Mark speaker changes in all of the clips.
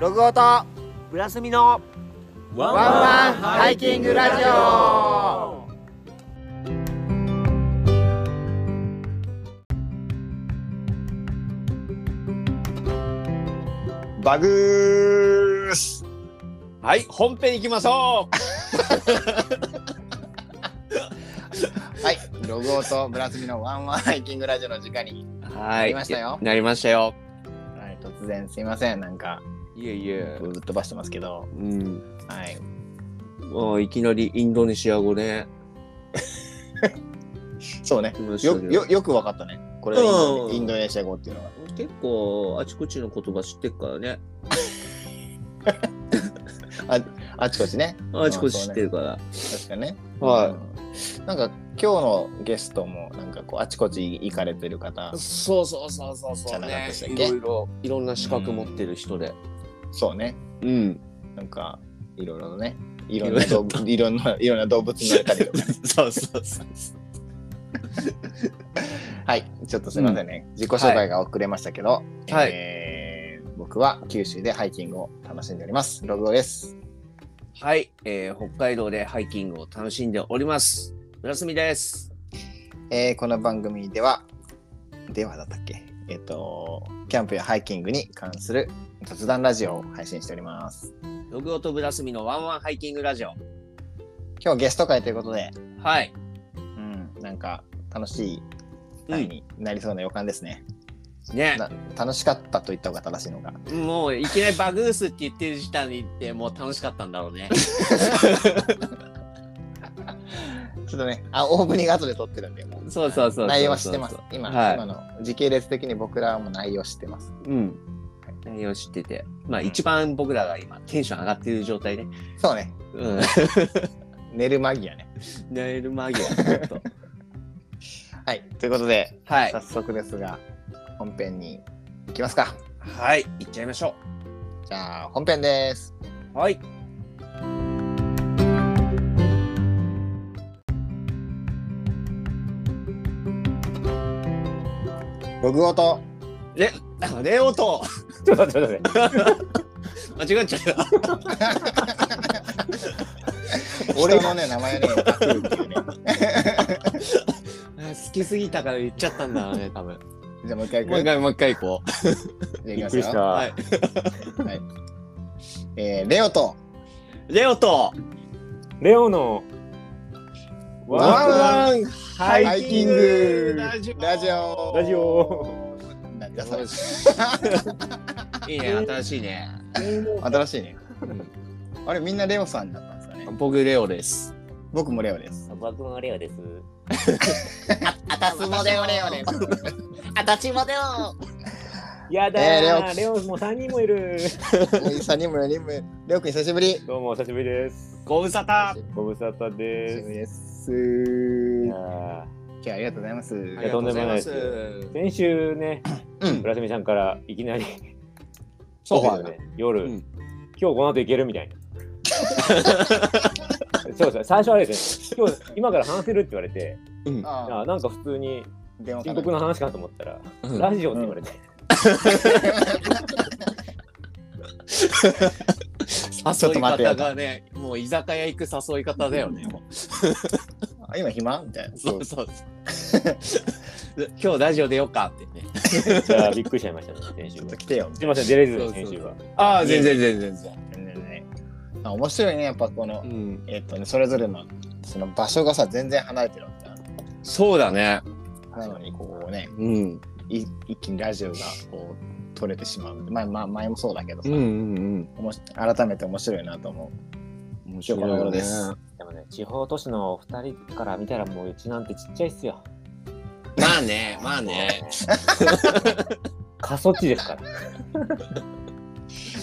Speaker 1: ログオと
Speaker 2: ブラスミの
Speaker 1: ワンワンハイキングラジオ
Speaker 3: バグースはい、本編行きましょ
Speaker 1: はいログオとブラスミのワンワンハイキングラジオの時間に
Speaker 3: うは
Speaker 1: なりましたよ
Speaker 3: なりましたよ。
Speaker 1: はい突然すいませんなんか
Speaker 3: いえいえ。
Speaker 1: ぶっ飛ばしてますけど
Speaker 3: うん。
Speaker 1: はい
Speaker 3: もういきなりインドネシア語 ね。
Speaker 1: そうね
Speaker 3: 来ました
Speaker 1: よ
Speaker 3: けど
Speaker 1: よよくわかったねこれインド
Speaker 3: うん
Speaker 1: インドネシア語っていうのが
Speaker 3: 結構、あちこちの言葉知ってっから ね。
Speaker 1: あちこちね
Speaker 3: あちこち知ってるから。
Speaker 1: 確かね
Speaker 3: はい
Speaker 1: なんか今日のゲストもなんかこうあちこち行かれてる方
Speaker 3: そうそうそうそう
Speaker 1: じゃなかったでしたっ
Speaker 3: い
Speaker 1: け
Speaker 3: ろいろ、いろんな資格持ってる人で。
Speaker 1: そうね
Speaker 3: うん。
Speaker 1: なんかいろいろねいろんな動物いろんないろんな動物になれたりとか
Speaker 3: そうそうそう。
Speaker 1: はいちょっとすいませんね、自己紹介が遅れましたけど、
Speaker 3: はい
Speaker 1: えー僕は九州でハイキングを楽しんでおりますログオです
Speaker 3: はい、えー北海道でハイキングを楽しんでおります。村住です。
Speaker 1: えーこの番組ではではだったっけえっ、とキャンプやハイキングに関する雑談ラジオを配信しております
Speaker 3: ログオとブラスミのワンワンハイキングラジオ。
Speaker 1: 今日ゲスト会ということで、
Speaker 3: はい。
Speaker 1: うん、なんか楽しい回になりそうな予感ですね、
Speaker 3: ね。
Speaker 1: な楽しかったと言った方が正しいのか
Speaker 3: もういきなりバグースって言ってる時点にってもう楽しかったんだろう ね。
Speaker 1: ちょっとね、あ、オープニング後で撮ってるんで、もう
Speaker 3: そうそうそうそう
Speaker 1: 内容は知ってます。今、
Speaker 3: はい
Speaker 1: 今の時系列的に僕らも内容知ってます。
Speaker 3: うん。内容知ってて。まあ一番僕らが今テンション上がってる状態ね。
Speaker 1: そうね、
Speaker 3: うん。
Speaker 1: 寝る間際ね。
Speaker 3: 寝る間際ちょっと。
Speaker 1: はい、ということで、
Speaker 3: はい
Speaker 1: 早。速ですが、本編に行きますか。
Speaker 3: はい。行っちゃいましょ
Speaker 1: じゃあ、本編です。
Speaker 3: う。はい。
Speaker 1: 僕ごと。
Speaker 3: レ、 レオと。
Speaker 1: ちょっと待って待って。
Speaker 3: 間違っちゃった。
Speaker 1: 俺のね、名前ね、パクるっていうね。
Speaker 3: 好きすぎたから言っちゃったんだろうね、多分。
Speaker 1: じゃあ、もう一回行く。
Speaker 3: もう一回、もう一回行こう。
Speaker 1: じゃあ行きますよ。
Speaker 3: はい。
Speaker 1: はい。えー、レオと、
Speaker 3: レオと、
Speaker 2: レオの
Speaker 1: ワンワ
Speaker 3: ン
Speaker 1: ハ
Speaker 3: ハ
Speaker 1: イキング
Speaker 3: ラジオ。
Speaker 1: ラジオ。
Speaker 2: ラジオ。
Speaker 1: なんだそれ。
Speaker 3: いいね、新しいね。
Speaker 1: 新しいね。あれ、みんなレオさんだったんですかね。
Speaker 3: 僕、レオです。
Speaker 1: 僕もレオです。
Speaker 4: 僕もレオです。
Speaker 5: あたすもだよレオレオ。あたちもだよ。
Speaker 2: やだ
Speaker 1: えー
Speaker 2: ー、レオもう3人もいる。
Speaker 1: もう3人も4人も、レオくん久しぶり。
Speaker 2: どうもお久しぶりです。
Speaker 3: ご無沙汰
Speaker 2: ご無沙汰
Speaker 1: 久しぶ
Speaker 2: で
Speaker 1: りです。
Speaker 2: す。いや
Speaker 1: 今
Speaker 2: ー
Speaker 1: 日はありがとうございます。
Speaker 3: あ
Speaker 2: りがとうございます
Speaker 3: りがとうございます
Speaker 2: 先週ね、
Speaker 1: うん
Speaker 2: 村上さんからいきなり
Speaker 1: そう
Speaker 2: オファーがね、夜、
Speaker 3: うん
Speaker 2: 今日この後行けるみたいな。そうそう最初あれですね、今日今から話せるって言われて、
Speaker 3: うん
Speaker 1: あ
Speaker 2: あなんか普通に
Speaker 1: あ電話か
Speaker 2: 深
Speaker 1: ら
Speaker 2: 刻な話かと思ったら、
Speaker 3: うん
Speaker 2: ラジオって言われて、
Speaker 1: ちょっ
Speaker 3: 誘
Speaker 1: と
Speaker 3: い
Speaker 1: 待ってよ
Speaker 3: 方がね、もう居酒屋行く誘い方だよね。もう
Speaker 1: あ今暇みたいな。
Speaker 3: そう そうそう。今日ラジオ出ようかってね。
Speaker 2: じゃあびっくりしちゃいましたね、先週
Speaker 1: ちょっ
Speaker 2: は
Speaker 1: と。来てよみ
Speaker 2: す
Speaker 1: た
Speaker 2: みま
Speaker 1: い
Speaker 2: せん、出れずで
Speaker 3: そう
Speaker 2: す、
Speaker 3: そう
Speaker 2: 先週は。
Speaker 3: ああ、全然全然全然。
Speaker 1: なねね。あ面白いね、やっぱこの
Speaker 3: う、ん、
Speaker 1: えっとね、それぞれのその場所がさ、全然離れてるわけだ。
Speaker 3: そうだね。
Speaker 1: なのに、こうね、
Speaker 3: うん。
Speaker 1: い一気にラジオがこう、取れてしまう。まあ、まあ、前もそうだけどさ、
Speaker 3: うんうん
Speaker 1: おもし改めて面白いなと思
Speaker 3: うん。面
Speaker 1: 白いよね
Speaker 3: です。
Speaker 2: でもね、地方都市のお二人から見たらもううちなんてちっちゃいっすよ。
Speaker 3: まあね、まあね。
Speaker 2: 過疎地ですから。
Speaker 1: う。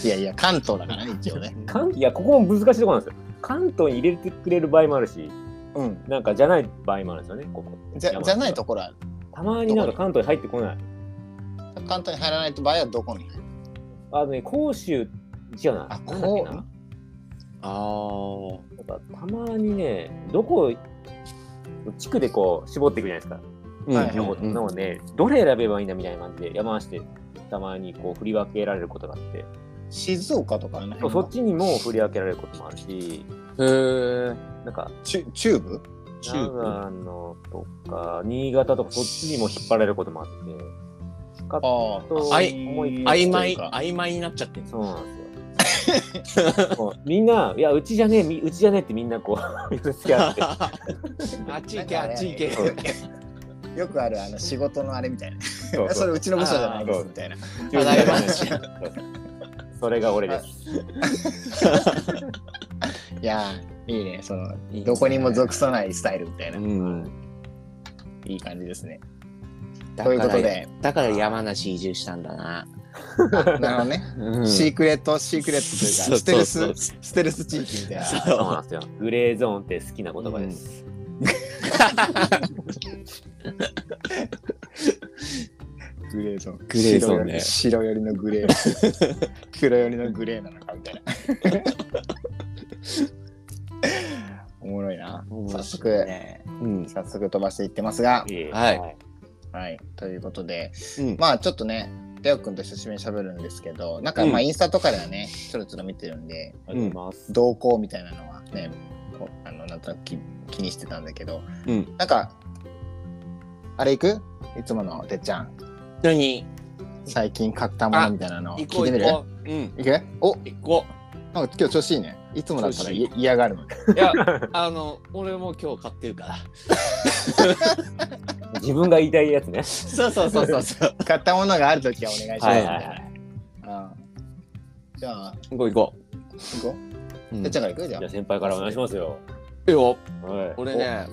Speaker 1: いやいや、関東だからね、一応ね。
Speaker 2: 関いや、ここも難しいところなんですよ。関東に入れてくれる場合もあるし、
Speaker 1: うん。
Speaker 2: なんかじゃない場合もあるんですよね、ここ。
Speaker 1: じゃじゃないところは、
Speaker 2: たまになんか関東に入ってこない。
Speaker 1: 関東に入らないと場合はどこに入る
Speaker 2: あのね、甲州、違うな。
Speaker 1: あ
Speaker 2: なんだっけな。
Speaker 1: こ
Speaker 3: ああ。
Speaker 2: なんかたまにね、どこ、地区でこう、絞っていくじゃないですか。
Speaker 1: はい
Speaker 2: の
Speaker 3: うん
Speaker 2: のをね、どれ選べばいいんだみたいな感じで山梨でたまにこう振り分けられることがあって、
Speaker 1: 静岡とかあの辺
Speaker 2: そ
Speaker 1: の
Speaker 2: っちにも振り分けられることもあるし、
Speaker 3: へえ。
Speaker 2: なんか、
Speaker 1: チュチューブチューブ
Speaker 2: 長
Speaker 1: あ
Speaker 2: 野とか、新潟とか、そっちにも引っ張られることもあって、か
Speaker 1: あ
Speaker 2: と
Speaker 3: あ
Speaker 1: い
Speaker 2: 思い
Speaker 3: 曖昧、曖昧になっち ゃってる。
Speaker 2: そうなんですよ。もうみんな、いや、うちじゃねえ、みうちじゃねえってみんなこう、 寄せつけ合 って。
Speaker 3: あっち行け、あっち行け。
Speaker 2: そう
Speaker 1: よくあるあの仕事のあれみたいな
Speaker 2: そう
Speaker 1: そ
Speaker 2: そう
Speaker 1: れうちの部署じゃないで
Speaker 2: あ
Speaker 1: す
Speaker 2: ー
Speaker 1: みたいな
Speaker 3: ただいま
Speaker 2: それが俺です。
Speaker 1: いやーいいねそのどこにも属さないスタイルみたいな、
Speaker 3: うん。
Speaker 1: いい感じですね
Speaker 3: だ
Speaker 1: と
Speaker 3: か
Speaker 1: いうこと
Speaker 3: ら、
Speaker 1: で
Speaker 3: だから山梨移住したんだな。
Speaker 1: なるほどね、
Speaker 3: うん
Speaker 1: シークレットシークレットという
Speaker 3: そ
Speaker 1: か
Speaker 3: う
Speaker 1: ステル
Speaker 3: そう
Speaker 1: スステルス地域みたいな
Speaker 3: そう
Speaker 2: そうなんですよ。グレーゾーンって好きな言葉です。
Speaker 1: グレーゾーン
Speaker 3: グレーゾーンね
Speaker 1: 白寄りのグレー 黒寄りのグレーなのかみたいなおもろいな
Speaker 3: 面白い
Speaker 1: 早速、
Speaker 3: ねうん。
Speaker 1: 早速飛ばしていってますが、
Speaker 2: いえ
Speaker 3: はい
Speaker 2: い。
Speaker 1: はい、ということで
Speaker 3: うん
Speaker 1: まあちょっとね、テオ君と久しぶりに喋るんですけど、なんか
Speaker 3: うん
Speaker 1: まあインスタとかではね、ちょろちょろ見てるんで、
Speaker 2: ありがとうございます。
Speaker 1: 動向みたいなのはね、こうあのなんとなく気気にしてたんだけど、
Speaker 3: うん。
Speaker 1: なんか、あれ行くいつものてっちゃん、
Speaker 3: 何
Speaker 1: 最近買ったものみたいなの
Speaker 3: 行
Speaker 1: 聞
Speaker 3: こ
Speaker 1: いうてみ
Speaker 3: 行
Speaker 1: る
Speaker 3: こう。うん。
Speaker 1: 行くお
Speaker 3: 行こ
Speaker 1: なんか今日調子いいね。いつもだったらい
Speaker 3: 調
Speaker 1: 嫌がるの。
Speaker 3: う。いや、あの、俺も今日買ってるから。
Speaker 2: 自分が言いたいやつね。
Speaker 3: そうそうそうそうそう。
Speaker 1: 買ったものがあるときはお願いしますみたいな。
Speaker 2: はいはいは
Speaker 1: あーじゃあ、
Speaker 3: 行こう行こ
Speaker 1: 行こ
Speaker 3: う。う
Speaker 1: う。
Speaker 3: ん
Speaker 1: てっちゃんから行くじゃあ
Speaker 2: じゃあ先輩からお願いしますよ。
Speaker 3: いいよ。
Speaker 2: はい
Speaker 3: 俺。ね、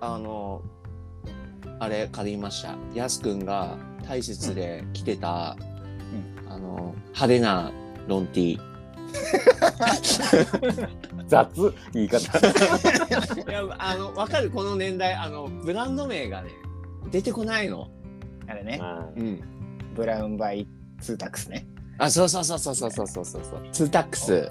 Speaker 3: あの、あれ借りました。やすくんが大切で着てた、あの、派手なロンティ
Speaker 2: お雑言い方。
Speaker 3: いや、あの、わかるこの年代、あの、ブランド名がね、出てこないの。
Speaker 1: あれね、
Speaker 2: はい
Speaker 3: うん。
Speaker 1: ブラウンバイツータックスね。
Speaker 3: あ、そうそうそうそうそうそうそうそう。ツータックス。
Speaker 1: ツー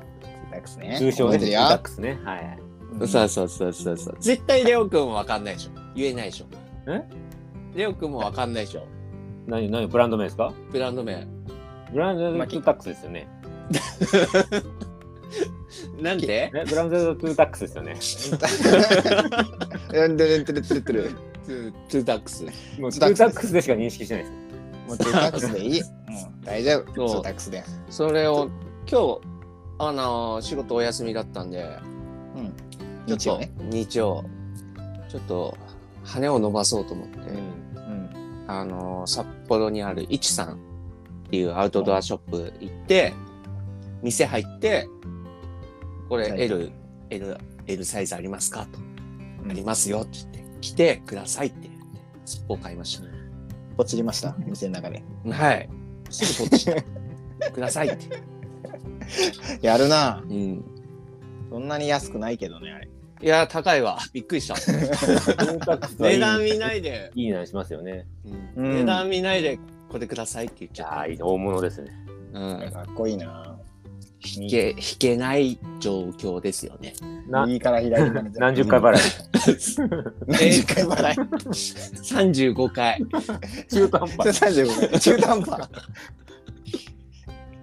Speaker 1: タックスね。
Speaker 2: 通称
Speaker 1: 覚
Speaker 2: ね、
Speaker 1: えてる
Speaker 2: ツ
Speaker 1: よ
Speaker 2: ータックスね。はい。
Speaker 1: うん
Speaker 3: そうそうそうそうそう。絶対レオくんわかんないでしょ。言えないでしょ。
Speaker 2: え
Speaker 3: レオくんもわかんないでしょ。
Speaker 2: 何、何、ブランド名ですか
Speaker 3: ブランド名。
Speaker 2: ブランドツータックスですよね。
Speaker 3: なんで
Speaker 2: えブランドツータックス ですよね。
Speaker 1: うんでんてるてるてる。
Speaker 3: ツーツータックス。
Speaker 2: もうツータックスでしか認識してないです。
Speaker 1: もうツータックスでいい。うん大丈夫。ツ
Speaker 3: そう
Speaker 1: ータックスで。
Speaker 3: それを今日あのー仕事お休みだったんで
Speaker 1: うん。
Speaker 3: ち
Speaker 1: 日曜
Speaker 3: ょっと
Speaker 1: ね
Speaker 3: 日曜ちょっと羽を伸ばそうと思って、
Speaker 2: ん。
Speaker 1: うん。
Speaker 3: あのー札幌にあるいちさんっていうアウトドアショップ行って店入ってこれ
Speaker 1: はい
Speaker 3: LLL、L L サイズありますかと、
Speaker 1: うん
Speaker 3: ありますよって言って来てくださいって言ってそこを買いましたね
Speaker 1: 落ちりました。店の中で。
Speaker 3: はいすぐこっちくださいって
Speaker 1: やるな。
Speaker 3: うん
Speaker 1: そんなに安くないけどね、あれ。
Speaker 3: いや高いわびっくりした
Speaker 2: ツータックスはい
Speaker 3: 値
Speaker 2: い
Speaker 3: 段見ないで、
Speaker 2: いい値段しますよね。
Speaker 1: うん
Speaker 3: 値段見ないでこれくださいって言っち
Speaker 2: じ
Speaker 3: ゃ
Speaker 2: ゃ
Speaker 3: っ
Speaker 2: あ、いい大物ですね。
Speaker 3: た、うん、
Speaker 1: かっこいいな。
Speaker 3: 引け引けない状況ですよね
Speaker 2: な、
Speaker 1: 右から左まで。
Speaker 2: 何十回払い。
Speaker 1: 何十回払い。
Speaker 3: 35回
Speaker 2: 中途半
Speaker 1: それ
Speaker 2: 端。
Speaker 1: 35回。中途半端。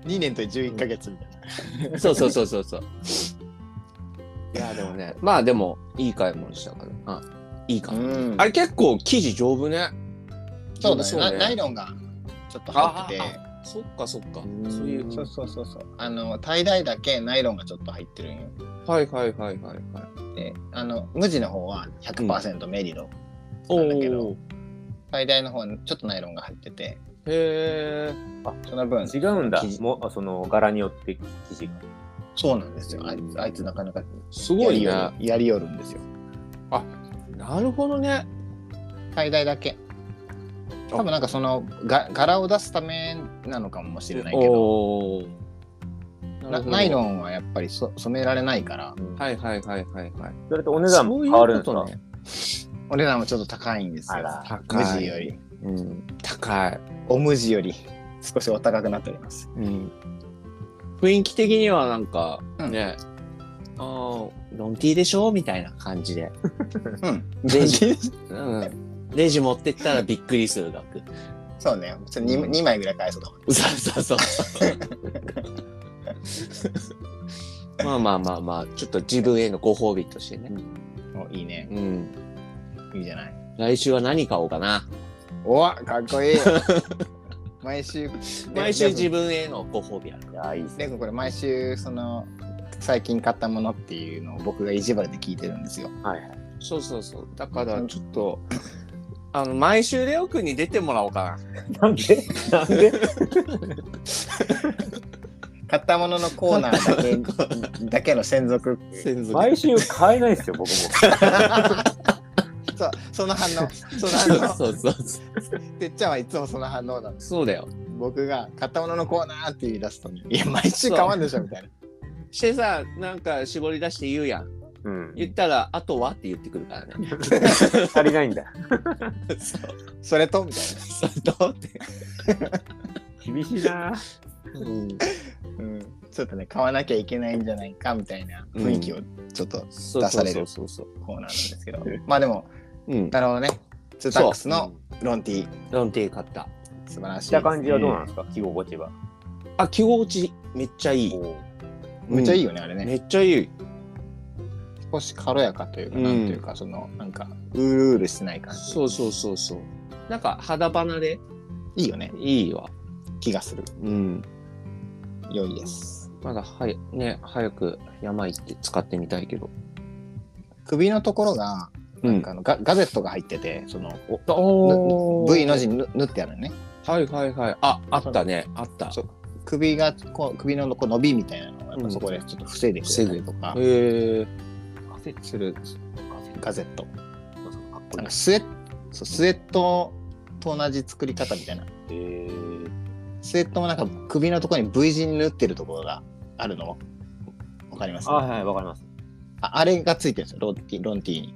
Speaker 1: 2年と11ヶ月みたいな。
Speaker 3: そうそうそうそうそういやでもね まあでもいい買い物したからあいいかな、
Speaker 1: うん
Speaker 3: あれ結構生地丈夫ね
Speaker 1: そうだ
Speaker 3: 丈夫
Speaker 1: ね。なナイロンがちょっと入ってて。
Speaker 3: そっかそっか
Speaker 2: うん
Speaker 3: そういう
Speaker 1: そうそうそうそう。あの、タイダイだけナイロンがちょっと入ってるんよ。
Speaker 3: はいはいはいはいはい
Speaker 1: であの無地の方は100%メリノ、
Speaker 3: お
Speaker 1: なんだけど
Speaker 3: おへ
Speaker 1: 最大の方はちょっとナイロンが入ってて
Speaker 3: え
Speaker 1: その分
Speaker 2: 違うんだ
Speaker 1: 生。地
Speaker 2: もう、その柄によって生地が。
Speaker 1: そうなんですよあいつあいつなかなか
Speaker 3: す
Speaker 1: や
Speaker 3: ご
Speaker 1: り
Speaker 3: いね
Speaker 1: よるやりよるんですよ
Speaker 3: なるほどね
Speaker 1: 最大だけ多分なんかそのが柄を出すためなのかもしれないけど
Speaker 3: おお
Speaker 1: なナイロンはやっぱりそ染められないから
Speaker 3: はいはいはいはいはい。
Speaker 2: それとお値段も変わるんですか
Speaker 3: そういう
Speaker 1: お値段もちょっと高いんです
Speaker 2: あ
Speaker 1: よ
Speaker 2: ら
Speaker 3: 高
Speaker 1: 無
Speaker 3: い
Speaker 1: 地より
Speaker 3: ことね。うん。高い。
Speaker 1: お無地より少しお高くなっております
Speaker 3: うん。雰囲気的にはなんか、
Speaker 1: うん
Speaker 3: ね、ああ、ロンティーでしょみたいな感じで。
Speaker 1: うん
Speaker 3: レジ、うん。レジ持ってったらびっくりする額。
Speaker 1: そうねちょ 2, 枚ぐらい返そうと思って
Speaker 3: そうそうそう。 まあまあまあまあ、ちょっと自分へのご褒美としてね。
Speaker 1: おいいね。
Speaker 3: うん。
Speaker 1: いいじゃない。
Speaker 3: 来週は何買おうかな。
Speaker 1: おわかっこ いい。毎週、
Speaker 3: 毎週
Speaker 1: レオ
Speaker 3: 自分へのご褒美ある。
Speaker 2: いや、いいっすね。
Speaker 1: レイ君これ毎週、その、最近買ったものっていうのを僕が意地張りで聞いてるんですよ。
Speaker 2: はいはい。
Speaker 3: そうそうそう。だからちょっと、あの、毎週レオ君に出てもらおうか
Speaker 2: なんでなんで
Speaker 1: 買ったもののコーナーだけだけの専属
Speaker 3: な。専属
Speaker 2: 毎週買えないっすよ、僕も。
Speaker 1: そうその反応そ
Speaker 3: そう
Speaker 1: の反応
Speaker 3: そうそうそう。
Speaker 1: てっちゃんはいつもその反応なんです
Speaker 3: そうだよ。
Speaker 1: 僕が買ったもののコーナーって言い出すとねいや毎週買わんでしょみたいな
Speaker 3: してさ、なんか絞り出して言うやん。
Speaker 2: うん。
Speaker 3: 言ったら、あとはって言ってくるからね。
Speaker 2: 足りないんだ。
Speaker 3: そう。
Speaker 1: それとみたい
Speaker 3: そうどうって。
Speaker 2: 厳しいな。
Speaker 3: うん。
Speaker 1: な、うん、ちょっとね買わなきゃいけないんじゃないかみたいな雰囲気をちょっと
Speaker 3: そう
Speaker 1: 出される
Speaker 3: そうそうそう
Speaker 1: コーナーなんですけど、まあでも
Speaker 3: そう。うん。
Speaker 1: なるほどねツータックスのロンティー
Speaker 3: ロンティー買った。
Speaker 1: 素晴らしい
Speaker 2: し
Speaker 1: で
Speaker 2: た
Speaker 1: す
Speaker 2: 感じはどうなんですか着心地は。
Speaker 3: あ、着心地めっちゃいい。
Speaker 1: めっちゃいい
Speaker 3: よ、
Speaker 1: よねあれね
Speaker 3: めっちゃいい。
Speaker 1: 少し軽やかというか、
Speaker 3: うん
Speaker 1: なんというかそのなんかうるうるしてない感じ
Speaker 3: そうそうそうそう。なんか肌離れ
Speaker 1: いいよね
Speaker 3: いいわ。
Speaker 1: 気がする
Speaker 3: うん。
Speaker 1: 良いです
Speaker 3: まだはや、ね、早く山行って使ってみたいけど。
Speaker 1: 首のところが
Speaker 3: う
Speaker 1: なんかあのガガゼットが入っててその
Speaker 3: お
Speaker 1: ぬ V の字にぬ縫ってあるね
Speaker 3: はいはいはい。あ、あったね。あった。
Speaker 1: そう首がこう首のこう伸びみたいなのをやっぱそこでちょっと防いでくれたりとか、
Speaker 3: へえ。
Speaker 1: するガゼット
Speaker 2: かっこ
Speaker 1: な
Speaker 2: いい
Speaker 1: んか。スウェそうスウェットと同じ作り方みたいな
Speaker 2: えー
Speaker 1: スウェットもなんか首のところに V 字に縫ってるところがあるのわかります
Speaker 2: あ、はい、わかります。
Speaker 1: ああれがついてるんですよロンティロンティに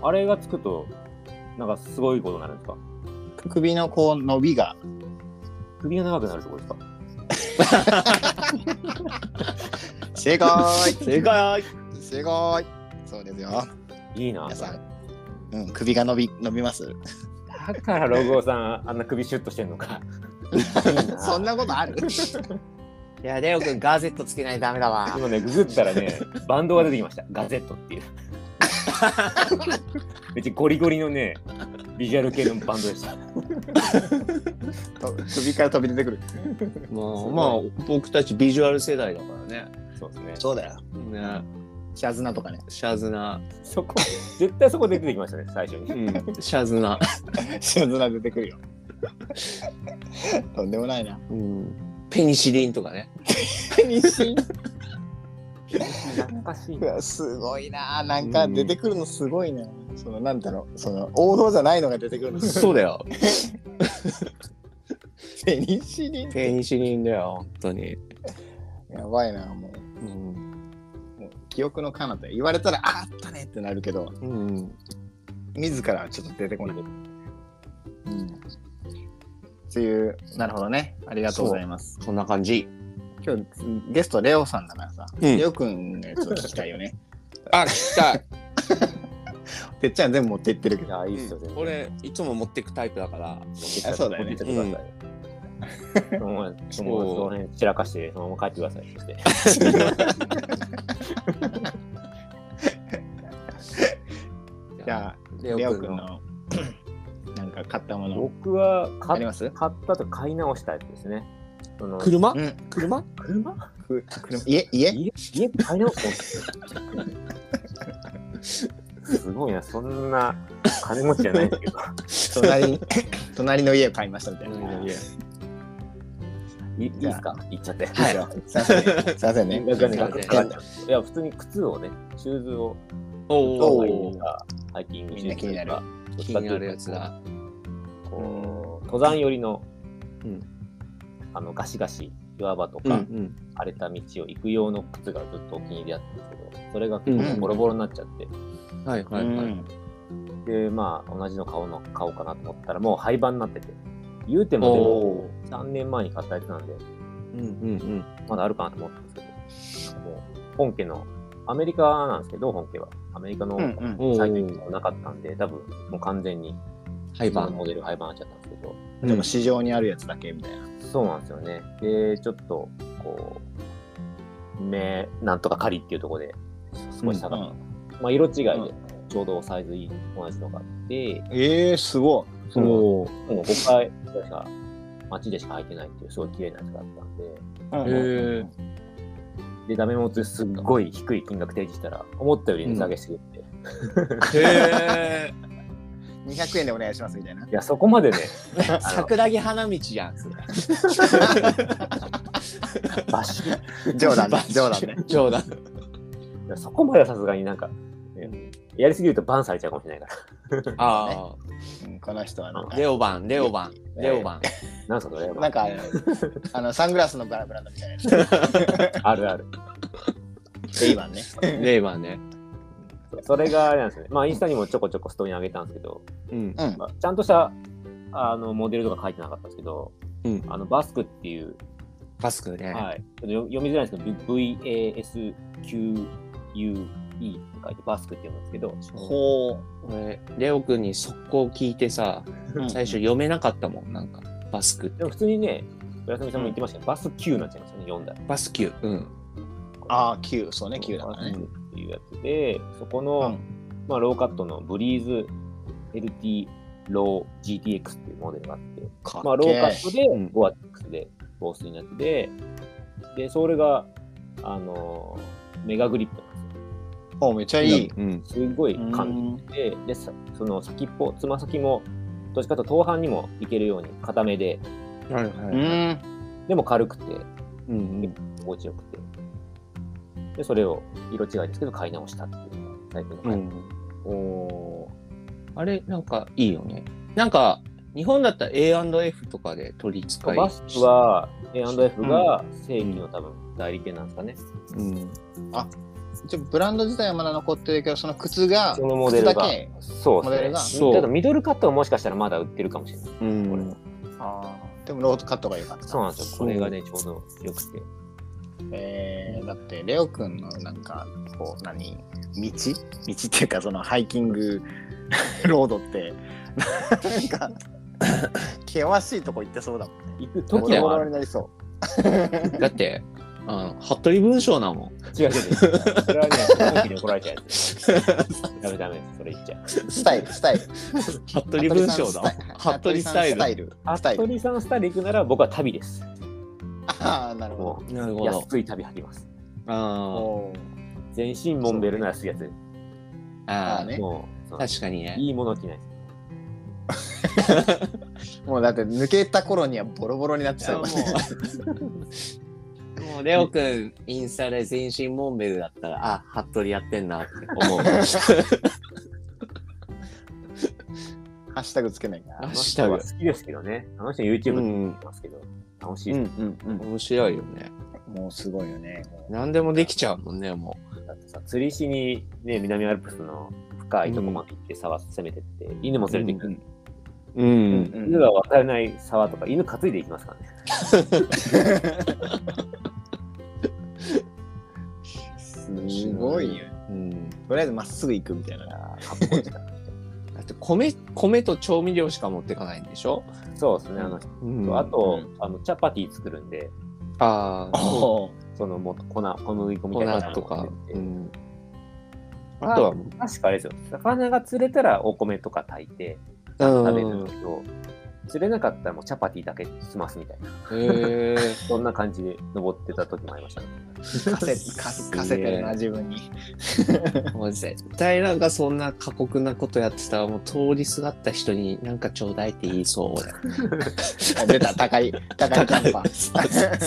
Speaker 2: あれがつくと、なんかすごいことになるんですか
Speaker 1: 首のこう伸びが
Speaker 2: 首が長くなるってことですか
Speaker 1: 正解
Speaker 3: 正解
Speaker 1: 正解そうですよ
Speaker 2: いいな
Speaker 1: 皆。さん、うん、首が伸び伸びます
Speaker 2: だからロゴさん、あんな首シュッとしてんの か。
Speaker 1: そんなことある
Speaker 5: いや、レオくん、ガーゼットつけないとダメだわ。
Speaker 2: 今ね、ググったらね、バンドが出てきました。ガゼットって いう。めっちゃゴリゴリのね、ビジュアル系のバンドでした。
Speaker 1: と 首から飛び出てくる
Speaker 3: もう、まあ、僕たちビジュアル世代だからね。
Speaker 2: そうですね。
Speaker 1: そうだよ
Speaker 3: ね。
Speaker 1: シャズナと かね
Speaker 3: シャズナ。
Speaker 2: そこ、絶対そこで出てきましたね、最初に。
Speaker 3: うん。シャズナ。
Speaker 1: シャズナ出てく るよとんでもないな。
Speaker 3: うん。ペニシリンとかね。
Speaker 2: 懐かしいう
Speaker 1: わすごいななんか出てくるのすごいな、そのなんだろうその王道じゃないのが出てくるの
Speaker 3: そうだよ。
Speaker 1: ペニシリン
Speaker 3: ペニシリンだよ、本当に。
Speaker 1: やばいなもう
Speaker 3: うん。
Speaker 1: もう記憶の彼方言われたらああったねってなるけど
Speaker 3: うん。
Speaker 1: 自らはちょっと出てこない、うん、っていうなるほどねありがとうございます
Speaker 3: そんな感じ。
Speaker 1: 今日ゲストレオさんだからさ、
Speaker 3: うん
Speaker 1: レオくんのやつを聞きたいよね
Speaker 3: あ、聞きたい。
Speaker 1: てっちゃん全部持って行ってるけ
Speaker 2: い
Speaker 1: ど
Speaker 2: や、いいっすよ、全然。
Speaker 3: 俺、いつも持ってくタイプだから。
Speaker 1: あそうだよ
Speaker 2: 持
Speaker 1: ね
Speaker 2: ってってください。もう、もう、その辺散らかして、そのまま帰ってください。そして
Speaker 1: じゃあ
Speaker 3: レ
Speaker 1: レ
Speaker 3: オ
Speaker 1: オ
Speaker 3: く
Speaker 1: く
Speaker 3: ん
Speaker 1: ん
Speaker 3: の。
Speaker 1: の なんか買ったもの
Speaker 2: 僕は
Speaker 1: あ
Speaker 2: 買
Speaker 1: り
Speaker 2: っ
Speaker 1: ます
Speaker 2: 買ったと買い直したやつですね。その
Speaker 3: 車
Speaker 1: うん
Speaker 3: 車
Speaker 2: 車
Speaker 1: く車家家
Speaker 2: 家家買い直すすごいな、そんな金持ちじゃないんですけど。
Speaker 1: 隣に 隣の家を買いましたみたいな。
Speaker 2: いいいですか言っちゃって。
Speaker 1: はい
Speaker 2: じゃあ
Speaker 1: すいませんね。すいません ね。
Speaker 2: なんかね
Speaker 3: すいません
Speaker 2: かかっちゃういや、普通に靴をね、シューズを、
Speaker 3: お
Speaker 1: お
Speaker 3: お
Speaker 1: ー。
Speaker 2: ハイキング
Speaker 1: み
Speaker 2: シュ
Speaker 1: んな
Speaker 2: ーズ
Speaker 1: 気
Speaker 2: とか
Speaker 1: になる。
Speaker 3: 気になるやつだ。
Speaker 2: こう登山寄りの,、
Speaker 3: うん
Speaker 2: あのガシガシ岩場と
Speaker 3: うん
Speaker 2: か、
Speaker 3: うん。
Speaker 2: 荒れた道を行く用の靴がずっとお気に入りだったんですけどそれが結
Speaker 1: うん
Speaker 2: 構ボロボロになっちゃって、
Speaker 3: はいはいはい。
Speaker 2: でまあ同じの顔の買おうかなと思ったらもう廃盤になってて言うて
Speaker 3: お
Speaker 2: も
Speaker 3: お。
Speaker 2: でも3年前に買ったやつなんで
Speaker 3: うんうん
Speaker 2: まだあるかなと思ったんですけどもう本家のアメリカなんですけど本家はアメリカの
Speaker 1: うんうん。
Speaker 3: うん。
Speaker 2: サイトにもなかったんで、多分もう完全に
Speaker 3: 廃
Speaker 2: 今の
Speaker 3: 盤。
Speaker 2: モデル廃盤になっちゃったんですけど
Speaker 1: でも市場にあるやつだけみたいな。
Speaker 2: そうなんですよね。で、ちょっと、こう、目なんとか狩りっていうところで少し下
Speaker 1: う
Speaker 2: がっ
Speaker 1: ん
Speaker 2: て、まあ、色違いで
Speaker 1: うん
Speaker 2: ちょうどサイズいい同じのがあって、
Speaker 1: ええー、すごい。
Speaker 2: その
Speaker 1: おー
Speaker 2: もう5回ぐらいしか街でしか履いてないっていうすごい綺麗なやつがあったんで
Speaker 1: うん
Speaker 3: へ
Speaker 2: でダメ元ですっごい低い金額提示したら思ったより値下げしてくれて、
Speaker 3: へえ。
Speaker 1: 200円でお願いしますみ たいな。
Speaker 2: いやそこまでね
Speaker 3: 桜木花道やん。それ
Speaker 2: バッシュ
Speaker 1: 冗談ね
Speaker 3: バッシュ
Speaker 1: 冗談ね。
Speaker 3: 冗談。
Speaker 2: いやそこまではさすがになんか、ねやりすぎるとバンされちゃうかもしれないから。
Speaker 3: あ
Speaker 1: うんこの人はなん
Speaker 3: あ。
Speaker 1: か。
Speaker 3: レオバン、レオバン、レオバン。
Speaker 2: なんすかそれ
Speaker 1: なんかあの、あのサングラスのブラブランドみたいなや
Speaker 2: あるある。
Speaker 1: つ。レイバンね。
Speaker 3: レイバンね。
Speaker 2: それがあれなんですよね。まあインスタにもちょこちょこストーリーに上げたんですけど、
Speaker 3: うん。
Speaker 1: うん
Speaker 2: ま。あちゃんとしたあのモデルとか書いてなかったんですけど、
Speaker 3: うん
Speaker 2: あのバスクっていう、
Speaker 3: バスクね。
Speaker 2: はい、ちょっと読読みづらいんですけど、VASQUE って書いてバスクって読むんですけど、
Speaker 1: ほう。
Speaker 3: 俺、レオ君に速攻聞いてさ、最初読めなかったもん、なんか。バスクって
Speaker 2: でも普通にね、村上さんも言ってましたけど、バス Q になっちゃいますよね、読んだら。
Speaker 3: バスキュー。うん。
Speaker 1: ああ、9、そうね、9だからね。
Speaker 2: っていうやつで、そこの、まあ、ローカットのブリーズ LT ロー GTX っていうモデルがあって、
Speaker 1: かっ
Speaker 2: まあ、ローカットで
Speaker 3: ん
Speaker 2: 5AX で防水のやつで、で、それが、あのーメガグリップなんで
Speaker 1: おめっちゃいい。
Speaker 3: うん。
Speaker 2: すよ。すごい
Speaker 1: うん
Speaker 2: 感じで、で、さその先っぽ、つま先も、どっちかというと頭半にもいけるように固めで、
Speaker 3: はいは
Speaker 1: う
Speaker 3: い。
Speaker 1: ん。
Speaker 2: でも軽くて、
Speaker 3: うんうん。
Speaker 2: 心地よくて。で、それを色違いですけど買い直したっていうのが最近の買い
Speaker 3: おあれ、なんかいいよね。なんか、日本だったら A&F とかで取り使い。
Speaker 2: バスク、は A&F が正規の多分代理店なんですかね。
Speaker 3: うん、
Speaker 1: 一応ブランド自体はまだ残ってるけど、その靴が、
Speaker 2: そのモデル
Speaker 1: 靴
Speaker 2: が
Speaker 1: だけ。
Speaker 2: そう
Speaker 1: モデル
Speaker 2: で
Speaker 1: が
Speaker 2: す
Speaker 3: そ
Speaker 2: ね。
Speaker 3: う
Speaker 2: ただミドルカットはもしかしたらまだ売ってるかもしれない。
Speaker 3: うん、
Speaker 1: ああ。でもロードカットが良かった。
Speaker 2: そうなんですよ。これがね、ちょうど良くて。
Speaker 1: えー、だってレオくんのなんかこう何道道っていうかそのハイキングロードってなんか険しいとこ行ってそうだもんね。
Speaker 2: 行く
Speaker 1: ボ
Speaker 2: 時
Speaker 1: ロボ
Speaker 2: はあ
Speaker 1: ロ
Speaker 2: る
Speaker 1: になりそ
Speaker 3: だって、あの服部文章なもん。
Speaker 2: 違う違う違う。それはね、本気に怒られちゃうやつ。ダメダメです。それ言っちゃう。
Speaker 1: う。スタイルスタイル。
Speaker 3: 服部文章だもん。服部スタイル。
Speaker 1: ル。スタイ
Speaker 2: 服
Speaker 1: ル。
Speaker 2: 部さんスタイル行くなら僕は旅です。
Speaker 1: ああなるほ
Speaker 2: も
Speaker 3: なる
Speaker 2: う
Speaker 3: ほど。
Speaker 2: 安い旅履きます。
Speaker 1: ど。
Speaker 3: あ
Speaker 1: おー
Speaker 2: 全身モンベルの安いやつ。
Speaker 3: ーあ
Speaker 1: あーね
Speaker 3: ー、
Speaker 2: もうそう、
Speaker 3: 確かにね。
Speaker 2: いいもの着ないです。
Speaker 1: もうだって抜けた頃にはボロボロになってたよ。
Speaker 3: う、もうレオくん、インスタで全身モンベルだったら、あ、服部やってんなって思 う。
Speaker 1: ハッシュタグつけないか
Speaker 2: あ
Speaker 1: ら
Speaker 2: の。人は好きですけどね。あの人 YouTube で見てますけど、楽しいです。
Speaker 1: うん
Speaker 3: 面白いよね。
Speaker 1: うん。もうすごいよね。も
Speaker 3: 何でもできちゃうもんね、も
Speaker 2: だってさ釣りしに、ね、南アルプスの深いとこまで行って沢攻めてって、犬も
Speaker 3: う。
Speaker 2: 連れてくる、
Speaker 3: うん。
Speaker 1: う。
Speaker 3: うん。
Speaker 1: う
Speaker 2: 犬が渡れない沢とか犬担いでいきますからね
Speaker 1: すごいよ。
Speaker 3: うん
Speaker 1: とりあえずまっすぐ行くみたいな。
Speaker 2: かっこいいから
Speaker 3: だって米米と調味料しか持ってかないんでしょ、
Speaker 2: そうですねあの人、あと、あのチャパティ作るんで
Speaker 3: ああ
Speaker 1: おお。
Speaker 2: そのもう粉小麦粉みた
Speaker 3: 粉
Speaker 2: いなの
Speaker 3: とか、
Speaker 2: う
Speaker 3: うんん、
Speaker 2: あ
Speaker 3: あ
Speaker 2: と
Speaker 3: とは
Speaker 2: は確かあれですよ魚が釣れたらお米とか炊いて食べるん
Speaker 3: うん
Speaker 2: ですけど、釣れなかったらもうチャパティだけ済ますみたいな
Speaker 3: へえ
Speaker 2: そんな感じで登ってた時もありましたね
Speaker 1: かせ、かせ、かせてるな、自分に。
Speaker 3: もう絶対なんかそんな過酷なことやってたらもう通りすがった人になんかちょうだいって言いそう俺
Speaker 1: あ出た、高い、高いキャンパー。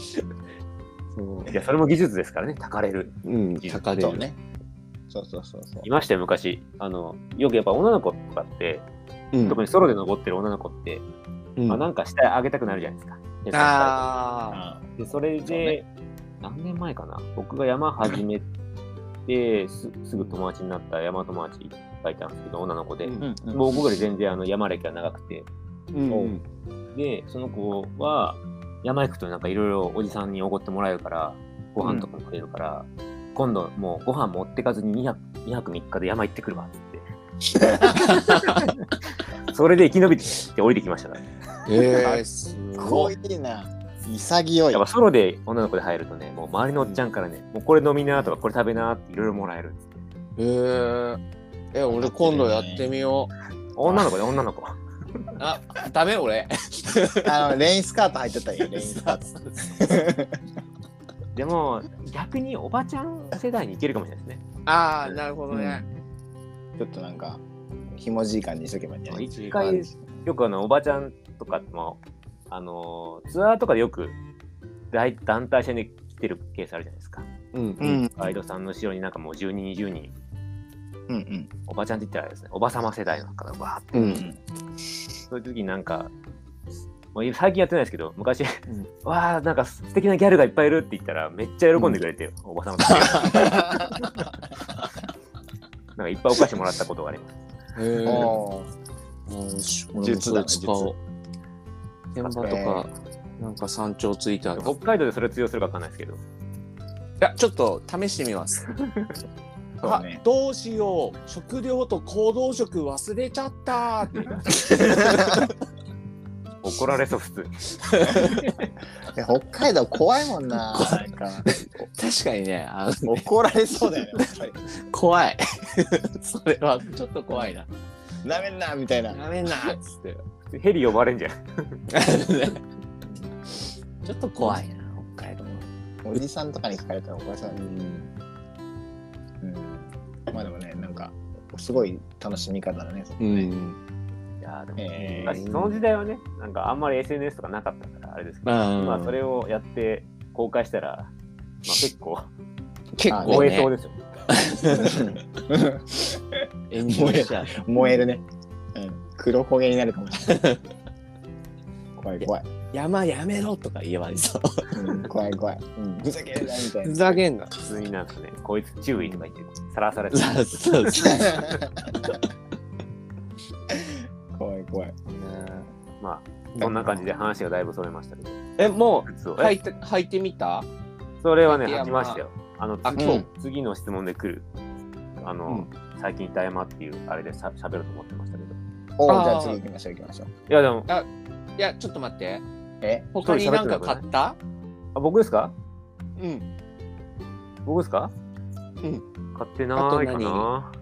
Speaker 3: そう
Speaker 2: いやそれも技術ですからね炊かれる
Speaker 3: うん高で
Speaker 1: そうね。そうそうそうそう。
Speaker 2: いましたよ、昔。あの、よくやっぱ女の子とかって、
Speaker 3: うん
Speaker 2: 特にソロで登ってる女の子って、
Speaker 3: うん
Speaker 2: まあ、なんか下上げたくなるじゃないですか。
Speaker 3: あ
Speaker 1: あ
Speaker 2: でそれ
Speaker 1: そう
Speaker 2: で
Speaker 1: ね、
Speaker 2: 何年前かな僕が山始めて、すすぐ友達になった山友達がいたんですけど、女の子で。
Speaker 3: うん
Speaker 1: ーうんうん。
Speaker 2: もう僕より全然あの山歴が長くて。
Speaker 3: うん
Speaker 1: おう
Speaker 2: で、その子は、山行くとなんかいろいろおじさんにおごってもらえるから、ご飯とかもくれるから、今度もうご飯持ってかずに2泊 ,2 泊3日で山行ってくるわっつ って。それで生き延びて降りてきましたから、ね。
Speaker 3: えー、す
Speaker 1: かっこ
Speaker 3: ごい
Speaker 1: いいな。
Speaker 2: す
Speaker 1: 潔い
Speaker 2: やっぱソロで女の子で入るとね、もう周りのおっちゃんからね、もうこれ飲みなとか、これ食べなっていろいろもらえるんですよ。
Speaker 3: へえ。え、俺今度やってみよ
Speaker 2: 女の子で女の子。
Speaker 3: う。あ、ダメ俺。
Speaker 1: あのレインスカート履いてた よレインスカート
Speaker 2: でも、逆におばちゃん世代に行けるかもしれないですね。
Speaker 3: ああ、なるほどね。
Speaker 1: ちょっとなんかひもじい感じにしとけばいいんじゃない
Speaker 2: 一回よくあの、おばちゃんとかも、あのーツアーとかでよく大団体戦で来てるケースあるじゃないですか。
Speaker 3: うん
Speaker 1: う。ん
Speaker 2: ガイドさんの後ろになんかもう10人、20人、
Speaker 1: うんうん
Speaker 2: おばちゃんって言ったらあれですね、おばさま世代の方がわーって、
Speaker 3: う。
Speaker 1: うんん
Speaker 2: そういう時になんか、もう最近やってないですけど、昔、 わあ、なんか素敵なギャルがいっぱいいるって言ったら、めっちゃ喜んでくれて、おばさまたちが なんかいっぱいお菓子もらったことがあります。
Speaker 3: へえ。
Speaker 1: あ
Speaker 3: あ
Speaker 1: ー
Speaker 3: 俺もそれ使おう。現場とか、なんか山頂ついてある。い
Speaker 2: 北海道で それ通用するかわかんないですけど、
Speaker 3: や、ちょっと試してみます。
Speaker 1: そうね
Speaker 3: あどうしよう食料と行動食忘れちゃった
Speaker 2: 怒られそう、普通。
Speaker 1: で北海道 怖いもんななんか
Speaker 3: 確かにねあの
Speaker 1: 怒られそうだよねやっぱ
Speaker 3: 怖い それはちょっと怖いな
Speaker 1: りなめんなみたいな
Speaker 3: やめんなっつって
Speaker 2: ヘリ呼ばれんじゃん。
Speaker 3: ちょっと怖いな北海道
Speaker 1: おじさんとかに聞かれたらおばさんうん、うん、まあでもねなんかすごい楽しみ方だねそこ
Speaker 3: う
Speaker 1: ね、
Speaker 3: ん
Speaker 2: いやーでも
Speaker 1: え
Speaker 2: 昔その時代はね、なんかあんまり SNS とかなかったから、あれですけど、
Speaker 3: うん
Speaker 2: まあそれをやって公開したら、まあ結構、
Speaker 3: 結
Speaker 1: あ
Speaker 3: 構
Speaker 2: 燃えそう
Speaker 3: ね
Speaker 2: ですよ。
Speaker 1: ー
Speaker 3: 炎上しちゃう
Speaker 1: 燃えるね、うん、黒焦げになるかもしれない怖い怖い、
Speaker 3: 山やめろとか言われそう
Speaker 1: うん、怖い怖い、うん、ふざけるなみたい
Speaker 3: ふ
Speaker 1: な
Speaker 3: ざけんな
Speaker 2: 普通になんかね、こいつ注意とか言って、さらさ れて。
Speaker 3: そうそうそう
Speaker 1: 怖い怖い
Speaker 2: まあ、そんな感じで話がだいぶそれましたけど。
Speaker 3: えも
Speaker 2: 靴を
Speaker 3: う履いて履いてみた
Speaker 2: それはね、
Speaker 3: 竹
Speaker 2: 履
Speaker 3: 山
Speaker 2: きましたよ。あの、
Speaker 3: あ
Speaker 2: 次
Speaker 3: 今
Speaker 1: 日
Speaker 2: 次の質問で来る、あの、最近いた山っていう、あれでしゃべると思ってましたけど。い
Speaker 1: おう
Speaker 3: あー
Speaker 1: じゃあ次行きましょう行きましょう
Speaker 2: や、でも、
Speaker 3: いやちょっと待って
Speaker 1: え
Speaker 3: 他になんか買った
Speaker 2: あ僕ですか
Speaker 3: うん
Speaker 2: 僕ですか
Speaker 3: う
Speaker 2: 買ってないか
Speaker 3: あと
Speaker 2: な。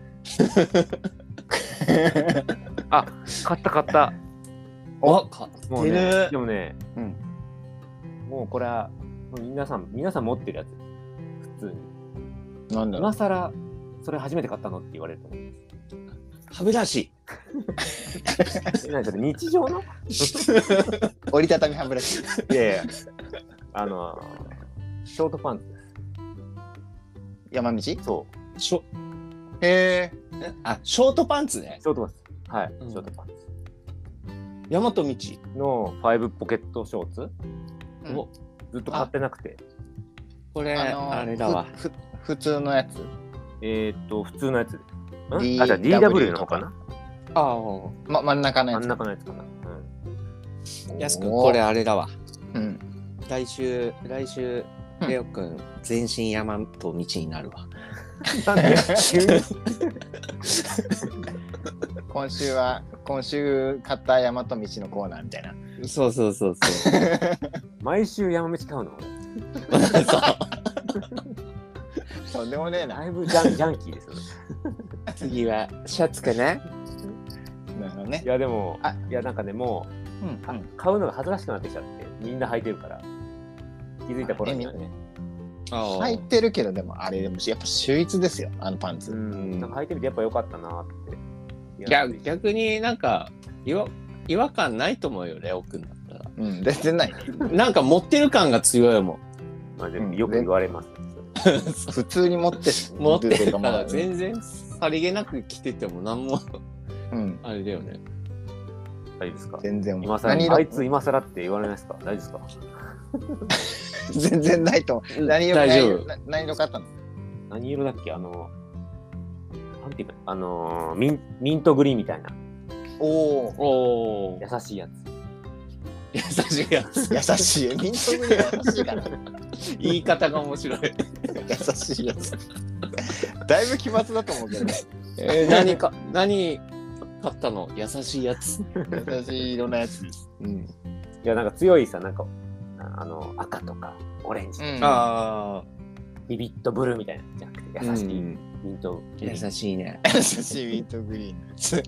Speaker 2: あ、買った買った。
Speaker 1: お
Speaker 3: あ買っ
Speaker 2: もう
Speaker 3: て
Speaker 2: ね、
Speaker 3: る
Speaker 2: でもね、
Speaker 1: うん
Speaker 2: もうこれは、もう皆さん、皆さん持ってるやつ。普通に。
Speaker 1: なんだろう
Speaker 2: 今更、それ初めて買ったのって言われると思う。
Speaker 3: 歯ブラシ
Speaker 2: え何それ日常の
Speaker 1: 折りたたみ歯ブラシ
Speaker 2: いやいや、あのー、ショートパンツで
Speaker 1: 山道
Speaker 2: す。そう、
Speaker 3: しょ
Speaker 1: へえ
Speaker 3: あショートパンツね
Speaker 2: ショートパンツ。はい、
Speaker 3: うん
Speaker 2: ショートパンツ。
Speaker 3: 大和道
Speaker 2: のファイブポケットショーツ、
Speaker 1: うん
Speaker 3: お
Speaker 2: ずっと買ってなくて、
Speaker 3: これ、あ
Speaker 1: の
Speaker 3: れだわ。
Speaker 1: ふふ普通のやつ
Speaker 2: えーっと、普通のやつです。ん
Speaker 1: D-
Speaker 2: あ、じゃあ DW の方かな
Speaker 3: ああ、
Speaker 1: ま真ん中のや
Speaker 2: 真ん
Speaker 1: つ
Speaker 2: 中のやつかな。うん
Speaker 3: やすくん、これあれだわ。
Speaker 1: うん
Speaker 3: 来週、来週、
Speaker 1: うん
Speaker 3: レオくん、全身山と道になるわ。
Speaker 2: なんで急に
Speaker 1: 今週は今週買った山と道のコーナーみたいな
Speaker 3: そうそうそう そう。
Speaker 2: 毎週山道買うの俺
Speaker 1: とんでもねえな
Speaker 2: だいぶジャンジャンキーですよね。
Speaker 3: 次は、シャツかな
Speaker 1: なるほどね
Speaker 2: いや、でも
Speaker 1: あ、
Speaker 2: いや、なんかね、も
Speaker 1: うん
Speaker 2: う、買うのが恥ずかしくなってきちゃって、みんな履いてるから。気づいた頃にはね。
Speaker 3: あ
Speaker 1: 入ってるけどでもあれでもやっぱ秀逸ですよあのパンツ、
Speaker 2: うん。なんか履いてみてやっぱ良かったなって。
Speaker 3: いや、逆になんか、違和違和感ないと思うよ、レオくんだっ
Speaker 1: うん、全然ないね
Speaker 3: たら。なんか持ってる感が強いもん。
Speaker 2: まあでもよく言われます。
Speaker 1: 普通に持って
Speaker 3: 持ってるか
Speaker 1: も
Speaker 3: ら、
Speaker 1: う
Speaker 3: 全然さりげなく着てても、なんも、
Speaker 1: うん
Speaker 3: あれだよね。
Speaker 2: 大丈夫ですか
Speaker 1: 全然思う
Speaker 2: 今
Speaker 1: 何
Speaker 2: 更、
Speaker 1: 色
Speaker 2: あいつ今更って言われないですか大丈夫ですか
Speaker 1: 全然ないと思う何色
Speaker 3: 大丈
Speaker 1: 何
Speaker 3: 夫。
Speaker 1: 色何色買ったの
Speaker 2: 何色だっけあの、なんていうか、あのー、ミンミントグリーンみたいな、
Speaker 1: おお
Speaker 3: おお。
Speaker 2: 優しいやつ。
Speaker 3: 優しいやつ。
Speaker 1: 優しいミントグリーン優しいから
Speaker 3: 言い方が面白い。
Speaker 1: 優しいやつだいぶ奇抜だと思うけど ね
Speaker 3: えー、何か何買ったの優しいやつ。
Speaker 1: 優しい色のやつです
Speaker 3: うん。
Speaker 2: いや、なんか強いさ、なんか、ああの赤とかオレンジとか、
Speaker 1: うん
Speaker 3: ああ、
Speaker 2: ビビットブルーみたいなのじゃなくて優しいミントグリーン、
Speaker 3: 優しいね。
Speaker 1: 優しいウィントグリーンのやつ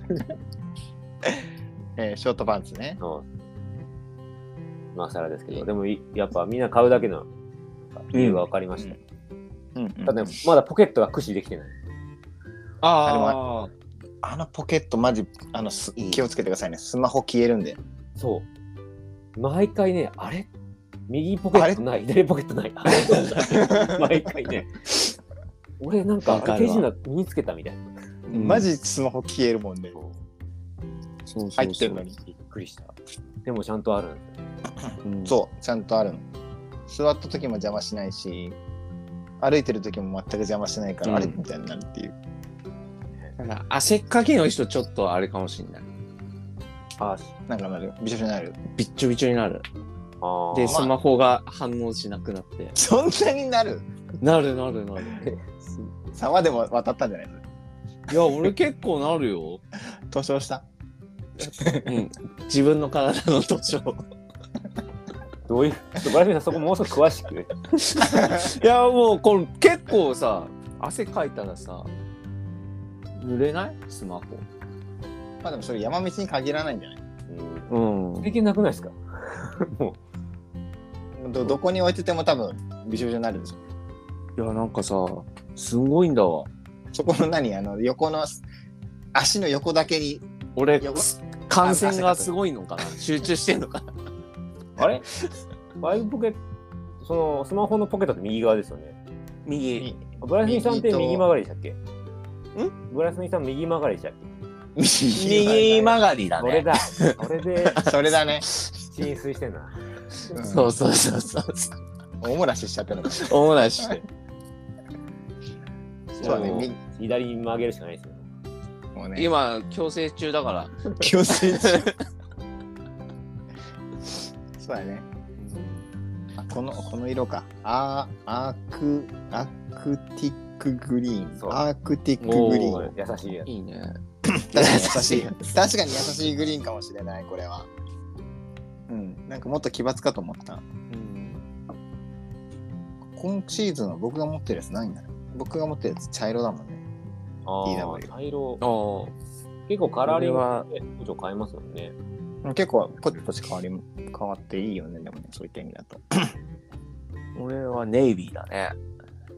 Speaker 1: えーショートパンツね。
Speaker 2: そう今更ですけどでもいやっぱみんな買うだけのなんか理由が分かりました、
Speaker 1: うんうん
Speaker 2: ただねまだポケットが駆使できてない
Speaker 3: ああ、
Speaker 1: あのポケットマジあのす
Speaker 3: いい
Speaker 1: 気をつけてくださいね。スマホ消えるんで。
Speaker 2: そう毎回ねあれ右ポケットない左ポケットないあれ毎 回ね俺なんか
Speaker 3: わかるわ
Speaker 2: 手品身につけたみたいな
Speaker 3: うん
Speaker 1: マジスマホ消えるもんね。
Speaker 3: そうそうそう
Speaker 1: 入ってるのに。
Speaker 2: びっくりしたでもちゃんとあるんだよ
Speaker 3: うん
Speaker 1: そう、ちゃんとあるの。座った時も邪魔しないし、歩いてる時も全く邪魔しないから、
Speaker 3: うん
Speaker 1: あれみたいになるっていう。
Speaker 3: だから汗っかきの人ちょっとあれかもしれない。
Speaker 2: あ
Speaker 1: なんかなる。びしょびしょになる。
Speaker 3: びっちょびちょになる。
Speaker 2: あ
Speaker 3: で、
Speaker 2: で
Speaker 3: スマホが反応しなくなって。
Speaker 1: そんなになる
Speaker 3: なるなるなる。
Speaker 1: 沢でも渡ったんじゃない
Speaker 3: いや、俺結構なるよ。
Speaker 1: 塗装した
Speaker 3: うん、自分の体の図書。 い
Speaker 2: どういうちょっと村上さんそこもう少し詳しく
Speaker 3: や、もうこの結構さ、汗かいたらさ、濡れないスマ
Speaker 1: まあでもそれ山道に限らないんじゃない
Speaker 2: うん
Speaker 3: ホ。うん
Speaker 2: で。きなくないですか
Speaker 1: どどこに置いてても多分びしょびしょになるでしょ。
Speaker 3: いや、なんかさ、すごいんだわ。
Speaker 1: そこの何あの横の足の横だけに
Speaker 3: 俺
Speaker 1: いや、
Speaker 3: 感染がすごいのかな集中してんのかな
Speaker 2: あ れファイブポケットそのスマホのポケットって右側ですよね
Speaker 3: 右。
Speaker 2: ブラスミさんって右曲がりでしたっけ
Speaker 3: ん
Speaker 2: ブラスミさん右曲がりでしたっけ
Speaker 3: 右曲がりだ
Speaker 2: それ
Speaker 3: ね。
Speaker 2: だそれ で
Speaker 1: それだね、
Speaker 2: 浸水してんな
Speaker 1: うん、
Speaker 3: そうそうそうそう。
Speaker 1: おもらししちゃってるのか
Speaker 3: おもらしして。
Speaker 1: そうだねみ
Speaker 2: 左に曲げるしかないですよ
Speaker 1: もうね
Speaker 3: 今、強制中だから。
Speaker 1: 強制中そうだねあこのこの色かあアークアクティックグリー
Speaker 2: そ
Speaker 1: ン
Speaker 2: う
Speaker 1: アークティックグリーン
Speaker 2: 優しいやつ
Speaker 3: いいね。
Speaker 1: 確 かに優しい確かに優しいグリーンかもしれないこれはうんなんかもっと奇抜かと思った
Speaker 3: うん。
Speaker 1: 今シーズンは僕が持ってるやつないんだね僕が持ってるやつ茶色だもんね
Speaker 2: あ
Speaker 1: いい名前
Speaker 2: ー茶色
Speaker 3: ああ。
Speaker 2: 結構カラーリングで補助変えますもんね
Speaker 1: 結構ポチポチ変わり変わっていいよねでもねそういった意味だと
Speaker 3: 俺はネイビーだね。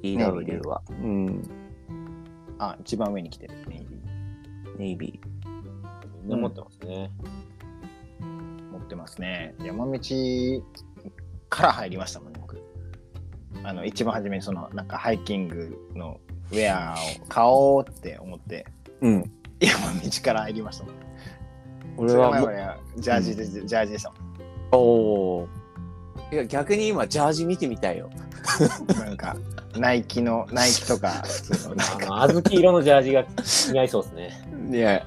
Speaker 3: DW は。うん。
Speaker 1: あ一番上に来てる
Speaker 3: ネイビ
Speaker 2: みんな持ってますね、
Speaker 1: 持ってますね山道から入りましたもんね僕あの一番初めにそのなんかハイキングのウェアを買おうって思って
Speaker 3: ー。うん。
Speaker 1: 山道から入りましたもん
Speaker 3: 俺
Speaker 1: それ
Speaker 3: は
Speaker 1: 前
Speaker 3: も
Speaker 1: まではジャージで、ジャージでしたもん
Speaker 3: おおー。いや、逆に今、ジャージ見てみたいよ。
Speaker 1: なんかナイキのナイキとか普通のなん
Speaker 2: あ
Speaker 1: か
Speaker 2: の小豆色のジャージが似合いそうですね
Speaker 3: ね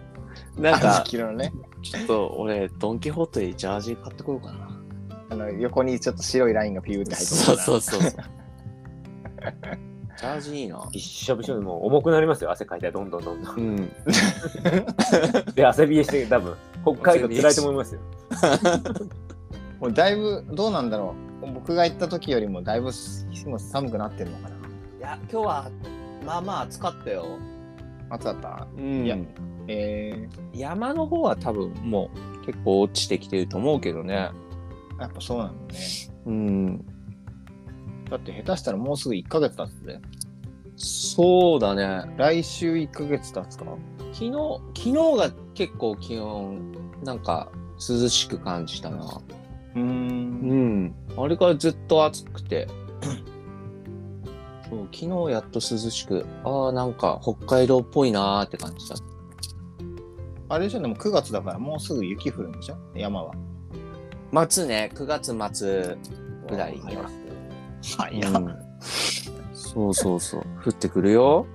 Speaker 3: え。なん
Speaker 1: あの
Speaker 3: か、
Speaker 1: 黄色のね
Speaker 3: ちょっと俺、ドン・キホーテでジャージ買ってこようかな。
Speaker 1: あの横にちょっと白いラインがピューって入ってる
Speaker 3: そ
Speaker 1: よ
Speaker 3: う
Speaker 1: な
Speaker 3: そうそう。ジ ャージいいな。
Speaker 2: びっしょびしょでもう重くなりますよ汗かいたらどんどんどんどん
Speaker 3: うん。
Speaker 2: で汗冷えして多分北海道辛いと思いますよ
Speaker 1: もうだいぶどうなんだろう僕が行った時よりもだいぶもう寒くなってるのかない
Speaker 3: や、今日は、まあまあ暑かったよ。
Speaker 1: 暑かった
Speaker 3: うん
Speaker 1: いやえー、
Speaker 3: 山の方は多分もう結構落ちてきてると思うけどね。
Speaker 1: やっぱそうなんだね
Speaker 3: うん。
Speaker 1: だって下手したらもうすぐ1ヶ月経つぜ
Speaker 3: そうだね。
Speaker 1: 来週1ヶ月経つかな
Speaker 3: 昨日、昨日が結構気温、なんか涼しく感じたな。
Speaker 1: うーん
Speaker 3: ん。あれからずっと暑くて。そう、昨日やっと涼しく、ああ、なんか北海道っぽいなーって感じだった。
Speaker 1: あれでしょでも9月だからもうすぐ雪降るんでしょ山は
Speaker 3: 待つね、9月末ぐらい
Speaker 2: あ
Speaker 3: に
Speaker 2: り
Speaker 3: は
Speaker 2: ま。すね
Speaker 1: は
Speaker 3: うんそうそうそう。降ってくるよ。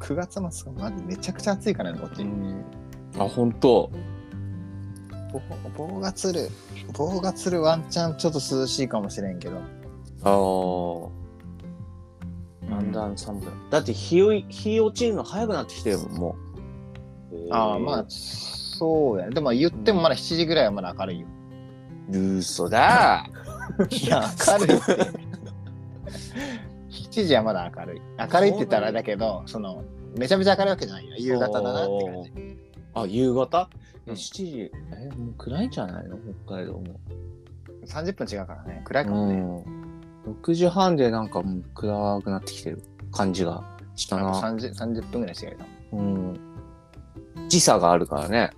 Speaker 1: 9月末がまずめちゃくちゃ暑いからねこっち、
Speaker 3: あ、本当。
Speaker 1: 棒棒がつる棒がつるワンチャンちょっと涼しいかもしれんけど
Speaker 3: ああ。だんだん寒くなるだって日を日落ちるの早くなってきてるもんも
Speaker 1: ああまあそうやねでも言ってもまだ7時ぐらいはまだ明るいよ
Speaker 3: う嘘だ
Speaker 1: いや、 明るいって。7時はまだ明るい。明るいって言ったらあれだけど、その、めちゃめちゃ明るいわけじゃないよ。夕方だなって感じ。
Speaker 3: あ、夕方、
Speaker 2: うん
Speaker 3: 7時。え、もう暗いんじゃないの北海道も。
Speaker 1: 30分違うからね。暗いかもね。
Speaker 3: うん。6時半でなんかもう暗くなってきてる感じがした
Speaker 1: あと
Speaker 3: な。
Speaker 1: 30, 30分ぐらい違うよ。
Speaker 3: うん。時差があるからね。。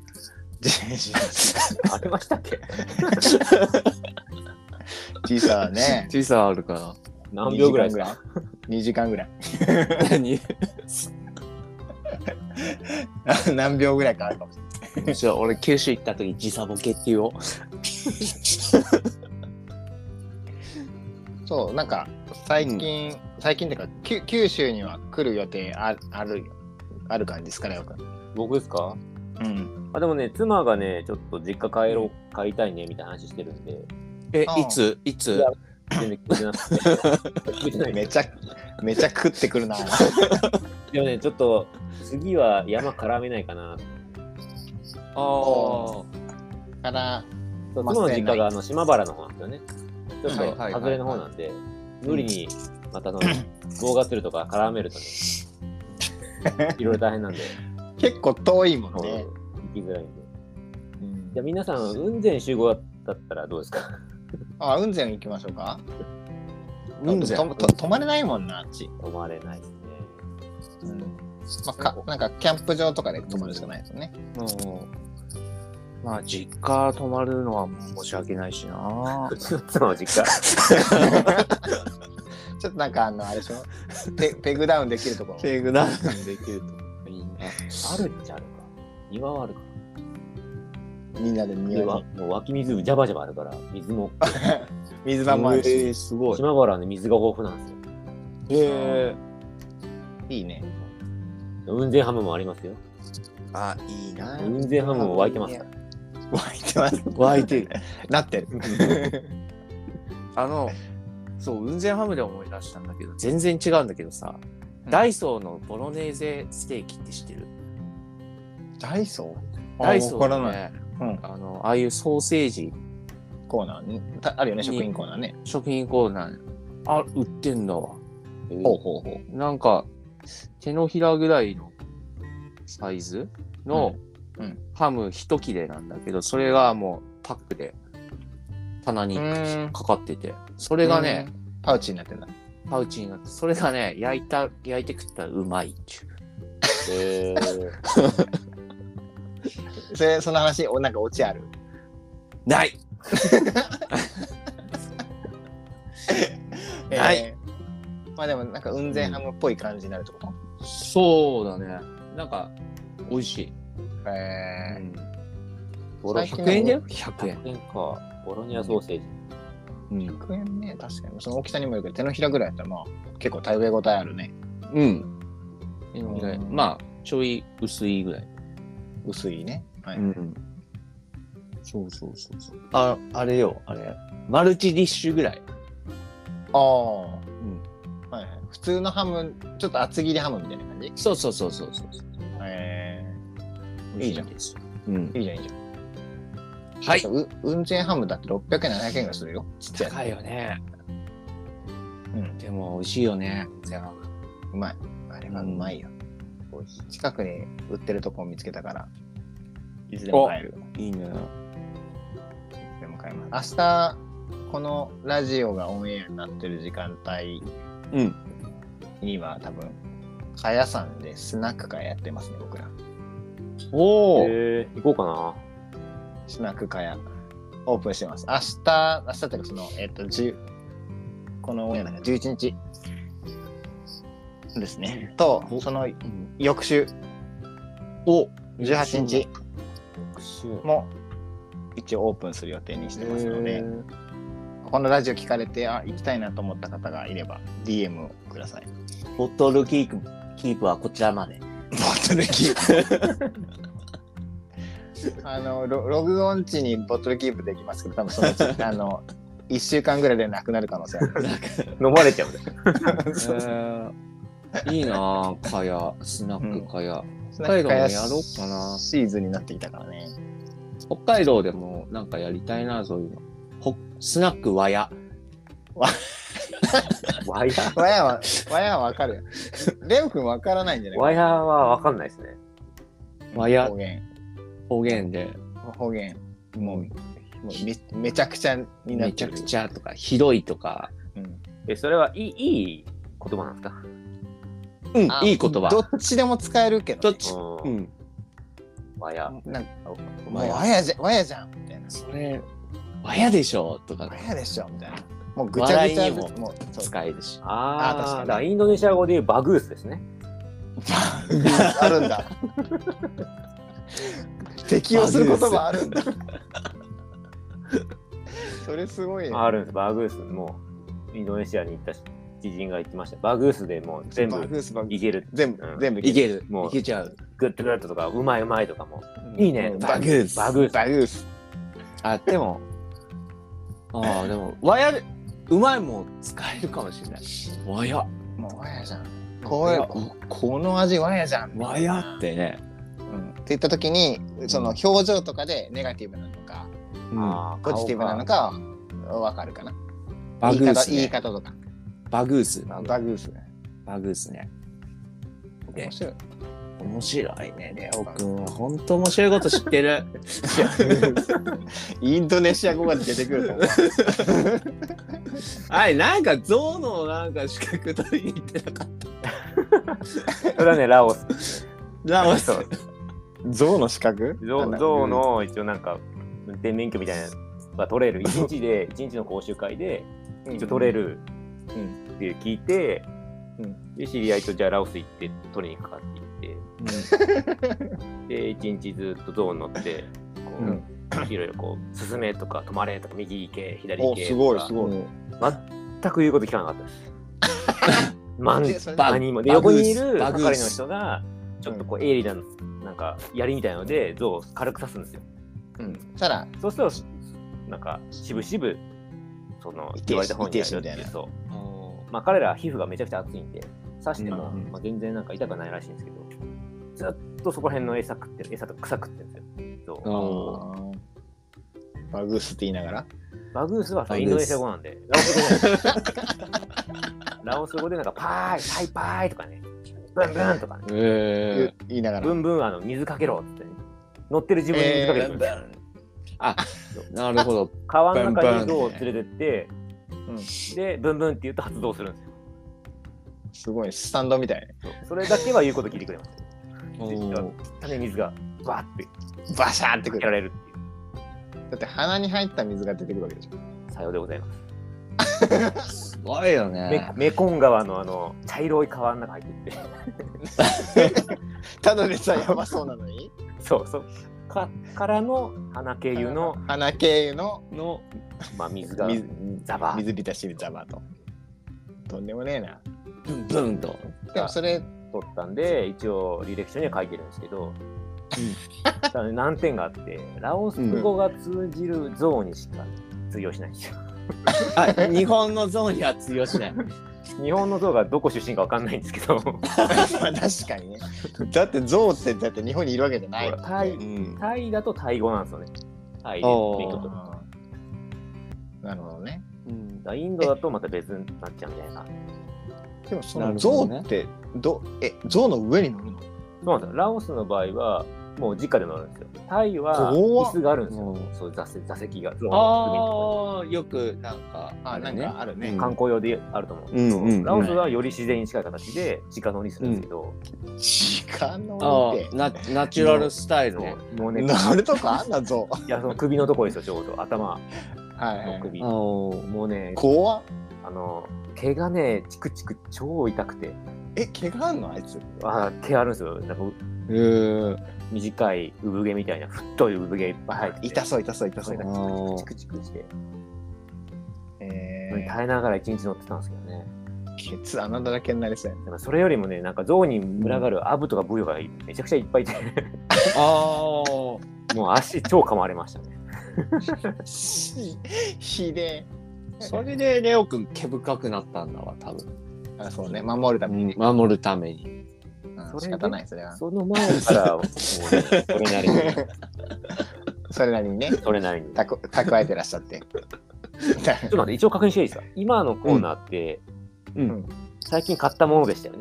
Speaker 2: ありましたっけ
Speaker 1: 時差はね
Speaker 3: 時差あるから。
Speaker 2: 何秒ぐらいですか
Speaker 1: ?2 時間ぐらい。
Speaker 3: 何
Speaker 1: 何秒ぐらいかあるかもしれない。
Speaker 3: じゃあ俺九州行った時時差ボケって言おう。
Speaker 1: そう、なんか、最近、最近っていうか、きゅ九州には来る予定ああるよ。ある感じですかね、よく。
Speaker 2: 僕ですか
Speaker 1: うん。
Speaker 2: あでもね、妻がね、ちょっと実家帰ろう、帰りたいねみたいな話してるんで、
Speaker 3: え
Speaker 1: あ、ー
Speaker 3: いつい
Speaker 2: い
Speaker 3: つ
Speaker 2: や全然聞いてなくて聞いてない
Speaker 1: め
Speaker 2: ね。
Speaker 1: ちゃ、めちゃ食ってくるな。
Speaker 2: でもね、ちょっと次は山絡めないかな。
Speaker 3: あー
Speaker 1: から、
Speaker 2: そう
Speaker 1: まあ
Speaker 2: 妻の実家があの島原の方なんですよね。ちょっ
Speaker 3: はいはい
Speaker 2: と
Speaker 3: はいはい
Speaker 2: 外れの方なんで、無理にま たその、動画するとか絡めるとね、いろいろ大変なん で、
Speaker 1: 結構遠いもん
Speaker 2: 行
Speaker 1: ね。
Speaker 2: きづらいんで。
Speaker 1: うん
Speaker 2: じゃあ皆さん、雲仙集合だったらどうですか
Speaker 1: あ、雲仙行きましょうか。
Speaker 3: 雲仙
Speaker 1: とと泊まれないもんな、あっち。
Speaker 2: 泊まれないですね。
Speaker 1: まあ、かなんかキャンプ場とかで泊まるしかないですよね。
Speaker 3: もうまあ実家泊まるのは申し訳ないし な
Speaker 2: う。ちの妻の実家。
Speaker 1: ちょっとなんかあの、あれでしょペペグダウンできるところ。
Speaker 3: ペグダウンできるといいな。
Speaker 2: あるっちゃあるか。庭はあるか。
Speaker 1: みんなで庭
Speaker 2: 庭
Speaker 1: に。
Speaker 2: もう湧き水ジャバジャバあるから、水も。
Speaker 1: 水場もあるし。
Speaker 3: えー、すごい。
Speaker 2: 島原はね、水が豊富なんですよ。
Speaker 3: え
Speaker 1: いいね。
Speaker 2: 雲仙ハムもあります よ。
Speaker 3: ー、あ、いいな。
Speaker 2: 雲仙ハムも湧いてますから。
Speaker 1: 湧いてます。
Speaker 3: 湧いてる。
Speaker 1: なってる。
Speaker 3: あの、そう、雲仙ハムで思い出したんだけど、全然違うんだけどさ、ダイソーのボロネーゼステーキって知ってる
Speaker 1: ダイソー
Speaker 3: ダイソ
Speaker 1: あ
Speaker 3: ー
Speaker 1: わから
Speaker 3: の、
Speaker 1: ない。
Speaker 3: ね
Speaker 1: うん
Speaker 3: あの、ああいうソーセージ、
Speaker 1: コーナーに。たあるよね、食品コーナーね。
Speaker 3: 食品コーナー、あ、売ってんだわ。
Speaker 2: えー
Speaker 1: ほうほうほう。
Speaker 3: なんか、手のひらぐらいのサイズの
Speaker 1: うんうん
Speaker 3: ハム一切れなんだけど、それがもうパックで棚に
Speaker 1: ーん
Speaker 3: かかってて、それがね、、
Speaker 1: パウチになってんだ。
Speaker 3: パウチになって、それがね、焼いた、焼いて食ったらうまいってい
Speaker 2: え
Speaker 3: う。
Speaker 2: ー
Speaker 1: それ、その話、おなんかオチある。
Speaker 3: ないない
Speaker 1: えー。まあでも、なんか雲仙ハムっぽい感じになるってこと
Speaker 3: そうだね。なんか、美味しい。
Speaker 1: えー
Speaker 2: ボロ
Speaker 1: 最近
Speaker 3: 100円だよ ?100 円。
Speaker 2: 100円か。ボロニアソーセージ。
Speaker 3: うん。
Speaker 1: 100円ね、確かに。その大きさにもよるけど、手のひらぐらいだったら、まあ、結構食べ応えあるね。
Speaker 3: うん。円ぐらい
Speaker 1: うん
Speaker 3: まあ、ちょい薄いぐらい。
Speaker 1: 薄いね。はい。
Speaker 3: ん。そうそうそうそう。あ、あれよ、あれ。マルチディッシュぐらい。
Speaker 1: ああ。
Speaker 3: ん
Speaker 1: はいはい。普通のハム、ちょっと厚切りハムみたいな感じ。
Speaker 3: そうそうそうそうそう。
Speaker 1: えいいじゃん
Speaker 3: です。うん
Speaker 1: え。いいじゃん、いいじゃん。だ
Speaker 3: は
Speaker 1: って。う運賃ハムだって600円、700円ぐらいするよ。ちっちゃい。
Speaker 3: 高いよね。
Speaker 1: うん。
Speaker 3: でも、美味しいよね。
Speaker 1: うまい。あれはうまいよ。近くに売ってるとこを見つけたから、いつでも買える。
Speaker 3: いいね。
Speaker 1: いつでも買えます。明日、このラジオがオンエアになってる時間帯
Speaker 3: うん。
Speaker 1: には多分、かやさんでスナック会やってますね、僕ら。
Speaker 3: おお。
Speaker 2: えー、行こうかな。
Speaker 1: スナックかや、オープンしてます。明日、明日っていうかその、えっと、10このオンエアだから11日ですね。と、その
Speaker 3: うん
Speaker 1: 翌週、
Speaker 3: お
Speaker 1: 18日
Speaker 2: 復習。
Speaker 1: も一応オープンする予定にしてますの
Speaker 3: へ
Speaker 1: で、
Speaker 3: ー
Speaker 1: このラジオ聞かれて、あ、行きたいなと思った方がいれば、DM をください。
Speaker 3: ボトルキープ、キープはこちらまで。
Speaker 1: ボトルキー プ。あのロログオン値にボトルキープできますけど、多分そのうち あの1週間ぐらいでなくなる可能性ある。
Speaker 2: 飲まれちゃうね。
Speaker 3: えーいいなあかや、スナックかや。
Speaker 1: 北
Speaker 3: 海道もやろうかな
Speaker 1: シーズンになってきたから ね。
Speaker 3: 北海道でもなんかやりたいな、そういうの。ほスナック和や。
Speaker 2: ワイヤー
Speaker 1: わやは、わやはわかるよ。レオくんわからないんじゃない
Speaker 2: ワイヤーはわかんないですね。
Speaker 3: まあ、や
Speaker 1: 方、言。
Speaker 3: 方言で、
Speaker 1: 方言。 もう、もうめめちゃくちゃになっ
Speaker 3: め
Speaker 1: て
Speaker 3: ちゃ
Speaker 1: る
Speaker 3: く。ちゃとか、ひどいとか、
Speaker 1: うん
Speaker 2: え、それはいい、いい言葉なんですか
Speaker 3: うん、
Speaker 1: あ
Speaker 3: いい言葉。
Speaker 1: どっちでも使えるけど
Speaker 3: どっ
Speaker 1: ね。
Speaker 3: ち
Speaker 2: う。
Speaker 3: うんん。
Speaker 2: ワイヤー。
Speaker 1: なんか、お
Speaker 3: わ
Speaker 1: 前
Speaker 3: や
Speaker 1: わやじゃ、わやじゃんみたいな。
Speaker 3: それ、わやでしょとか
Speaker 1: わ、やでしょみたいな。もうぐちゃぐち
Speaker 3: 笑
Speaker 1: ゃ
Speaker 3: いにも
Speaker 1: もう、そう
Speaker 3: 使えるし。
Speaker 2: あ
Speaker 1: あー確か
Speaker 2: あ、
Speaker 1: に
Speaker 2: だからインドネシア語で言うバグースですね。
Speaker 1: あるん だ。適用する言葉あるんだ。それすごいね。
Speaker 2: あるんです、バグース。もう、インドネシアに行ったし知人が言ってました。バグースでもう全
Speaker 1: バ
Speaker 2: 部
Speaker 1: グースバグー
Speaker 2: い
Speaker 1: ス
Speaker 2: ける。
Speaker 1: 全部
Speaker 2: うん
Speaker 1: 全部
Speaker 3: いける。
Speaker 2: もう
Speaker 3: いけちゃう。
Speaker 2: グッドグッドとか、うまいうまいとかも。いいね
Speaker 1: うん
Speaker 3: バグース
Speaker 2: バグース。
Speaker 1: バグース。
Speaker 3: あ、でも、ああ、でも、わやで、うまいも使えるかもしれない。わや、
Speaker 1: もうわやじゃん。これここの味わやじゃん。
Speaker 3: わやってね。
Speaker 1: うんって言った時にその表情とかでネガティブなのか
Speaker 3: うん、
Speaker 2: あー
Speaker 1: ポジティブなの。かはわかるかな。
Speaker 3: バグース、
Speaker 1: 言い
Speaker 3: ね。
Speaker 1: 方言い方とか。
Speaker 3: バグース。
Speaker 1: バグースね。
Speaker 3: バグースね。ね
Speaker 1: 面白い。
Speaker 3: 面白いね、レオくんは。ほんと面白いこと知ってる。
Speaker 1: インドネシア語が出てくると思う。
Speaker 3: あれ、なんか象のなんか資格取りに行ってなかっ
Speaker 2: 顔がそれはね、ラオ ス。
Speaker 3: た。ラオス。
Speaker 2: そう
Speaker 1: 象の資格
Speaker 2: ゾウゾウの一応なんか運転免許みたいなのが取れる1日で1日の講習会で一応取れ
Speaker 1: る。
Speaker 2: る
Speaker 1: うん
Speaker 2: っていう聞いて、
Speaker 1: う
Speaker 2: で知り合いとじゃあラオス行って取りにかかって行ってで1日ずっとゾウに乗ってこう、
Speaker 1: うん
Speaker 2: いろいろこう「進め」とか「止まれ」とか「右行け」「左行
Speaker 1: お
Speaker 2: け」
Speaker 1: す
Speaker 2: と
Speaker 1: ごい
Speaker 2: か
Speaker 1: すごい。
Speaker 2: 全く言うこと聞かなかったです。 まん
Speaker 1: でそれ
Speaker 2: 何もで
Speaker 3: バグ
Speaker 2: 横
Speaker 3: ース
Speaker 2: にいる
Speaker 3: バグース
Speaker 2: 係の人がちょっとこう鋭利ななんか槍みたいのでゾウを軽く刺すんですよ。
Speaker 1: うん。そしたら、
Speaker 2: そうすると、なんか、しぶしぶ、その、
Speaker 1: いけ
Speaker 2: 言われた方にやるって
Speaker 1: いけしみたいな
Speaker 2: そう。まあ、彼らは皮膚がめちゃくちゃ熱いんで、刺しても、
Speaker 1: うん
Speaker 2: まあ、全然なんか痛くないらしいんですけど、ずっとそこら辺の餌食ってる、餌とか草食ってるんですよ。そう
Speaker 3: お
Speaker 1: バグースって言いながら。
Speaker 2: バグースは
Speaker 3: バグース
Speaker 2: インドネシア語なんで、ラオス語じゃない ラオス語でなんか、パーイ、パイパイとかね、ブンブンとかね、
Speaker 3: ーえ
Speaker 1: 言言いながら。
Speaker 2: ブンブン、あの、水かけろっつってね、乗ってる自分に水かけてくるんですよ。
Speaker 3: あ、なるほど。
Speaker 2: 川の中に象を連れてって、
Speaker 1: ン
Speaker 2: で、ブンブンって言うと発動するんですよ。
Speaker 1: すごい、スタンドみたいね。
Speaker 2: そうそれだけは言うこと聞いてくれます。
Speaker 3: おー
Speaker 2: 種水がバーって
Speaker 1: バシャーって
Speaker 2: か
Speaker 1: く
Speaker 2: けら
Speaker 1: る。
Speaker 2: れるっていう
Speaker 1: だって鼻に入った水が出てくるわけでしょ。
Speaker 2: さようでございます。
Speaker 3: すごいよね
Speaker 2: メ。メコン川のあの茶色い川の中入ってって、
Speaker 1: ただでさえやばそうなのに。
Speaker 2: そうそう。かからの花経由の、
Speaker 1: 鼻経由の
Speaker 3: の、
Speaker 2: まあ、水が
Speaker 1: 水
Speaker 2: ザバー
Speaker 1: 水浸しにザバーと。とんでもねえな。
Speaker 3: ブンブンと。
Speaker 1: でもそれ、
Speaker 2: 取ったんで、一応履歴書には書いてるんですけど、ただね難点があって、ラオス語が通じるゾーンにしか通用しないんですよ。
Speaker 3: あ、日本の象には通用しない。
Speaker 2: 日本のゾウがどこ出身かわかんないんですけど、
Speaker 1: まあ確かにね。だって象ってだって日本にいるわけじゃないもんね。
Speaker 2: タイ
Speaker 3: ん。
Speaker 2: タイだとタイ語なんですよね。タイで
Speaker 3: おー
Speaker 2: 勉強取る。
Speaker 1: うんなるほどね。
Speaker 3: うん
Speaker 2: だからインドだとまた別になっちゃうんじゃないかな。
Speaker 1: でもそ
Speaker 3: な
Speaker 1: の
Speaker 3: るほ
Speaker 1: 象
Speaker 3: どね
Speaker 1: ってど、え象の上に乗るの
Speaker 2: そうなんですよラオスの場合は、もう直で乗るんですよ。タイは
Speaker 1: 怖
Speaker 2: 椅
Speaker 1: っ
Speaker 2: 子があるんですよ
Speaker 3: う。
Speaker 2: そう座席座席が。
Speaker 3: ああ、よくなんか、
Speaker 1: あ、なんかあるね。
Speaker 3: うん
Speaker 2: 観光用であると思う。
Speaker 3: うんうんうん
Speaker 2: ラオスはより自然に近い形で直乗りするんですけど、
Speaker 1: 時間の
Speaker 3: あ
Speaker 1: 置い
Speaker 3: あ、ナナチュラルスタイルね。
Speaker 2: もう
Speaker 1: て
Speaker 2: ね、い
Speaker 1: 乗るとこあんなぞ。
Speaker 2: やその首のとこですよ、ちょうど。頭
Speaker 1: はい、は
Speaker 2: の
Speaker 1: い。
Speaker 2: 首。
Speaker 3: おー
Speaker 2: もうね、
Speaker 1: 怖っ
Speaker 2: あの、毛がね、チクチク超痛くて、
Speaker 1: え、毛があんのあいつ。
Speaker 2: あー毛あるんですよ。なんか
Speaker 3: えー
Speaker 2: 短い産毛みたいな、太い産毛いっぱい生えてて
Speaker 1: 痛そう、痛そう、痛そう。
Speaker 3: あ
Speaker 2: チクチクして、
Speaker 1: えー、
Speaker 2: 耐えながら一日乗ってたんですけどね。
Speaker 1: ケツ穴だらけになりそうや
Speaker 2: なんかそれよりもね、なんか象に群がるアブとかブヨがめちゃくちゃいっぱいいて、
Speaker 3: ーあー。
Speaker 2: もう足超噛まれました ね。
Speaker 1: な。ひひでえ。
Speaker 3: それでレオくん毛深くなったんだわ、多分。
Speaker 1: あ、そうね、守るために。
Speaker 3: 守るために。
Speaker 1: うん
Speaker 2: それで
Speaker 1: 仕方ない、それは。
Speaker 2: その前から、もう ね、それなりに、
Speaker 1: それなりにね、
Speaker 2: それなりに。
Speaker 1: たく、蓄えてらっしゃって。
Speaker 2: ちょっと待って、一応確認していいですか今のコーナーって、
Speaker 3: うん
Speaker 1: うん
Speaker 2: 最近買ったものでしたよ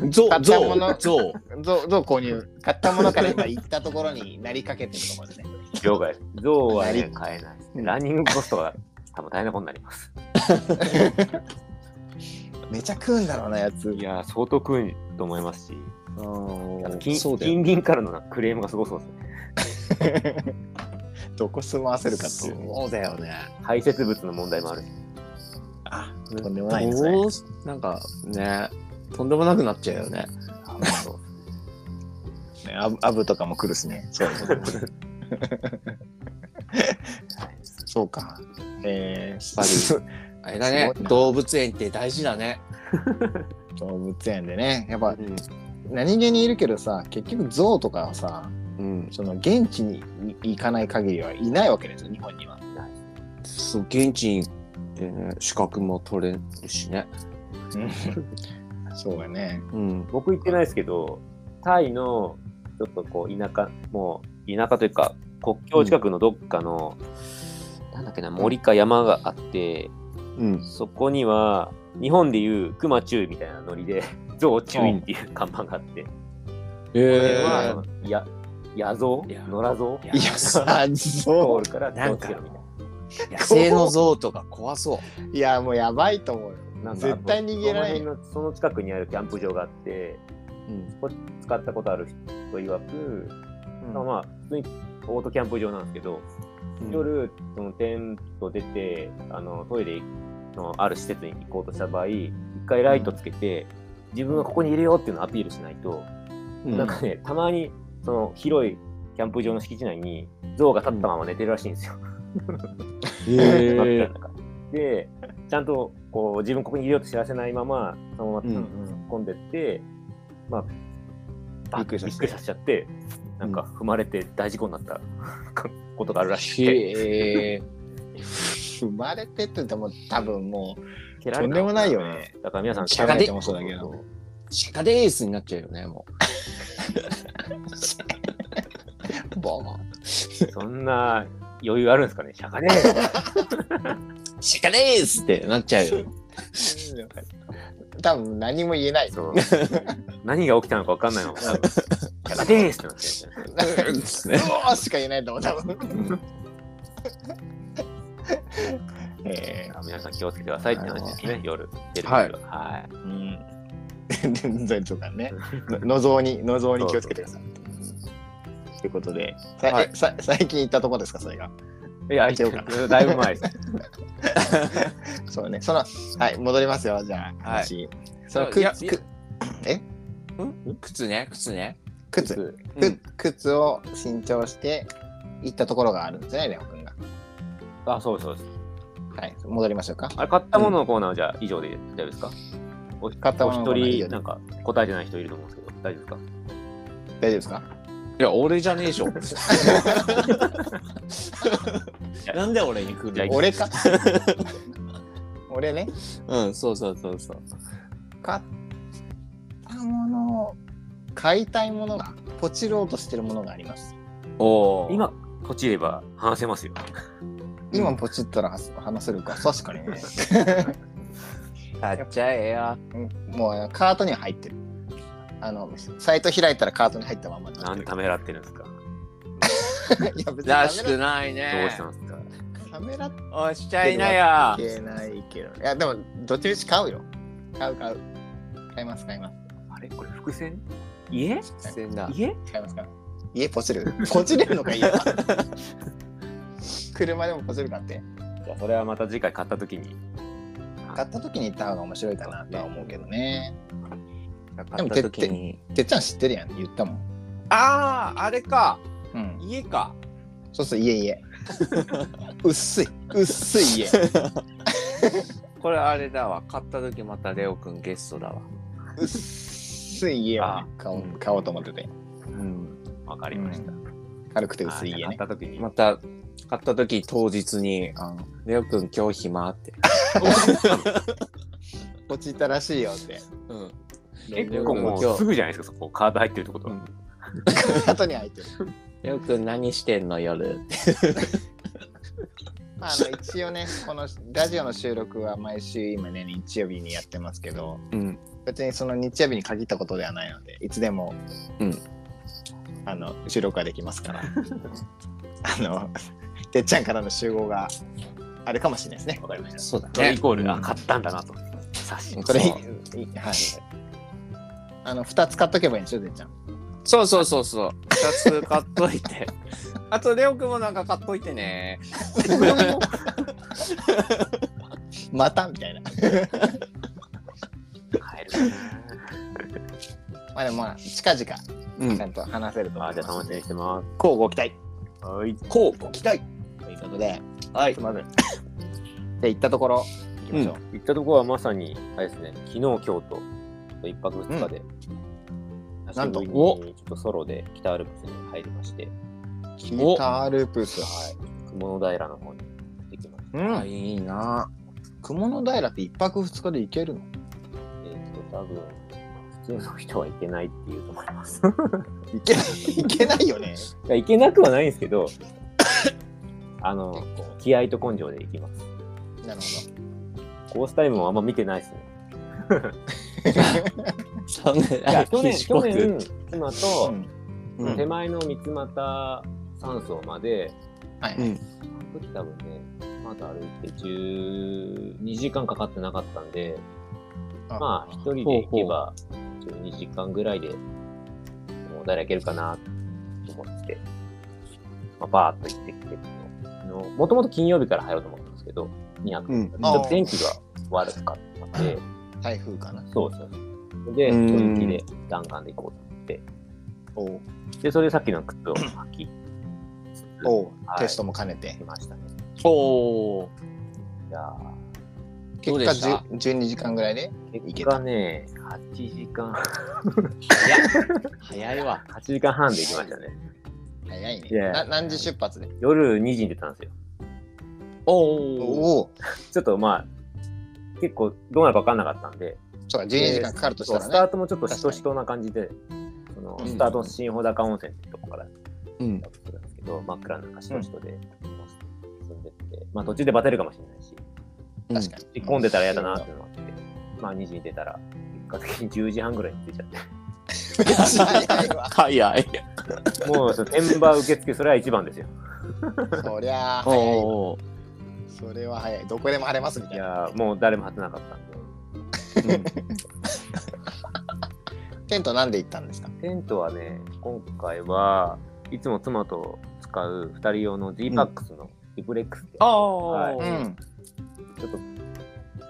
Speaker 2: ね。
Speaker 3: ゾ
Speaker 1: 買った
Speaker 3: ウ、ゾ
Speaker 1: もの
Speaker 3: ウ、ゾ
Speaker 1: ゾウゾウ購入買ったものから今行ったところになりかけてると思うんですね。
Speaker 2: 了解。ゾウは
Speaker 1: は
Speaker 2: ね
Speaker 1: い、
Speaker 2: 買えない。ランニングコストが多分大変なことになります。
Speaker 1: めちゃ食うんだろうなや つ
Speaker 2: い。やー、相当食うと思いますし、
Speaker 3: ウ。
Speaker 2: あの
Speaker 3: うん
Speaker 2: 近
Speaker 3: そうだよ。
Speaker 2: 近隣からのクレームがすごそうですね。
Speaker 1: どこ住まわせるかっていうね。
Speaker 3: そうだよね。
Speaker 2: 排泄物の問題もあるし。
Speaker 1: あとんでもないですね
Speaker 3: どうすなんかね、とんでもなくなっちゃう よね。
Speaker 1: ねアブアブとかも来るしね。そうそうか。え
Speaker 3: ぱり
Speaker 1: ー、
Speaker 3: あれだね
Speaker 1: すごい、な
Speaker 3: 動物園って大事だね。
Speaker 1: 動物園でねやっぱ
Speaker 3: うん。
Speaker 1: 何気にいるけどさ結局ゾウとかはさ
Speaker 3: うん、
Speaker 1: その現地に行かない限りはいないわけですよ日本には。
Speaker 3: そう、現地に行ってね、資格も取れるしね。
Speaker 1: そうだね。
Speaker 3: うん。
Speaker 2: 僕行ってないですけど、タイのちょっとこう田舎、もう田舎というか、国境近くのどっかの、なんだっけな、森か山があって、
Speaker 3: うん。
Speaker 2: そこには、日本でいう熊注意みたいなノリで、 ゾウ注意っていう看板があって、
Speaker 3: え
Speaker 2: これ
Speaker 3: え
Speaker 2: は、や野ゾ
Speaker 3: いや
Speaker 2: ウ野良ゾウ
Speaker 3: い
Speaker 1: いやさ
Speaker 2: ゴ
Speaker 1: ゾ
Speaker 2: ールから気をつけろみたい
Speaker 3: 野生の象とか怖そう。
Speaker 1: ウいやもうやばいと思うよ。
Speaker 2: な。なんか
Speaker 1: 絶対逃げられ
Speaker 2: そ
Speaker 1: ん
Speaker 2: の辺のその近くにあるキャンプ場があって、
Speaker 3: うん。
Speaker 2: 使ったことある人曰く、まあまあ、普通にオートキャンプ場なんですけど、夜、そのテント出て、あの、トイレのある施設に行こうとした場合、一回ライトつけて、自分はここにいるよっていうのをアピールしないと、
Speaker 3: うん
Speaker 2: なんかね、たまに、その広いキャンプ場の敷地内に、象が立ったまま寝てるらしいんですよ。
Speaker 3: へ
Speaker 2: なって
Speaker 3: え
Speaker 2: たんだからで、ちゃんと、こう、自分ここにいるよと知らせないまま、そのまま
Speaker 3: うん
Speaker 2: 突っ込んでって、まあ、
Speaker 1: びっくりさ
Speaker 2: びっ
Speaker 1: せ
Speaker 2: く
Speaker 1: て
Speaker 2: りさせちゃって、なんか踏まれて大事故になった ことがあるらしくて、
Speaker 3: へえ。
Speaker 1: 踏まれてって言っても多分もう
Speaker 2: 蹴ら
Speaker 1: と
Speaker 2: れ
Speaker 1: ん
Speaker 2: た
Speaker 1: でもないよね。
Speaker 2: だから皆さん、
Speaker 3: シャカで
Speaker 1: てもそうだけど。
Speaker 3: シカデースになっちゃうよね、 も
Speaker 1: ボー ン
Speaker 2: そんな余裕あるんですかね、シャカね。
Speaker 3: う。シカデースってなっちゃうよ。
Speaker 1: 多分何も言えない。
Speaker 2: そう何が起きたのか分かんないのも多分、シャカでーすってなっちゃうよね
Speaker 1: うおーしか言えないと思う、多分。 え
Speaker 2: だから皆さん気をつけてくださいって話ですね、夜、出る時
Speaker 3: はい
Speaker 2: は
Speaker 1: ー、うん。 全然かね。のぞうに、のぞうに気をつけてください。ということで、さ
Speaker 3: は
Speaker 1: はいさ最近行ったとこですか、それが。
Speaker 2: い。いや、
Speaker 1: 一応か
Speaker 2: だいぶ前で す。
Speaker 1: そうね、その、はい、戻りますよ、じゃあ、
Speaker 3: はい
Speaker 1: 話。その
Speaker 3: いや
Speaker 1: 靴、く
Speaker 3: 靴ね、靴ね。
Speaker 1: 靴、
Speaker 3: う
Speaker 1: く
Speaker 3: ん
Speaker 1: 靴を新調して行ったところがあるんですね、レオ君が。
Speaker 2: あ、そうですそうです。
Speaker 1: はい、戻りましょうか。
Speaker 2: あれ、買ったもののコーナーはじゃあ以上で大丈夫ですかお
Speaker 1: 買ったもののコ
Speaker 2: お
Speaker 1: ーナー以
Speaker 2: 一
Speaker 1: 上
Speaker 2: 人、
Speaker 1: で
Speaker 2: なんか答えてない人いると思うんですけど、大丈夫ですか
Speaker 1: 大丈夫ですか
Speaker 3: いや、俺じゃねえでしょ。 なんで俺に来
Speaker 2: じゃあ
Speaker 3: る
Speaker 1: 俺 か。俺ね、
Speaker 3: うん、そうそうそうそう。
Speaker 1: 買ったもの、買いたいものが、ポチろうとしてるものがあります。
Speaker 3: おお。
Speaker 2: 今、ポチれば話せますよ。
Speaker 1: 今ポチったら話話せるか、確かにね。
Speaker 3: 買っちゃえや。
Speaker 1: もうカートには入ってる。あの、サイト開いたらカートに入ったまんまになっ
Speaker 2: な
Speaker 1: て
Speaker 2: ん
Speaker 1: る。
Speaker 2: ためらってるんですかど
Speaker 1: いや、別に
Speaker 3: ら
Speaker 1: カ
Speaker 3: し
Speaker 1: メ
Speaker 3: くないね
Speaker 2: うし。たんですか
Speaker 1: ラカメラって
Speaker 3: おしちゃいなや。
Speaker 1: 言えないけど。いや、でも、どっちみち買うよ。買う買う。買います、買います。
Speaker 2: あれこれ伏線家
Speaker 3: せんだ。
Speaker 2: 家
Speaker 1: 買いますか家ポチる。ポチれるのか、家は。 車でもポチるかって。
Speaker 2: じゃあそれはまた次回買った時に。
Speaker 1: 買った時に行った方が面白いかなとは思うけどね。
Speaker 3: 買った時に。
Speaker 1: てっちゃん知ってるやん、言ったもん。
Speaker 3: ああ、あれか。
Speaker 1: うん。
Speaker 3: 家か。
Speaker 1: そうそう、家 家。薄い、薄い家。
Speaker 3: これあれだわ。買った時またレオくんゲストだわ。
Speaker 1: 薄い家をね買おう買おうと思ってて。
Speaker 3: うん。
Speaker 2: わかりました。
Speaker 1: 軽くて
Speaker 2: あ
Speaker 1: 薄い
Speaker 2: じ
Speaker 1: 家
Speaker 2: ゃあ買
Speaker 1: ね
Speaker 2: っ。た時に。
Speaker 3: また、買った時当日に、あのレオくん今日暇って。
Speaker 1: ポチったらしいよって。
Speaker 3: うん。
Speaker 2: 結構もうすぐじゃないですか、そこ。カード入ってるってことは。
Speaker 1: 後に開いてる。
Speaker 3: レオくん何してんの夜って。
Speaker 1: まあ、あの一応ね、このラジオの収録は毎週今ね、日曜日にやってますけど、
Speaker 3: うん。
Speaker 1: 別にその日曜日に限ったことではないので、いつでも、
Speaker 3: うん
Speaker 1: あの収録はできま すから、あの、てっちゃんからの集合があるかもしれないですね。
Speaker 2: わかりました。
Speaker 3: そうだ
Speaker 2: それ
Speaker 3: ね
Speaker 2: イ。コール、あ、買ったんだなと。冊子。
Speaker 1: これ、
Speaker 3: そう
Speaker 1: いいはい。あの、2つ買っとけばいいんでしょ、てっちゃん。
Speaker 3: そうそうそうそう。2つ買っといて。 あと、レオくんもなんか買っといてね。
Speaker 1: またみたいな。
Speaker 2: 買えるか
Speaker 1: まあでもまあ、近々、
Speaker 3: うん
Speaker 1: ちゃ。んと話せると
Speaker 2: な。
Speaker 1: 思
Speaker 2: あ、
Speaker 1: い
Speaker 2: じゃあ
Speaker 1: ま
Speaker 2: 楽し
Speaker 1: す
Speaker 2: みにしてま
Speaker 1: こうご期待
Speaker 2: す。はい。
Speaker 3: こうご期待。
Speaker 1: ということで、
Speaker 3: はい。
Speaker 1: まず、で、行ったところ、行きましょう。
Speaker 2: 行ったところはまさに、あれですね、昨日、今日と、一泊二日で、
Speaker 1: なんと
Speaker 2: 久しぶりにちょっとソロで北アルプスに入りまして、
Speaker 1: ギターループス。
Speaker 2: はい、雲の平の方に行ってきまし
Speaker 1: う
Speaker 3: あ、
Speaker 1: ん。
Speaker 3: いいな。
Speaker 1: 雲の平って一泊二日で行けるの
Speaker 2: た。えっと、多分、普通の人は行けないっていうと思います。
Speaker 1: 行け行けないよね。
Speaker 2: いや行けなくはないんですけ ど、あ
Speaker 1: 結
Speaker 2: の、
Speaker 1: 構。
Speaker 2: 気合と根性で行きます。
Speaker 1: なるほ
Speaker 2: コースタイムもあんま見てない ですね。
Speaker 3: 去年、
Speaker 2: いや去年、
Speaker 3: 四
Speaker 2: 去
Speaker 3: 国
Speaker 2: 年、妻
Speaker 1: ど。
Speaker 2: と、
Speaker 3: うん
Speaker 2: 手前の三俣山荘まで、
Speaker 1: はい、
Speaker 3: うん
Speaker 2: その時多分ね、まだ歩いて12時間かかってなかったんで、まあ、一人で行けば、12時間ぐらいで、もう誰行けるかなと思って、まあ、バーっと行ってきてもともと金曜日から入ろうと思ったんですけど、2泊。
Speaker 3: うん
Speaker 2: ちょっと天気が悪かったんで、
Speaker 1: 台風かな。
Speaker 2: そうそう。で、
Speaker 3: うん
Speaker 2: 一人で弾丸で行こうと思って、
Speaker 1: おう
Speaker 2: で、それでさっきの靴を履き、
Speaker 1: おう
Speaker 2: はい
Speaker 1: テストも兼ねて
Speaker 2: 来。ましたね。
Speaker 3: お
Speaker 2: い
Speaker 3: ー。
Speaker 2: や
Speaker 3: どうで
Speaker 1: 結
Speaker 3: し
Speaker 1: 果
Speaker 3: た
Speaker 1: 10 12時間ぐらいで
Speaker 2: ー
Speaker 1: い
Speaker 2: 結
Speaker 1: け
Speaker 2: 果
Speaker 1: た
Speaker 2: ね、8時間、
Speaker 3: 早いわ。
Speaker 2: 8時間半で行きましたね。
Speaker 1: 早いね。
Speaker 2: いや
Speaker 1: な何時出発で
Speaker 2: 夜2時に出たんですよ。
Speaker 3: おー。
Speaker 1: おお
Speaker 2: ちょっとまあ、結構どうなるか分かんなかったんで、
Speaker 1: そうか、12時間かかるとし
Speaker 2: そ
Speaker 1: た
Speaker 2: うスタ
Speaker 1: らね。
Speaker 2: ートもちょっとしとしとな感じで、その
Speaker 1: うん
Speaker 2: スタートの新穂高温泉ってとこから
Speaker 3: うん
Speaker 2: だ。とするんですけど、真っ暗な中しとしとで進んでって、まあ途中でバテるかもしれないし、
Speaker 1: 確か
Speaker 2: 引
Speaker 1: に。
Speaker 2: っ込んでたら嫌だなっていうのがあって、まあ2時に出たら、結果的に10時半ぐらいに着いちゃっ
Speaker 1: 早いわ。
Speaker 3: 早い。
Speaker 2: て、もうその天馬受付、それは一番ですよ。
Speaker 1: そりゃあ早いわ。
Speaker 3: おー。
Speaker 1: それは早い。どこでも晴れますみ た
Speaker 2: い
Speaker 1: いな。
Speaker 2: やーもう誰も果てなかったんで。
Speaker 3: うん
Speaker 1: テントなんで行ったんですか
Speaker 2: テントはね、今回はいつも妻と使う2人用の G パックスのリプレックスで、
Speaker 3: あ
Speaker 2: う
Speaker 1: う
Speaker 2: は
Speaker 3: ー。
Speaker 1: ん。
Speaker 2: ちょっと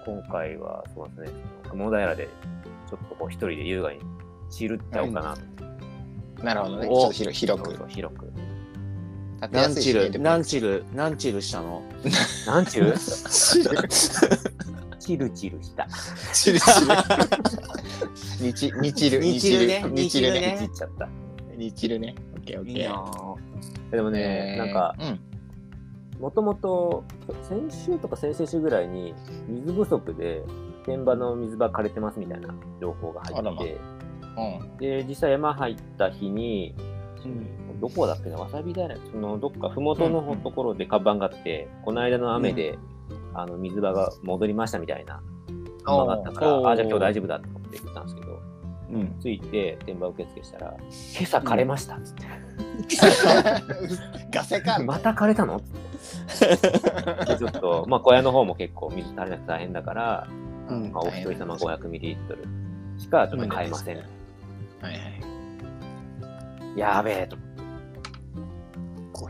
Speaker 2: 今回はそうですね、雲平でちょっとこう一人で優雅に散るっちゃおうかなと、
Speaker 1: なるほどね。ち
Speaker 3: お
Speaker 1: ょっと広広く
Speaker 2: そう。そう広く。
Speaker 1: 立てや
Speaker 3: 何
Speaker 1: すい
Speaker 3: チ
Speaker 1: しね
Speaker 3: ル、何チル、何チルしたの
Speaker 2: なんちゅうチルチルした。
Speaker 1: チルチル。 日日チル
Speaker 3: 日チルね
Speaker 1: 日チル
Speaker 3: 日チル
Speaker 1: ね
Speaker 3: ね。
Speaker 2: いじっちゃった。
Speaker 1: 日チルね。オッケーオッ
Speaker 3: いい
Speaker 1: ケ
Speaker 3: な
Speaker 1: ー。
Speaker 3: ぁ。
Speaker 2: でもね、なんか、
Speaker 1: うん。
Speaker 2: もともと先週とか先々週ぐらいに水不足で天場の水場枯れてますみたいな情報が入って、
Speaker 1: うん。
Speaker 2: で、実際山入った日に、どこだっけな、わさび平、そのどっかふもとのほ
Speaker 1: うんうん
Speaker 2: ところで看板があって、この間の雨で、あの水場が戻りましたみたいな看板があったか
Speaker 3: おう
Speaker 2: ら、あ、じゃあ今日大丈夫だと思って行ったんですけど、
Speaker 1: うん。
Speaker 2: 着いて、天場受付したら、今朝枯れましたっつって、
Speaker 1: ガセか。
Speaker 2: また枯れたのっつって。でちょっと、まあ、小屋の方も結構水足りなくて大変だから、
Speaker 3: うん
Speaker 2: まあ、お一人様500ミリリットルしかちょっと買えません。
Speaker 1: はいはい。
Speaker 2: やべえと思っ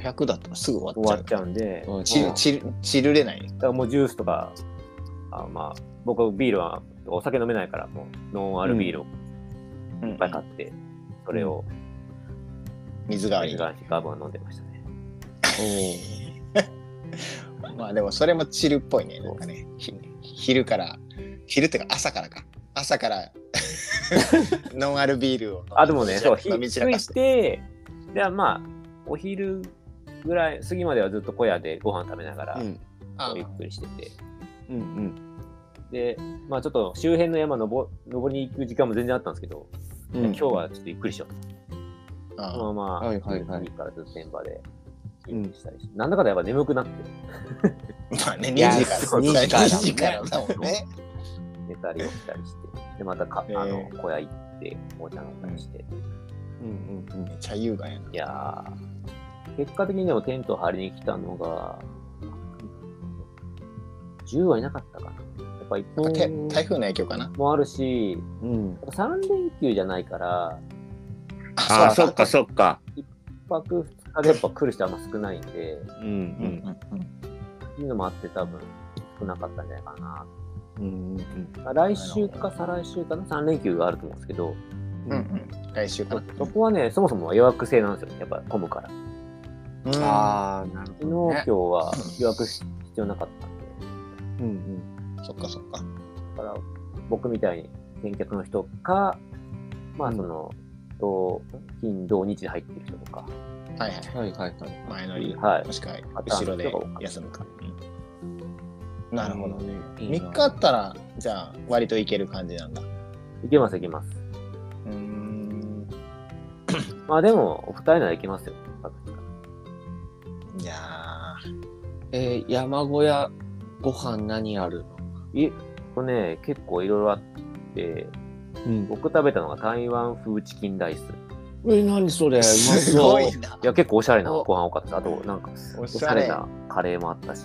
Speaker 2: て
Speaker 1: 500だったらすぐ終
Speaker 2: 終
Speaker 1: わ
Speaker 2: わ
Speaker 1: っ
Speaker 2: っ
Speaker 1: ち
Speaker 2: ち
Speaker 1: ゃ
Speaker 2: ゃうんで、
Speaker 3: うん
Speaker 2: も
Speaker 1: う。
Speaker 2: う
Speaker 1: チル、チルれない。
Speaker 2: だからもうジュースとか、あまあ、僕はビールは、お酒飲めないから、もうノンアルビールを
Speaker 1: う
Speaker 2: いっぱい買って、それを、
Speaker 1: 水代わり
Speaker 2: 水
Speaker 1: に。
Speaker 2: がガーブン飲んでましたね。
Speaker 1: まあでもそれもチルっぽいね。なんかね。ひ昼から、昼っていうか朝からか。朝から、ノンアルビールを飲み。
Speaker 2: あ、でもね、そう、ひ
Speaker 1: 飲み散ら
Speaker 2: 着
Speaker 1: か
Speaker 2: い
Speaker 1: して。
Speaker 2: て、で、まあ、お昼ぐらい、過ぎまではずっと小屋でご飯食べながら、
Speaker 3: うん。
Speaker 1: あ
Speaker 2: ゆっくりしてて、
Speaker 3: うんうん。
Speaker 2: で、まあちょっと周辺の山登登りに行く時間も全然あったんですけど、
Speaker 3: うん
Speaker 2: 今日はちょっとゆっくりしようと。
Speaker 1: あ
Speaker 2: そのまま、
Speaker 3: はいはいはい
Speaker 2: いいからずっとメンバーで休憩したりして、なんだかんだやっぱ眠くなって
Speaker 1: まあね、2
Speaker 3: いや
Speaker 1: 時から、
Speaker 3: そう2時からだもん
Speaker 1: 2時からだも
Speaker 3: ね
Speaker 1: んね。
Speaker 2: 寝たり起きたりして、で、またか、
Speaker 1: えー
Speaker 2: あの、小屋行って、お茶飲んだりして。
Speaker 3: うんうん
Speaker 1: めっちゃ優雅やな。
Speaker 2: いやー、結果的にでもテント張りに来たのが、10はいなかったかな。やっぱ一
Speaker 1: やっぱて
Speaker 2: 本
Speaker 1: 台風の影響かな。
Speaker 2: もあるし、
Speaker 3: うん。うん。
Speaker 2: 3連休じゃないから、
Speaker 4: ああ、そっかそっか。
Speaker 2: 一泊二日でやっぱ来る人あんま少ないんで、
Speaker 4: うん
Speaker 1: う
Speaker 4: うん。
Speaker 1: んうん
Speaker 2: っていうのもあって多分少なかったんじゃないかな。
Speaker 3: うんうん
Speaker 2: まあ来週か再来週かな、3連休があると思うんですけど、
Speaker 1: うん。うんうん。来週かな。
Speaker 2: そこはね、そもそも予約制なんですよ、やっぱ混むから。
Speaker 1: うん
Speaker 3: ああ、なる
Speaker 2: 昨日、今日は予約し必要なかったんで、
Speaker 3: ほど。うん
Speaker 1: そっかそっか。
Speaker 2: だから僕みたいに返却の人か、まあその、土金、土日で入ってる人とか、
Speaker 1: はいはい。
Speaker 3: うん。はいはいはい。
Speaker 1: 前乗り、
Speaker 2: はい
Speaker 1: もしくは後ろで休むか。うんなるほどね。
Speaker 3: いいな
Speaker 1: 3日あったら、じゃあ、割といける感じなんだ。
Speaker 2: 行けます行けます。
Speaker 1: うん。
Speaker 2: まあでも、お二人なら行けますよ。
Speaker 1: いやー
Speaker 3: えー、山小屋、ご飯何あるの
Speaker 2: いこれね、結構いろいろあって、
Speaker 3: うん。
Speaker 2: 僕食べたのが台湾風チキンライス。
Speaker 3: え、何それうますそ
Speaker 1: ご
Speaker 3: う。
Speaker 1: いな。
Speaker 2: いや、結構おしゃれな
Speaker 3: お
Speaker 2: ご飯多かったです。あと、なんか、
Speaker 1: お
Speaker 2: おしゃれなカレーもあったし、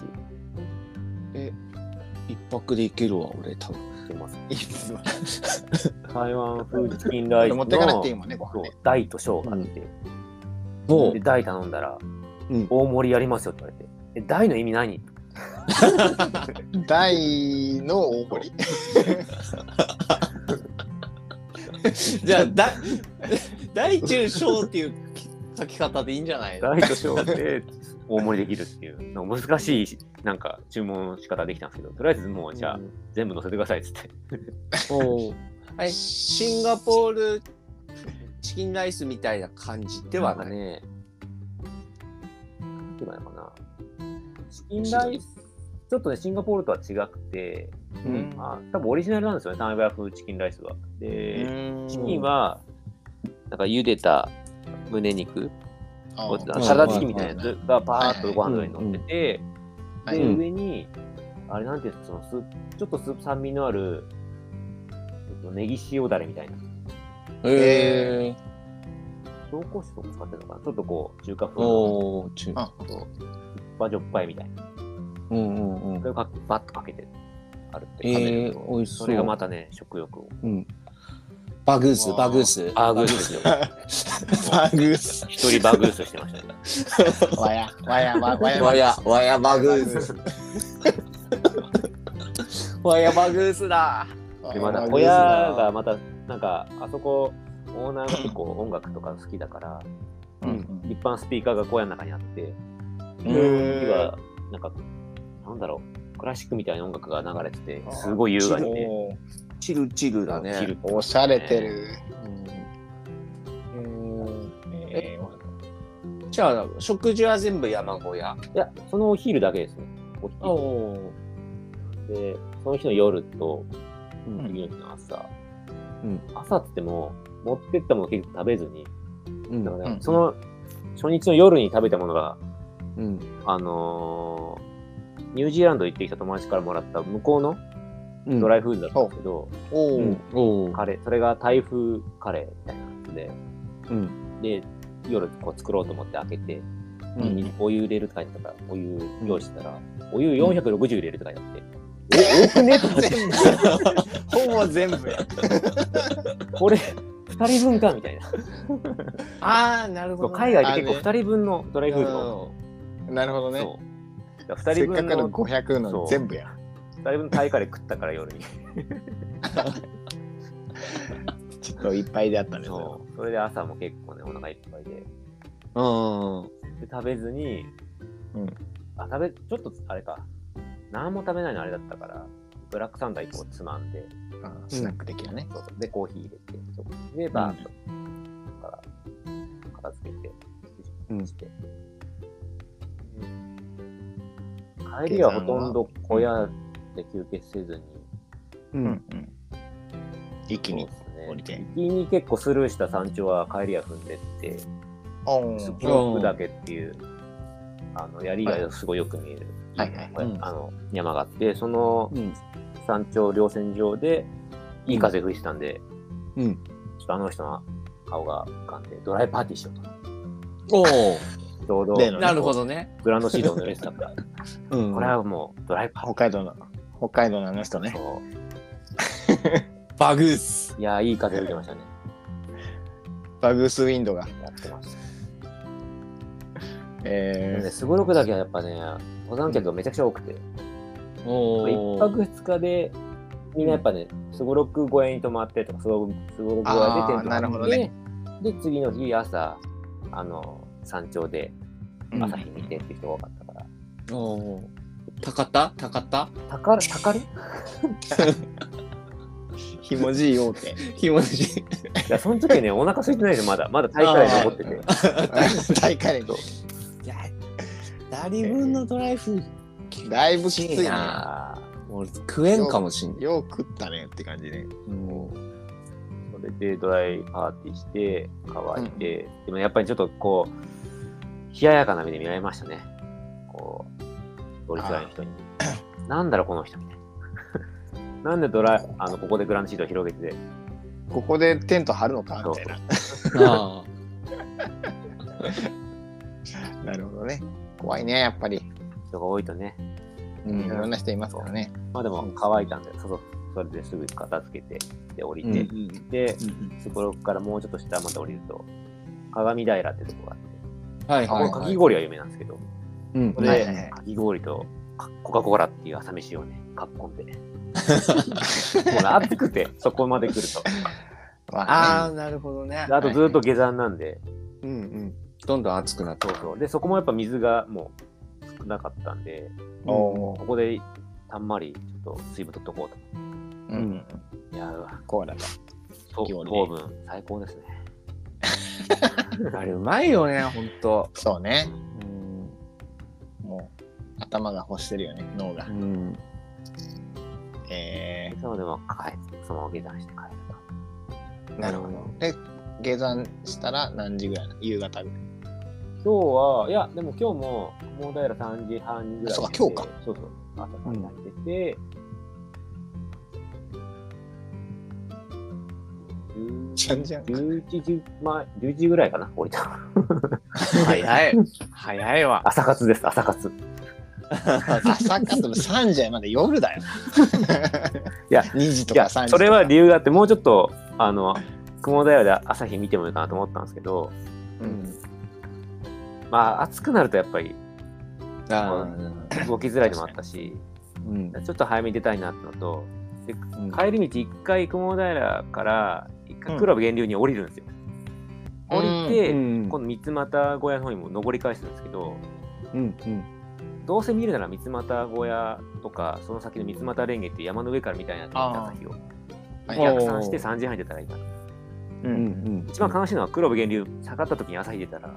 Speaker 3: 一泊で行けるわ、俺、多分。
Speaker 2: 行けます。
Speaker 1: いいですわ
Speaker 2: 台湾風チキンライスの
Speaker 1: 持ってかなくていいもんね、ご飯ね
Speaker 2: そう大と小があって、
Speaker 3: も
Speaker 2: で、大頼んだら、
Speaker 3: うん
Speaker 2: 大盛りやりますよって言われて、え、大の意味何
Speaker 1: 大の大盛り。
Speaker 3: う、じゃあ、だ、 大中小っていう書き方でいいんじゃないの
Speaker 2: 大と小で大盛りできるっていう、なんか難しい、なんか注文の仕方できたんですけど、とりあえずもう、じゃあ、全部乗せてくださいっつって。
Speaker 3: おはい、シンガポールチキンライスみたいな感じではない。
Speaker 2: ね、なんて言えばいいのかな。チキンライス、ちょっとね、シンガポールとは違くて、
Speaker 3: うん
Speaker 2: あ多分オリジナルなんですよね、台湾風チキンライスは。で、チキンは、なんか茹でた胸肉、
Speaker 1: あ
Speaker 2: こう
Speaker 1: ー
Speaker 2: サラダチキンみたいなやつがパーッとご飯の上に
Speaker 3: はいは
Speaker 2: 乗
Speaker 3: い
Speaker 2: ってて、
Speaker 1: は
Speaker 2: で、
Speaker 1: い
Speaker 3: うん
Speaker 2: 上に、あれなんていうんですか、そのスープちょっとスープ酸味のある、えっとネギ塩だれみたいな、
Speaker 1: へ
Speaker 2: 紹興酒とか使ってるのかな、ちょっとこう、中華風の、
Speaker 3: おお、中。
Speaker 1: あ
Speaker 2: バジョッパイみたいな、
Speaker 3: うんうんうん
Speaker 2: そ。れをかバッとかけてあるって
Speaker 3: え
Speaker 2: 食べる
Speaker 3: え
Speaker 2: と、
Speaker 3: ー、美味し
Speaker 2: そ
Speaker 3: そ
Speaker 2: れが
Speaker 3: う。
Speaker 2: またね、食欲を。
Speaker 3: バグース、バグース。
Speaker 2: バグースですよ。
Speaker 1: バグース。
Speaker 2: 一人バグースしてましたね。
Speaker 1: わや、わや、わわや。
Speaker 3: わや、わやバグ
Speaker 1: グ
Speaker 3: ー
Speaker 1: ー
Speaker 3: ス。 わやバグースだ。
Speaker 2: でまだ親がまたなんかあそこオーナーが結構音楽とか好きだから
Speaker 1: うん
Speaker 2: 一般スピーカーが小屋の中にあって
Speaker 1: うん
Speaker 2: 次はなんかなんだろうクラシックみたいな音楽が流れててすごい優雅にね
Speaker 1: おー
Speaker 3: チルチルだ
Speaker 2: チ
Speaker 3: ね
Speaker 2: ル。
Speaker 1: おしゃれてる。
Speaker 3: うん
Speaker 1: えー
Speaker 3: じゃあ、食事は全部山小屋。
Speaker 2: いやそのお昼だけですねお昼
Speaker 3: お。
Speaker 2: でその日の夜と
Speaker 3: うん
Speaker 2: 次の日の朝、
Speaker 3: うん
Speaker 2: 朝っつっても持ってったもの結局食べずに
Speaker 3: うん
Speaker 2: だから、
Speaker 1: うん
Speaker 2: その初日の夜に食べたものが
Speaker 3: うん。
Speaker 2: あのーニュージーランド行ってきた友達からもらった向こうの
Speaker 3: うん
Speaker 2: ドライフーズだったんですけど、
Speaker 1: おー
Speaker 3: お
Speaker 2: カレーそれが台風カレーみたいなやつで、
Speaker 3: うん。
Speaker 2: で、夜こう作ろうと思って開けて、
Speaker 3: う
Speaker 1: うん
Speaker 3: ん。
Speaker 2: お湯入れるって書いてあったから、お湯用意してたら、お湯460入れるって書いてあって、え、多くねと思って、
Speaker 1: ほぼ全部や。
Speaker 2: これ、2人分かみたいな。
Speaker 3: ああ、なる
Speaker 2: そ
Speaker 3: ほ
Speaker 2: う
Speaker 3: ど。
Speaker 2: 海外で結構2人分のドライフーズを、
Speaker 1: なるほどね。
Speaker 2: そう。2
Speaker 1: せ
Speaker 2: 人
Speaker 1: っか
Speaker 2: 分
Speaker 1: くの
Speaker 2: の、
Speaker 1: 500
Speaker 2: そ
Speaker 1: の
Speaker 2: う
Speaker 1: 全部や。
Speaker 2: 二人分のタイカレー食ったから夜に。
Speaker 1: ちょっといっぱいであったね。そ
Speaker 2: そう。それで朝も結構ね、お腹いっぱいで。
Speaker 3: うん。
Speaker 2: で食べずに、
Speaker 1: うん
Speaker 2: あ食べちょっとあれか何も食べないのあれだったからブラックサンダー1個つまんで
Speaker 1: れはうんスナック的なね。
Speaker 2: そうそうでコーヒー入れてそうでバーッと、だから片付けて
Speaker 3: うん
Speaker 2: して、帰りはほとんど小屋で休憩せずに、
Speaker 3: う。
Speaker 1: うんん。一気に
Speaker 2: そうですね
Speaker 1: 降りて。
Speaker 2: 行きに結構スルーした山頂は帰りは踏んでって、
Speaker 1: おー
Speaker 2: スキロックだけっていうあの槍がすごいよく見える、
Speaker 1: はいはい
Speaker 2: これ
Speaker 1: うん
Speaker 2: あの山があってその
Speaker 1: うん
Speaker 2: 山頂稜線上でいい風吹いてたんで、
Speaker 3: うん
Speaker 2: ちょっとあの人の顔が浮かんでドライパーティーしよう
Speaker 3: おお。
Speaker 2: とちょうど
Speaker 1: 例の
Speaker 3: なるほどね。
Speaker 2: グランドシードを濡れてたから、
Speaker 3: うん
Speaker 2: これはもうドライパー
Speaker 1: 北海道の北海道のあの人
Speaker 2: ティー
Speaker 1: ね
Speaker 2: そ
Speaker 3: バグース。
Speaker 2: ういやーいい風吹いてましたね
Speaker 1: バグースウィンドが
Speaker 2: やってました
Speaker 1: え
Speaker 2: ねすごろくだけはやっぱね登山客がめちゃくちゃ多くて、
Speaker 3: お
Speaker 2: 一泊二日でみんなやっぱねすごろく小屋に泊まってとかすごろくすごろく小屋でテント
Speaker 1: あーなる
Speaker 2: 張
Speaker 1: ほ
Speaker 2: っ
Speaker 1: ど
Speaker 2: て、
Speaker 1: ね
Speaker 2: で次の日朝あの山頂で
Speaker 1: ー、
Speaker 2: 朝日見てっていう人が多かったから、
Speaker 3: おー。高田高田
Speaker 2: たかたかり い
Speaker 1: ひもじい大手
Speaker 3: ひもじい。
Speaker 2: やその時ねお腹空いてないでまだまだ大会残ってて
Speaker 1: 大カレー
Speaker 3: 誰分のドライフ。
Speaker 1: だいぶきついね
Speaker 2: あ
Speaker 3: 俺食えんかもしんない。
Speaker 1: よう食ったねって感じで
Speaker 3: も
Speaker 2: ーそれでドライパーティーして乾いて、でもやっぱりちょっとこう冷ややかな目で見られましたねこう乗り違いの人になんだろうこの人みたいな なんでドライあのここでグランドシートを広げて
Speaker 1: ここでテント張るのかみたいな
Speaker 3: うあ
Speaker 1: なるほどね怖いねやっぱり、
Speaker 2: 人が多いとね
Speaker 1: うん、いろんな人いますからね
Speaker 2: まあでも乾いたんでそそそれですぐ片付けてで降りて、
Speaker 3: うん
Speaker 2: でそこからもうちょっと下また降りると鏡平ってとこがあって
Speaker 3: あ。はい
Speaker 2: こ
Speaker 3: は
Speaker 2: れ
Speaker 3: い
Speaker 2: か
Speaker 3: は
Speaker 2: き
Speaker 3: い。
Speaker 2: 氷は有名なんですけど、
Speaker 3: うん
Speaker 2: こ
Speaker 1: は
Speaker 2: れ
Speaker 1: いはいはい
Speaker 2: かき氷とかコカ・コーラっていう朝飯をね、かっこん で。もうね暑くて、そこまで来ると。
Speaker 1: まあ
Speaker 3: ああ、なるほどね
Speaker 2: で。あとずっと下山なんで、
Speaker 3: うんうん。どんどん熱くなって
Speaker 2: そうそう。で、そこもやっぱ水がもう少なかったんで、
Speaker 1: ー、お
Speaker 2: こ
Speaker 1: ー
Speaker 2: こでたんまりちょっと水分取っとこうと。
Speaker 1: うんうん、
Speaker 2: いやーうわ
Speaker 1: コーラと
Speaker 2: と
Speaker 1: いいよね
Speaker 2: 糖分最高ですね。
Speaker 3: あれうまいよね、ほんと。
Speaker 1: そうね
Speaker 3: うん。
Speaker 1: もう頭が欲してるよね脳が
Speaker 3: うん。
Speaker 1: え
Speaker 2: なので、まあ、帰って、そのまま下山して帰ると。
Speaker 1: ー、なるほどで下山したら何時ぐらいなの夕方ぐらい
Speaker 2: 今日は、いや、でも今日も、もうだいら3時半ぐらいに出て。
Speaker 1: そうか今日か。
Speaker 2: そうそう。朝3時半に出て、
Speaker 1: じゃんじゃん
Speaker 2: 11時前、11時ぐらいかな、降りたの。
Speaker 3: 早い。早いわ。
Speaker 2: 朝活です、朝活。
Speaker 1: 朝活の3時まで夜だよ
Speaker 2: いや
Speaker 1: 2時と
Speaker 2: い
Speaker 1: か
Speaker 2: や、
Speaker 1: 3時とか
Speaker 2: それは理由があって、もうちょっと、あの、雲平で朝日見てもいいかなと思ったんですけど、
Speaker 3: うん。
Speaker 2: まあ、暑くなるとやっぱり
Speaker 3: あ
Speaker 2: 動きづらいのもあったし、
Speaker 3: ーうん。
Speaker 2: ちょっと早めに出たいなってのと、で
Speaker 3: うん
Speaker 2: 帰り道一回雲平から、一回黒部源流に降りるんですよ。
Speaker 1: うん
Speaker 2: 降りて、
Speaker 3: うん
Speaker 2: 今度三股小屋の方にも登り返すんですけど、
Speaker 3: うんうん。
Speaker 2: どうせ見るなら三股小屋とかその先の三股レンゲっていう山の上からみたいな朝日を
Speaker 1: はい
Speaker 2: 逆算して3時半に出たらいいかな
Speaker 1: う
Speaker 3: うんん。
Speaker 2: 一番悲しいのは黒部源流下がった時に朝日出たら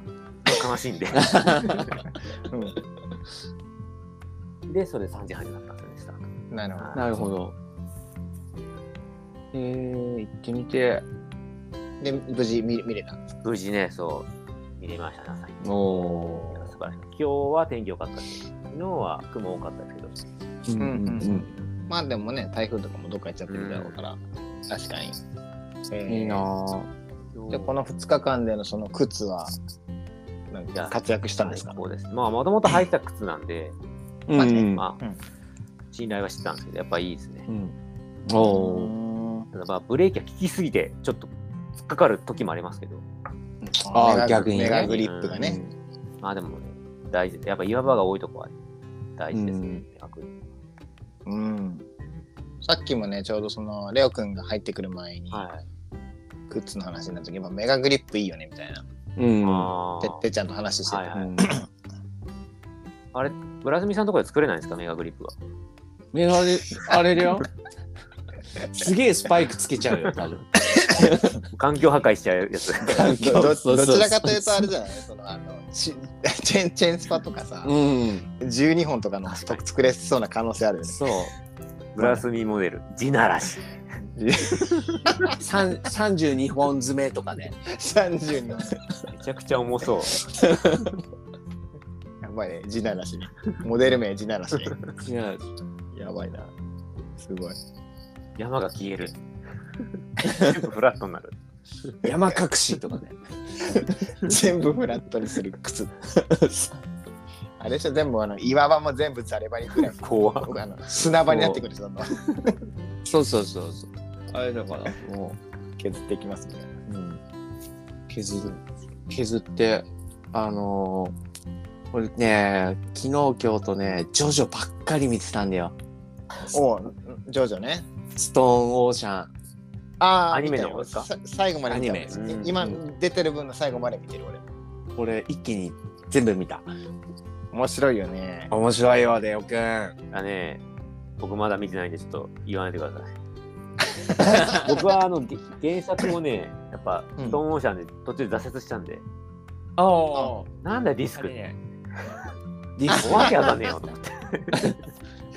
Speaker 2: 悲しいん ででそれで3時半になったんですよね
Speaker 1: なるほど
Speaker 3: なるほど。えー、行ってみて。
Speaker 1: で無事見見れた
Speaker 2: 下無事ねそう見れましたね朝日
Speaker 3: おお
Speaker 2: 素晴らしい今日は天気良かったし昨日は雲多かったですけど
Speaker 3: ー。うん
Speaker 1: うん
Speaker 3: うん
Speaker 1: まあでもね台風とかもどっか行っちゃってるだろうから、確かに、えー
Speaker 3: うん。いいなぁ。
Speaker 2: 今日
Speaker 1: でこの2日間でのその靴はな
Speaker 2: い
Speaker 1: ん
Speaker 2: や
Speaker 1: か活躍したんですか
Speaker 2: 最高ですまあもともと履いてた靴なんで、
Speaker 3: うんうん。
Speaker 2: まあ、
Speaker 1: うん
Speaker 2: 信頼はしてたんですけどやっぱいいですね
Speaker 3: うん。お
Speaker 2: ただまあブレーキが効きすぎてちょっと突っかかる時もありますけど
Speaker 3: あー
Speaker 1: メガ
Speaker 3: 逆にね
Speaker 1: メガグリップがね、。
Speaker 2: まあでもね大事やっぱ岩場が多いとこは大事ですね、
Speaker 3: うん
Speaker 2: 逆に
Speaker 1: うんさっきもねちょうどそのレオくんが入ってくる前に
Speaker 2: はい、
Speaker 1: 靴の話になった時、やっぱメガグリップいいよねみたいな
Speaker 3: うん。
Speaker 2: あ
Speaker 1: て
Speaker 2: ー
Speaker 1: ってちゃんと話してて、
Speaker 2: はいはい
Speaker 3: うん
Speaker 2: あれ村住さんのところで作れないんですかメガグリップは
Speaker 3: メガで、あれだよ。すげえスパイクつけちゃうよ、多分。
Speaker 2: 環境破壊しちゃうや つ
Speaker 1: どど
Speaker 3: そうそうそう
Speaker 1: どちらかというとあれじゃないそのあのし チェーンチェーンスパとかさ、
Speaker 3: うん。
Speaker 1: 12本とかのと作れそうな可能性あるよね。
Speaker 2: そう村住モデル地ならし
Speaker 3: さん32本詰めとかね。
Speaker 1: 30になって
Speaker 2: めちゃくちゃ重そう
Speaker 1: ばいね、地ならしね。モデル名地ならしね。
Speaker 3: い や、
Speaker 1: やばいな。すごい。
Speaker 2: 山が消える。全部フラットになる。
Speaker 3: 山隠しとかね。
Speaker 1: 全部フラットにする 靴。あれでしょ、全部あの岩場も全部ザレ場にくらい。
Speaker 2: 怖
Speaker 1: 僕あの砂場になってくる人だ
Speaker 3: そうそうそうそう。あれだから、も
Speaker 1: 削っていきますみたいな。
Speaker 3: う、うん、削る。削って、あのー、俺ね、昨日今日とね、ジョジョばっかり見てたんだよ。
Speaker 1: おうジョジョね。
Speaker 3: ストーンオーシャン。
Speaker 1: ああ、
Speaker 2: アニメの方ですか
Speaker 1: 見たよさ最後まで見たよ
Speaker 3: ア
Speaker 2: ニメうん
Speaker 1: 今
Speaker 3: う
Speaker 1: 出てる分の最後まで見てる俺。
Speaker 3: これ一気に全部見た。
Speaker 1: 面白いよね。
Speaker 3: 面白いわ、でよくん。
Speaker 2: あね、僕まだ見てないんで、ちょっと言わないでください。 僕はあのげ原作もね、やっぱ、
Speaker 1: うん
Speaker 2: ストーンオーシャンで途中で挫折したんで、
Speaker 3: ああ。
Speaker 2: なんだよディスクって。
Speaker 3: ね。ディスク
Speaker 2: おわけわかんねえよと思って。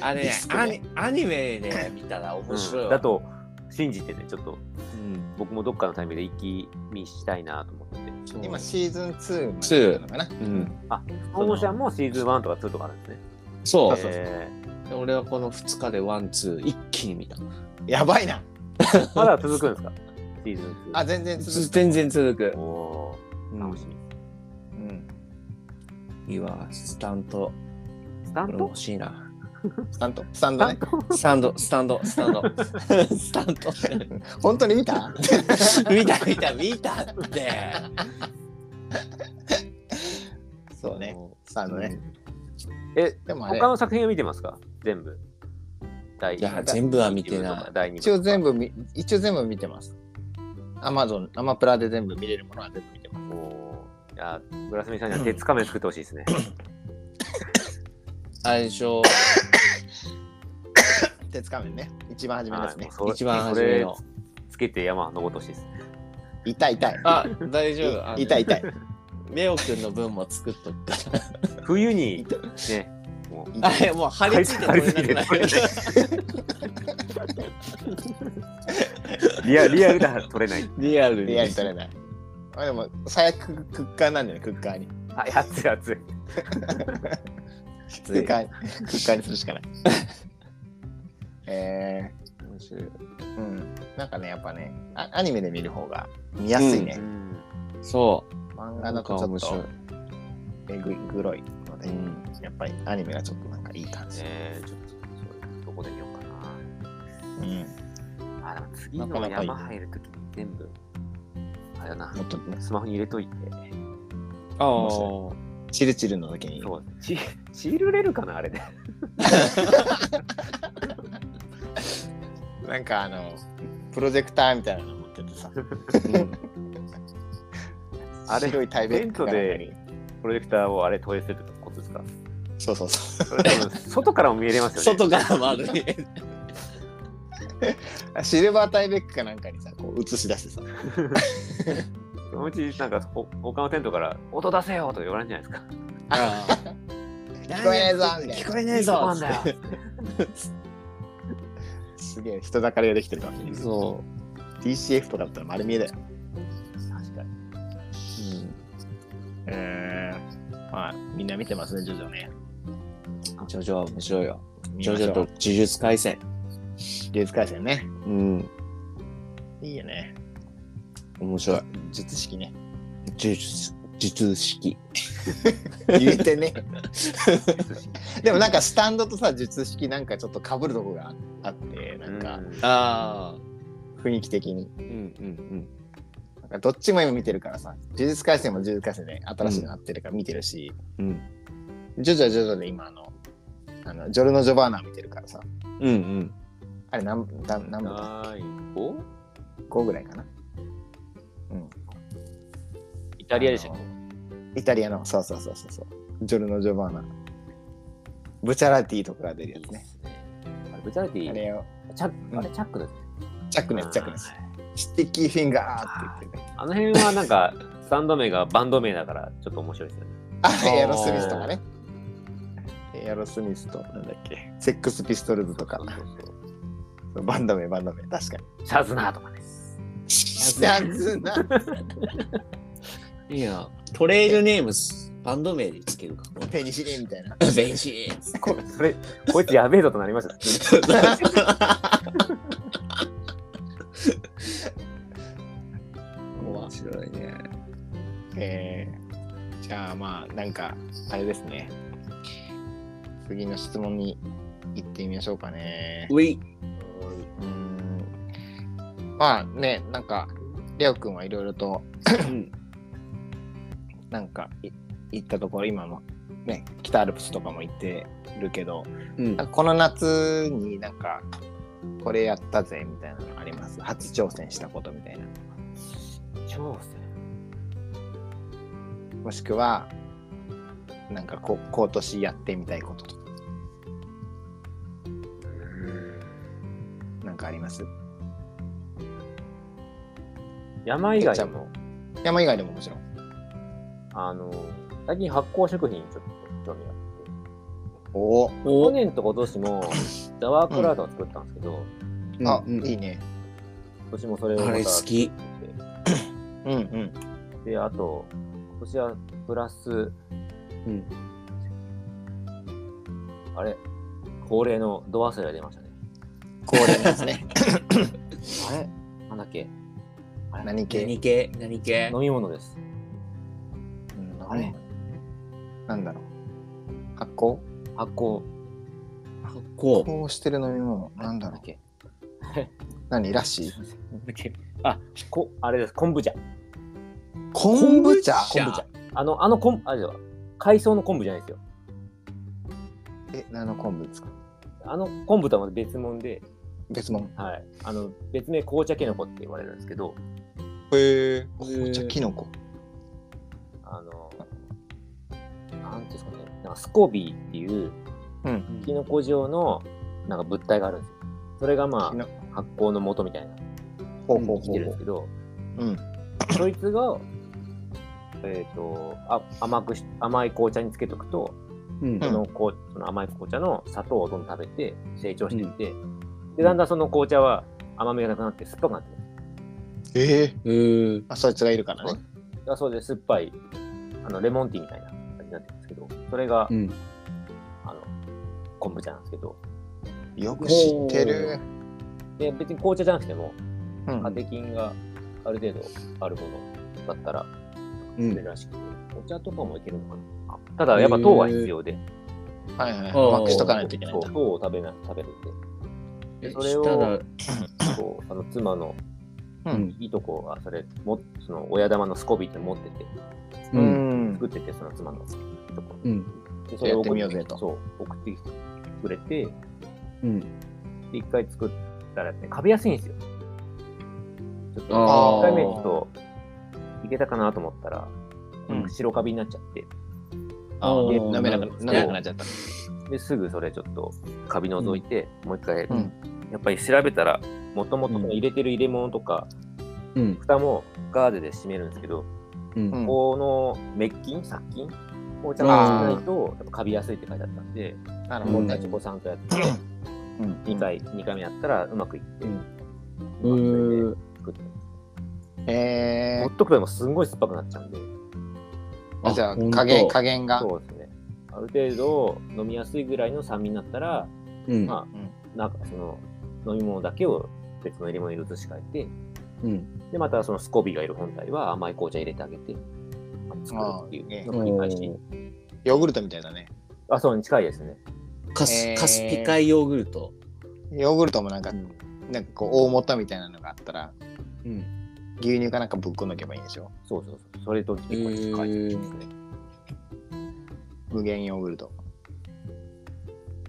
Speaker 3: あ
Speaker 1: デ
Speaker 3: れ
Speaker 1: ィ
Speaker 3: ね
Speaker 1: スクね
Speaker 3: アニ、アニメで見たら面白いわ。
Speaker 2: うんだと信じてね、ちょっと
Speaker 3: うん、
Speaker 2: 僕もどっかのタイミングで一気見したいなと思ってて。
Speaker 3: そう
Speaker 1: 今シーズン2までなのかな。
Speaker 3: うん、
Speaker 2: あ、ストーンオーシャンもシーズン1とか2とかあるんですね。
Speaker 3: そう
Speaker 1: そうそう
Speaker 2: えー
Speaker 3: で俺はこの2日でワンツー一気に見た
Speaker 1: やばいな。
Speaker 2: まだ続くんですかシーズン
Speaker 1: あ、全然続く。
Speaker 3: 全然続く
Speaker 2: 2。、お
Speaker 3: う
Speaker 2: ー、楽しみ。
Speaker 1: うん。
Speaker 3: いいわスタンド
Speaker 2: スタ
Speaker 3: こ
Speaker 2: ン
Speaker 3: れ
Speaker 2: ド
Speaker 3: 欲しいな
Speaker 1: スタント。スタンドね。
Speaker 3: スタンドスタンドスタンドスタンド
Speaker 1: 本当に見た
Speaker 3: 見た見た見たって
Speaker 1: そうね。スタンドね。
Speaker 2: え、
Speaker 1: でもあれ
Speaker 2: 他、の作品を見てますか全部。第
Speaker 3: いや全部は見てない
Speaker 2: 一部とか第2部
Speaker 1: 一応全部見、一応全部見てます。アマゾン、アマプラで全部見れるものは全部見てます。
Speaker 2: おーいや、村住さんには鉄仮面作ってほしい ですね。
Speaker 3: 最初
Speaker 1: 鉄仮面ね。一番初めですね
Speaker 2: はい。それ
Speaker 3: 一番初めの
Speaker 2: それつけて山登ってほしいです。
Speaker 1: 痛い痛い。
Speaker 3: あ大丈夫あの
Speaker 1: 痛い痛い。
Speaker 3: レオくんの分も作っとくか
Speaker 2: 冬に、ね、もう、
Speaker 3: らあれもう貼り付いて
Speaker 2: 貼
Speaker 3: 取
Speaker 2: り
Speaker 3: れ
Speaker 2: 付いて
Speaker 3: なくなる
Speaker 2: リアリアルだ取れない。
Speaker 3: リアルに
Speaker 1: リアル取れない。あでも、最悪クッカーなんだよね、クッカーに。ク
Speaker 2: あ、やつや つ。
Speaker 1: ッカーに、クッカーにするしかない。え
Speaker 3: 面白い
Speaker 1: ー、うん。なんかね、やっぱね、あアニメで見る方が見やすいね。
Speaker 3: そう
Speaker 1: 漫画だとちょっとえぐい、グロいので、
Speaker 3: うん
Speaker 1: やっぱりアニメがちょっとなんかいい感じ。
Speaker 2: えー、ちょっと、そうどこで見ようか
Speaker 1: うん。
Speaker 2: な。あ、でも次
Speaker 1: なか
Speaker 2: の
Speaker 1: なかいい
Speaker 2: 山入るときに全部、あれだな
Speaker 1: も、っとね、
Speaker 2: スマホに入れといて。
Speaker 3: あ
Speaker 1: 面白チルチルの時に。
Speaker 2: そう、ち、ちぎれるかな、あれで。
Speaker 1: なんかあの、プロジェクターみたいなの持っててさ、
Speaker 2: あれ
Speaker 1: 白いタイベックかなんかに
Speaker 2: テプロジェクターをあれ投影するってことですか
Speaker 1: そうそうそ
Speaker 2: それ多分外からも見えれますよね。
Speaker 3: 外からもあ るね
Speaker 1: う。シルバータイベックかなんかにさ、こう映し出してさ、
Speaker 2: そのうち、なんか、ほ他のテントから、音出せよとか言われるんじゃないですか。
Speaker 3: 聞
Speaker 1: 聞こえねえぞみたいな
Speaker 3: 聞こ えねえぞ
Speaker 2: いい子なんだよ。
Speaker 1: すげえ人だかりができてるわけです。
Speaker 3: そ
Speaker 1: TCF とかだったら丸見えだよ。
Speaker 2: 確かに。
Speaker 3: う、
Speaker 1: えー、まあ、みんな見てますね、徐々ね。
Speaker 3: うん、ジョジョは面白いよ
Speaker 1: 見
Speaker 3: ジ
Speaker 1: ま
Speaker 3: ョ
Speaker 1: しょ
Speaker 3: ジョ
Speaker 1: う
Speaker 3: と呪術廻戦
Speaker 1: 呪術廻戦ね。
Speaker 3: うん
Speaker 1: いいよね。
Speaker 3: 面白い呪
Speaker 1: 術式ね。
Speaker 3: 術呪術式
Speaker 1: 言えてね。でもなんかスタンドとさ、術式なんかちょっと被るとこがあって、なんか
Speaker 3: ああ
Speaker 1: 雰囲気的に。
Speaker 3: うんうん
Speaker 1: なんかどっちも今見てるからさ、呪術廻戦も呪術廻戦で新しいのなってるから見てるし、
Speaker 3: うんうん
Speaker 1: ジョジョはジョジョで今あの、あのジョルノ・ジョバーナ見てるからさ、
Speaker 3: うんうん
Speaker 1: あれ何、何何部だ
Speaker 2: はい。お
Speaker 1: 5ぐらいかな。
Speaker 2: イタリアでしたっけ
Speaker 1: イタリアの、そうそうそうそうそう。ジョルノ・ジョバーナ。ブチャラティとかが出るやつね。
Speaker 2: あれブチャラテ
Speaker 1: あ
Speaker 2: ィ、
Speaker 1: れを、
Speaker 2: チャック、あれチャックだっ
Speaker 1: チャックのやつ、チャックのやつ。スティッキーフィンガーって言ってね。
Speaker 2: けあの辺はなんか、スタンド名がバンド名だから、ちょっと面白いですよね。
Speaker 1: あ、エアロスミスとかね。エアロスミスと、なんだっけ、セックスピストルズとか、バンド名、バンド名、確かに。
Speaker 2: シャズナーと かね。
Speaker 1: シャズナ。
Speaker 3: いいなトレイルネームスバンド名でつける か。
Speaker 1: ペニシリンみたいな。
Speaker 3: ベンシーズ
Speaker 2: こそれ、こいつやべえぞとなりました。
Speaker 3: 面白いね。
Speaker 1: えーじゃあまあなんかあれですね次の質問に行ってみましょうかね
Speaker 3: ウィ
Speaker 1: うーんまあねなんかレオくんはいろいろと
Speaker 3: ん
Speaker 1: なんかい行ったところ今もね北アルプスとかも行ってるけど
Speaker 3: うん
Speaker 1: なんかこの夏になんかこれやったぜみたいなのあります初挑戦したことみたいな
Speaker 2: 超
Speaker 1: もしくはなんかこ今年やってみたいこととかなんかあります
Speaker 2: 山以外にも、
Speaker 1: 山以外でももちろん。
Speaker 2: あの、最近発酵食品にちょっと興味があって、
Speaker 1: お
Speaker 2: 去年と今年 もザワークラウトを作ったんですけど、
Speaker 1: あ、
Speaker 3: うん
Speaker 1: いいね。
Speaker 2: 今年もそれをま
Speaker 3: あ
Speaker 2: た
Speaker 3: れ好き。
Speaker 1: うんうん。
Speaker 2: で、あと、今年はプラス、
Speaker 3: うん
Speaker 2: あれ、恒例のド忘れが出ましたね。
Speaker 1: 恒例のやつね。
Speaker 2: あれなんだっけ
Speaker 1: 何系
Speaker 3: 何系何系
Speaker 2: 飲み物です。
Speaker 1: うんあれなんだろう。発酵
Speaker 2: 発酵。
Speaker 3: 発酵。
Speaker 1: こうしてる飲み物。なんだ
Speaker 2: なんだ
Speaker 1: ろ
Speaker 2: っ
Speaker 1: う。
Speaker 2: け
Speaker 1: 何ラッシー
Speaker 2: なんだっけあ、こ、あれです。昆布茶。
Speaker 1: 昆布茶
Speaker 2: 昆
Speaker 3: 昆布
Speaker 2: 布
Speaker 3: 茶
Speaker 2: 茶。あの、あの昆布、あれだわ海藻の昆布じゃないですよ。
Speaker 1: え、何の昆布ですか
Speaker 2: あの昆布とはまた別物で、
Speaker 1: 別物。
Speaker 2: はい。あの、別名紅茶キノコって言われるんですけど、
Speaker 1: へえ。紅茶キノコ。
Speaker 2: あの、なんていうんですかね、なんかスコビーっていう、
Speaker 1: うん。
Speaker 2: キノコ状の、なんか物体があるんですよ。それがま
Speaker 1: キノ
Speaker 2: あ、発酵の元みたいな、
Speaker 1: ほうほう
Speaker 2: 生き
Speaker 1: ほ
Speaker 2: てる
Speaker 1: う
Speaker 2: ん
Speaker 1: ほ
Speaker 2: ですけど、
Speaker 1: う。うん。
Speaker 2: そいつが、えっ、とあ甘くし甘い紅茶につけとくと、
Speaker 3: うん
Speaker 2: そのこうその甘い紅茶の砂糖をどんどん食べて成長していって、でだんだんその紅茶は甘みがなくなって酸っぱくなってくる
Speaker 1: ええ。
Speaker 3: うん。
Speaker 1: あ、そいつがいるからね。
Speaker 2: だそうで酸っぱいあのレモンティーみたいな感じになってるんですけどそれが、
Speaker 3: うん
Speaker 2: あの昆布茶なんですけど
Speaker 1: よく知ってる。
Speaker 2: で別に紅茶じゃなくても
Speaker 1: う
Speaker 2: カ
Speaker 1: ん
Speaker 2: テキンがある程度あるものだったら
Speaker 3: うん
Speaker 2: 売れるらしくて、お茶とかもいけるのかなただやっぱ糖は必要で
Speaker 1: はいはい。
Speaker 3: おー
Speaker 1: 甘くしとかないといけないん
Speaker 2: そ
Speaker 1: だ
Speaker 2: う。糖を食べな食べるんで
Speaker 3: え
Speaker 2: それを
Speaker 3: したら
Speaker 2: こうあの妻の
Speaker 3: うん
Speaker 2: いとこがそれもその親玉のスコビーって持ってて
Speaker 3: う。
Speaker 1: うんん。
Speaker 2: 作っててその妻のいとこ
Speaker 3: うん。
Speaker 2: で
Speaker 1: やってみよう
Speaker 2: て
Speaker 1: ぜと
Speaker 2: そう送ってきてくれて
Speaker 3: うん。
Speaker 2: で一回作ったらね食べやすいんですよちょっと
Speaker 3: あー
Speaker 2: 1回目ちょっといけたかなと思ったら、
Speaker 1: うん
Speaker 2: 白カビになっちゃって
Speaker 1: あ
Speaker 3: あ
Speaker 1: ー
Speaker 3: ー
Speaker 1: で舐めなくな
Speaker 3: なるほ
Speaker 1: 舐
Speaker 3: ど
Speaker 1: めなくなっちゃった。
Speaker 2: ですぐそれちょっとカビ除いて、もう一回、
Speaker 1: うん
Speaker 2: やっぱり調べたらもともと
Speaker 3: うん
Speaker 2: 入れてる入れ物とか、
Speaker 3: うん。
Speaker 2: 蓋もガーゼで閉めるんですけど、
Speaker 3: うん。
Speaker 1: うん
Speaker 2: この滅菌殺菌をちゃんとしないとやっぱカビやすいって書いてあったんで、
Speaker 1: なる
Speaker 3: うん
Speaker 1: ほど
Speaker 2: 僕
Speaker 1: ね
Speaker 2: たちお子さんとやって、2回、2回目やったらうまくいって、
Speaker 3: うん
Speaker 2: うまくそれで
Speaker 3: うん。
Speaker 2: 作って
Speaker 1: え
Speaker 2: ほっとくともすんごい酸っぱくなっちゃうんで、
Speaker 1: ー、じゃあ
Speaker 3: ほんと
Speaker 1: 加減加減が。
Speaker 2: そうですね。ある程度飲みやすいぐらいの酸味になったら、
Speaker 3: うん。
Speaker 2: まあ、なんかその飲み物だけを別の入れ物に移し替えて、
Speaker 3: うん。
Speaker 2: で、またそのスコビーがいる本体は甘い紅茶入れてあげて、作るっていうのを繰り返し。
Speaker 1: ヨーグルトみたいだね。
Speaker 2: あ、そう、近いですね。
Speaker 3: カス、
Speaker 1: えー
Speaker 3: カスピ海ヨーグルト。
Speaker 1: ヨーグルトもなんか、なんかこう大元みたいなのがあったら
Speaker 3: うん。
Speaker 1: 牛乳かなんかぶっこ抜けばいいんでしょ。
Speaker 2: そうそうそう。それと結構近いですね。
Speaker 1: 無限ヨーグルト。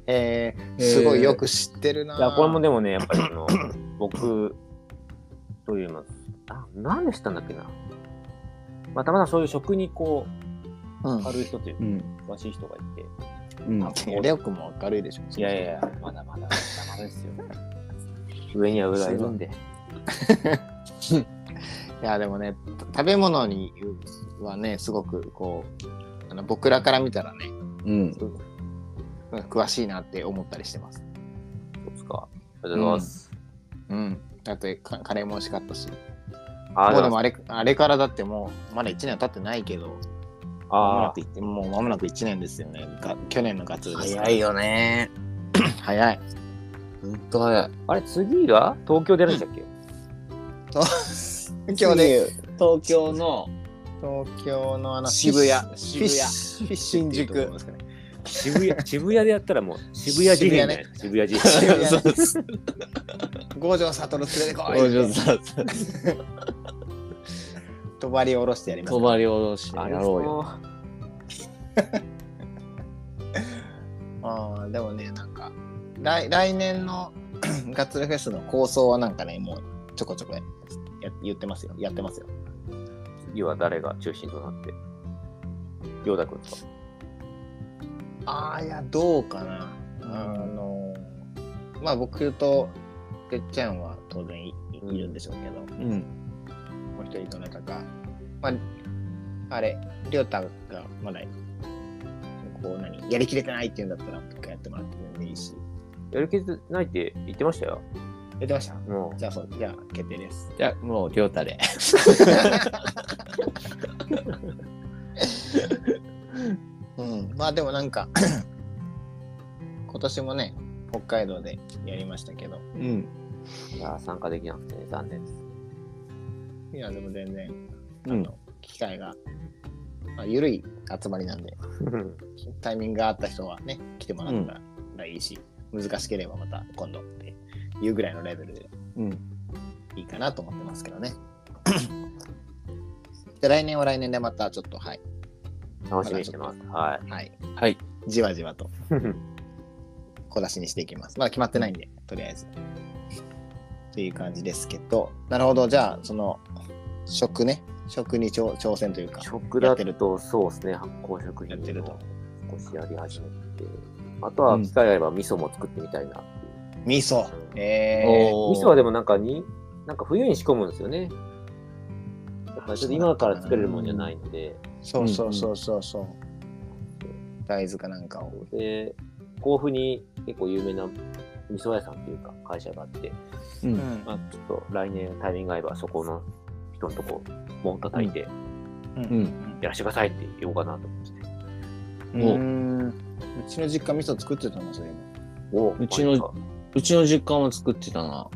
Speaker 1: えー、すごいよく知ってるな。
Speaker 2: いや、これもでもね、やっぱりその、 僕、というの、あ、何でしたんだっけな。まあ、たまたまそういう食にこ
Speaker 1: う
Speaker 2: う、
Speaker 1: ん
Speaker 2: 軽い人という
Speaker 3: う
Speaker 2: か、
Speaker 3: ん。
Speaker 2: 詳しい人がいて、
Speaker 3: うん。
Speaker 1: レオ君も明るいでしょ。
Speaker 2: いやいやいや、まだまだ、まだまだ ですよ。上には上がいるんで。
Speaker 1: いやでもねた食べ物にはねすごくこうあの僕らから見たらね
Speaker 3: うん。
Speaker 1: 詳しいなって思ったりしてます。
Speaker 2: そうですか。ありがとうございます。
Speaker 1: うん。だってカカレーも美味しかったし。
Speaker 2: あ
Speaker 1: もうで
Speaker 2: で
Speaker 1: も
Speaker 2: も
Speaker 1: あれあれからだってもうまだ1年は経ってないけど、
Speaker 2: あ
Speaker 1: まもな
Speaker 2: あ
Speaker 1: く一もう間もなく1年ですよね。が去年の夏ですから
Speaker 5: 早いよね。
Speaker 1: 早い。
Speaker 5: 本当早い。
Speaker 2: あ、あれ、次が東京出るんでしたっけ
Speaker 1: 今日で
Speaker 3: 東京の
Speaker 1: 東京のあの
Speaker 3: 渋谷
Speaker 1: フィッシュフィッシュっていうところですかね
Speaker 2: 渋谷、渋谷でやったらもう、渋谷事変ね。渋谷事
Speaker 1: 渋
Speaker 2: 変。
Speaker 1: 谷
Speaker 3: そうです
Speaker 1: 五条悟連れてこい
Speaker 3: 五条悟
Speaker 1: 帳ばり下ろしてやります
Speaker 3: 帳ばり下ろし
Speaker 2: あ
Speaker 3: や
Speaker 2: れ
Speaker 3: ろうよ。
Speaker 2: そ
Speaker 1: ああでもねなんか来来年の ガッツリフェスの構想はなんかねもうちょこちょこや言ってますよやってますよ
Speaker 2: う次は誰が中心となって。ヨダ君とか。
Speaker 1: ああいやどうかなあのまあ僕とてっちゃんは当然いいるんでしょうけど、
Speaker 3: うん。
Speaker 1: もう一人どなたか、まあ、あれ、りょうたがまだ、こう何、やりきれてないっていうんだったら、僕やってもらって全然いいし。
Speaker 2: やる気ないって言ってましたよ。
Speaker 1: やってました
Speaker 2: もう。
Speaker 1: じゃあ、そう、じゃあ、決定です。
Speaker 3: じゃあもう亮太で。
Speaker 1: うん、まあでもなんか、 今年もね、北海道でやりましたけど、
Speaker 3: うん。
Speaker 2: いや参加できなくて、ね、残念です。
Speaker 1: いや、でも全然、あ
Speaker 3: う
Speaker 1: の、
Speaker 3: ん
Speaker 1: 機会が、まあ、緩い集まりなんで、タイミングがあった人はね、来てもらったらいいし、難しければまた今度っていうぐらいのレベルで
Speaker 3: うん。
Speaker 1: いいかなと思ってますけどね。 で来年は来年でまたちょっとはい、
Speaker 2: 楽しみにしてます。は
Speaker 1: はい、
Speaker 3: はい。
Speaker 1: じわじわと
Speaker 2: い。
Speaker 1: 小出しにしていきます。まだ決まってないんで、とりあえず。っていう感じですけど、なるほど、じゃあ、その、食ね、食に挑挑戦というか、
Speaker 2: 食
Speaker 1: や
Speaker 2: だ
Speaker 1: ってる
Speaker 2: と、そうですね、発酵食品
Speaker 1: やってると
Speaker 2: を少しやり始めて、あとは機会があれば味噌も作ってみたいなっていう。
Speaker 1: 味噌。えー、
Speaker 3: おー
Speaker 2: 味噌はでもなんかに、なんか冬に仕込むんですよね。だからちょっと今から作れるもんじゃないので、
Speaker 1: そうそうそうそうそう。大豆かなんかを。
Speaker 2: で、甲府に結構有名な味噌屋さんっていうか会社があって、
Speaker 3: う。
Speaker 1: うんん
Speaker 2: まあ、ちょっと来年タイミングが合えばそこの人のとこ、もん叩いて、
Speaker 3: うん。
Speaker 2: やらせてくださいって言おうかなと思ってて。
Speaker 1: うーんうちの実家味噌作ってたんですよ、今
Speaker 2: お
Speaker 3: うちのうちの実家も作ってたな。
Speaker 1: も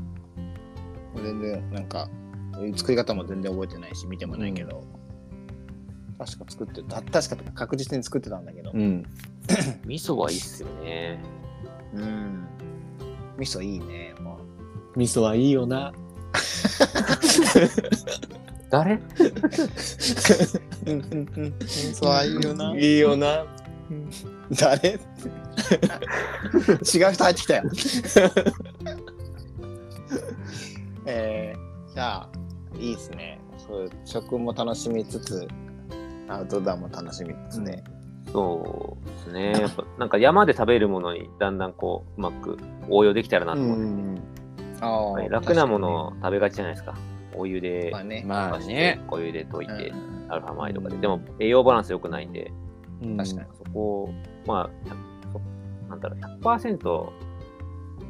Speaker 1: う全然、なんか、作り方も全然覚えてないし、見てもないけど、確か作ってた、確かとか確実に作ってたんだけど、
Speaker 3: うん。
Speaker 2: 味噌はいいっすよね。
Speaker 1: うん。味噌いいね、も
Speaker 3: 味噌はいいよな。
Speaker 2: 誰
Speaker 1: う。うんうんうん。味噌はいいよな。
Speaker 3: いいよな。
Speaker 1: 誰違う人入ってきたよ。 えー、じゃあ、いいですね。そう食も楽しみつつ、アウトドアも楽しみつつね。
Speaker 2: そうですね。やっぱなんか山で食べるものにだんだんこううまく応用できたらなと思って、
Speaker 1: あ
Speaker 2: は
Speaker 1: あ
Speaker 2: い楽なものを食べがちじゃないですか。お湯で
Speaker 1: まあね。
Speaker 3: まあね。
Speaker 2: お湯で溶いて、
Speaker 1: うん
Speaker 2: アルファ米とかで。でも栄養バランス良くないんで、
Speaker 1: 確かに。
Speaker 2: そこを、まあ、そなんだろう、100%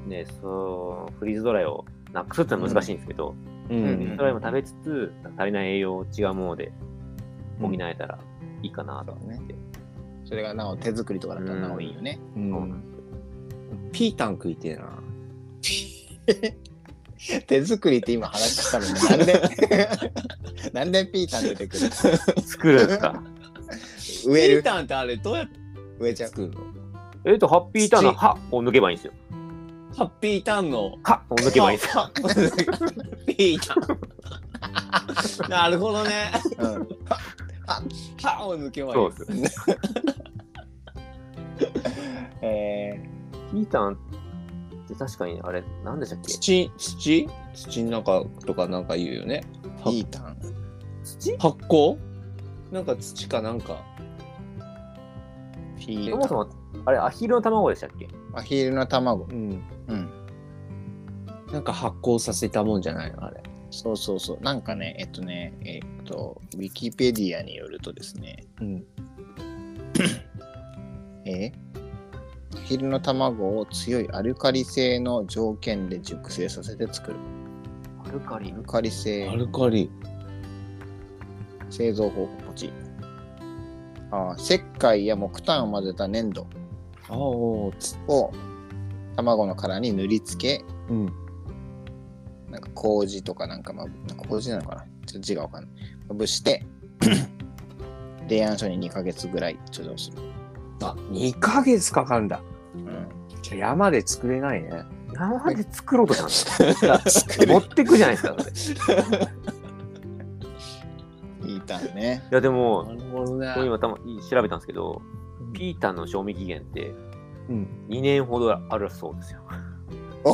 Speaker 2: ね、そう、フリーズドライをなくすってのは難しいんですけど、
Speaker 3: に。う
Speaker 2: フリーズ
Speaker 1: ん
Speaker 3: ん。
Speaker 2: ドライも食べつつ、足りない栄養を違うもので補えたらいいかなと思って。
Speaker 1: それがなお手作りとかだったらなおいいよね。
Speaker 3: うんピータン食いてえな。
Speaker 1: 手作りって今話したのに、なんで、 なんでピータン出てくる
Speaker 2: 作るんですか
Speaker 1: 植え
Speaker 3: ピー
Speaker 1: る
Speaker 3: タンってあれどうやって
Speaker 1: 植えちゃう。
Speaker 3: 作るの
Speaker 2: えっと、ハッピーターンの
Speaker 3: 土
Speaker 2: 歯を抜けばいいんですよ。
Speaker 3: ハッピーターンの。
Speaker 2: 歯を抜けばいいんですよ。
Speaker 3: ハッピーターン。なるほどね。
Speaker 1: うん
Speaker 3: 歯を抜けばいい。
Speaker 2: そうです。
Speaker 1: え
Speaker 2: ピータンって確かにあれ、なんでしたっけ
Speaker 3: 土、土土の中とかなんか言うよね。
Speaker 1: ー、ピータン。
Speaker 2: 土
Speaker 3: 発酵なんか土かなんか。
Speaker 1: ピー
Speaker 2: そも
Speaker 1: タン
Speaker 2: そも、あれ、アヒルの卵でしたっけ
Speaker 1: アヒルの卵。
Speaker 3: うん。
Speaker 1: うん。
Speaker 3: なんか発酵させたもんじゃないのあれ。
Speaker 1: そうそうそう。なんかね、えっとね、えっと、ウィキペディアによるとですね、
Speaker 3: うん。
Speaker 1: えアヒルの卵を強いアルカリ性の条件で熟成させて作る。
Speaker 2: アルカリ
Speaker 1: アルカリ性
Speaker 3: アルカリ。
Speaker 1: 製造方法ポチ。あー石灰や木炭を混ぜた粘土
Speaker 3: あおつ
Speaker 1: を卵の殻に塗りつけ
Speaker 3: うん。
Speaker 1: なんか麹とかなんかまあ麹なのかなちょっと字がわかんないまぶして 冷暗所に2ヶ月ぐらい貯蔵する、
Speaker 3: あ、2ヶ月かかるんだ。
Speaker 1: うん、
Speaker 3: じゃあ山で作れないね。
Speaker 2: 生で作ろうとした の 持ってくじゃないですか。 それい
Speaker 1: いいたんね
Speaker 2: や、でも、
Speaker 3: るほどね
Speaker 2: これ今たま調べたんですけど、ピータンの賞味期限って
Speaker 3: うん。
Speaker 2: 2年ほどあるそうですよ。
Speaker 1: お
Speaker 3: お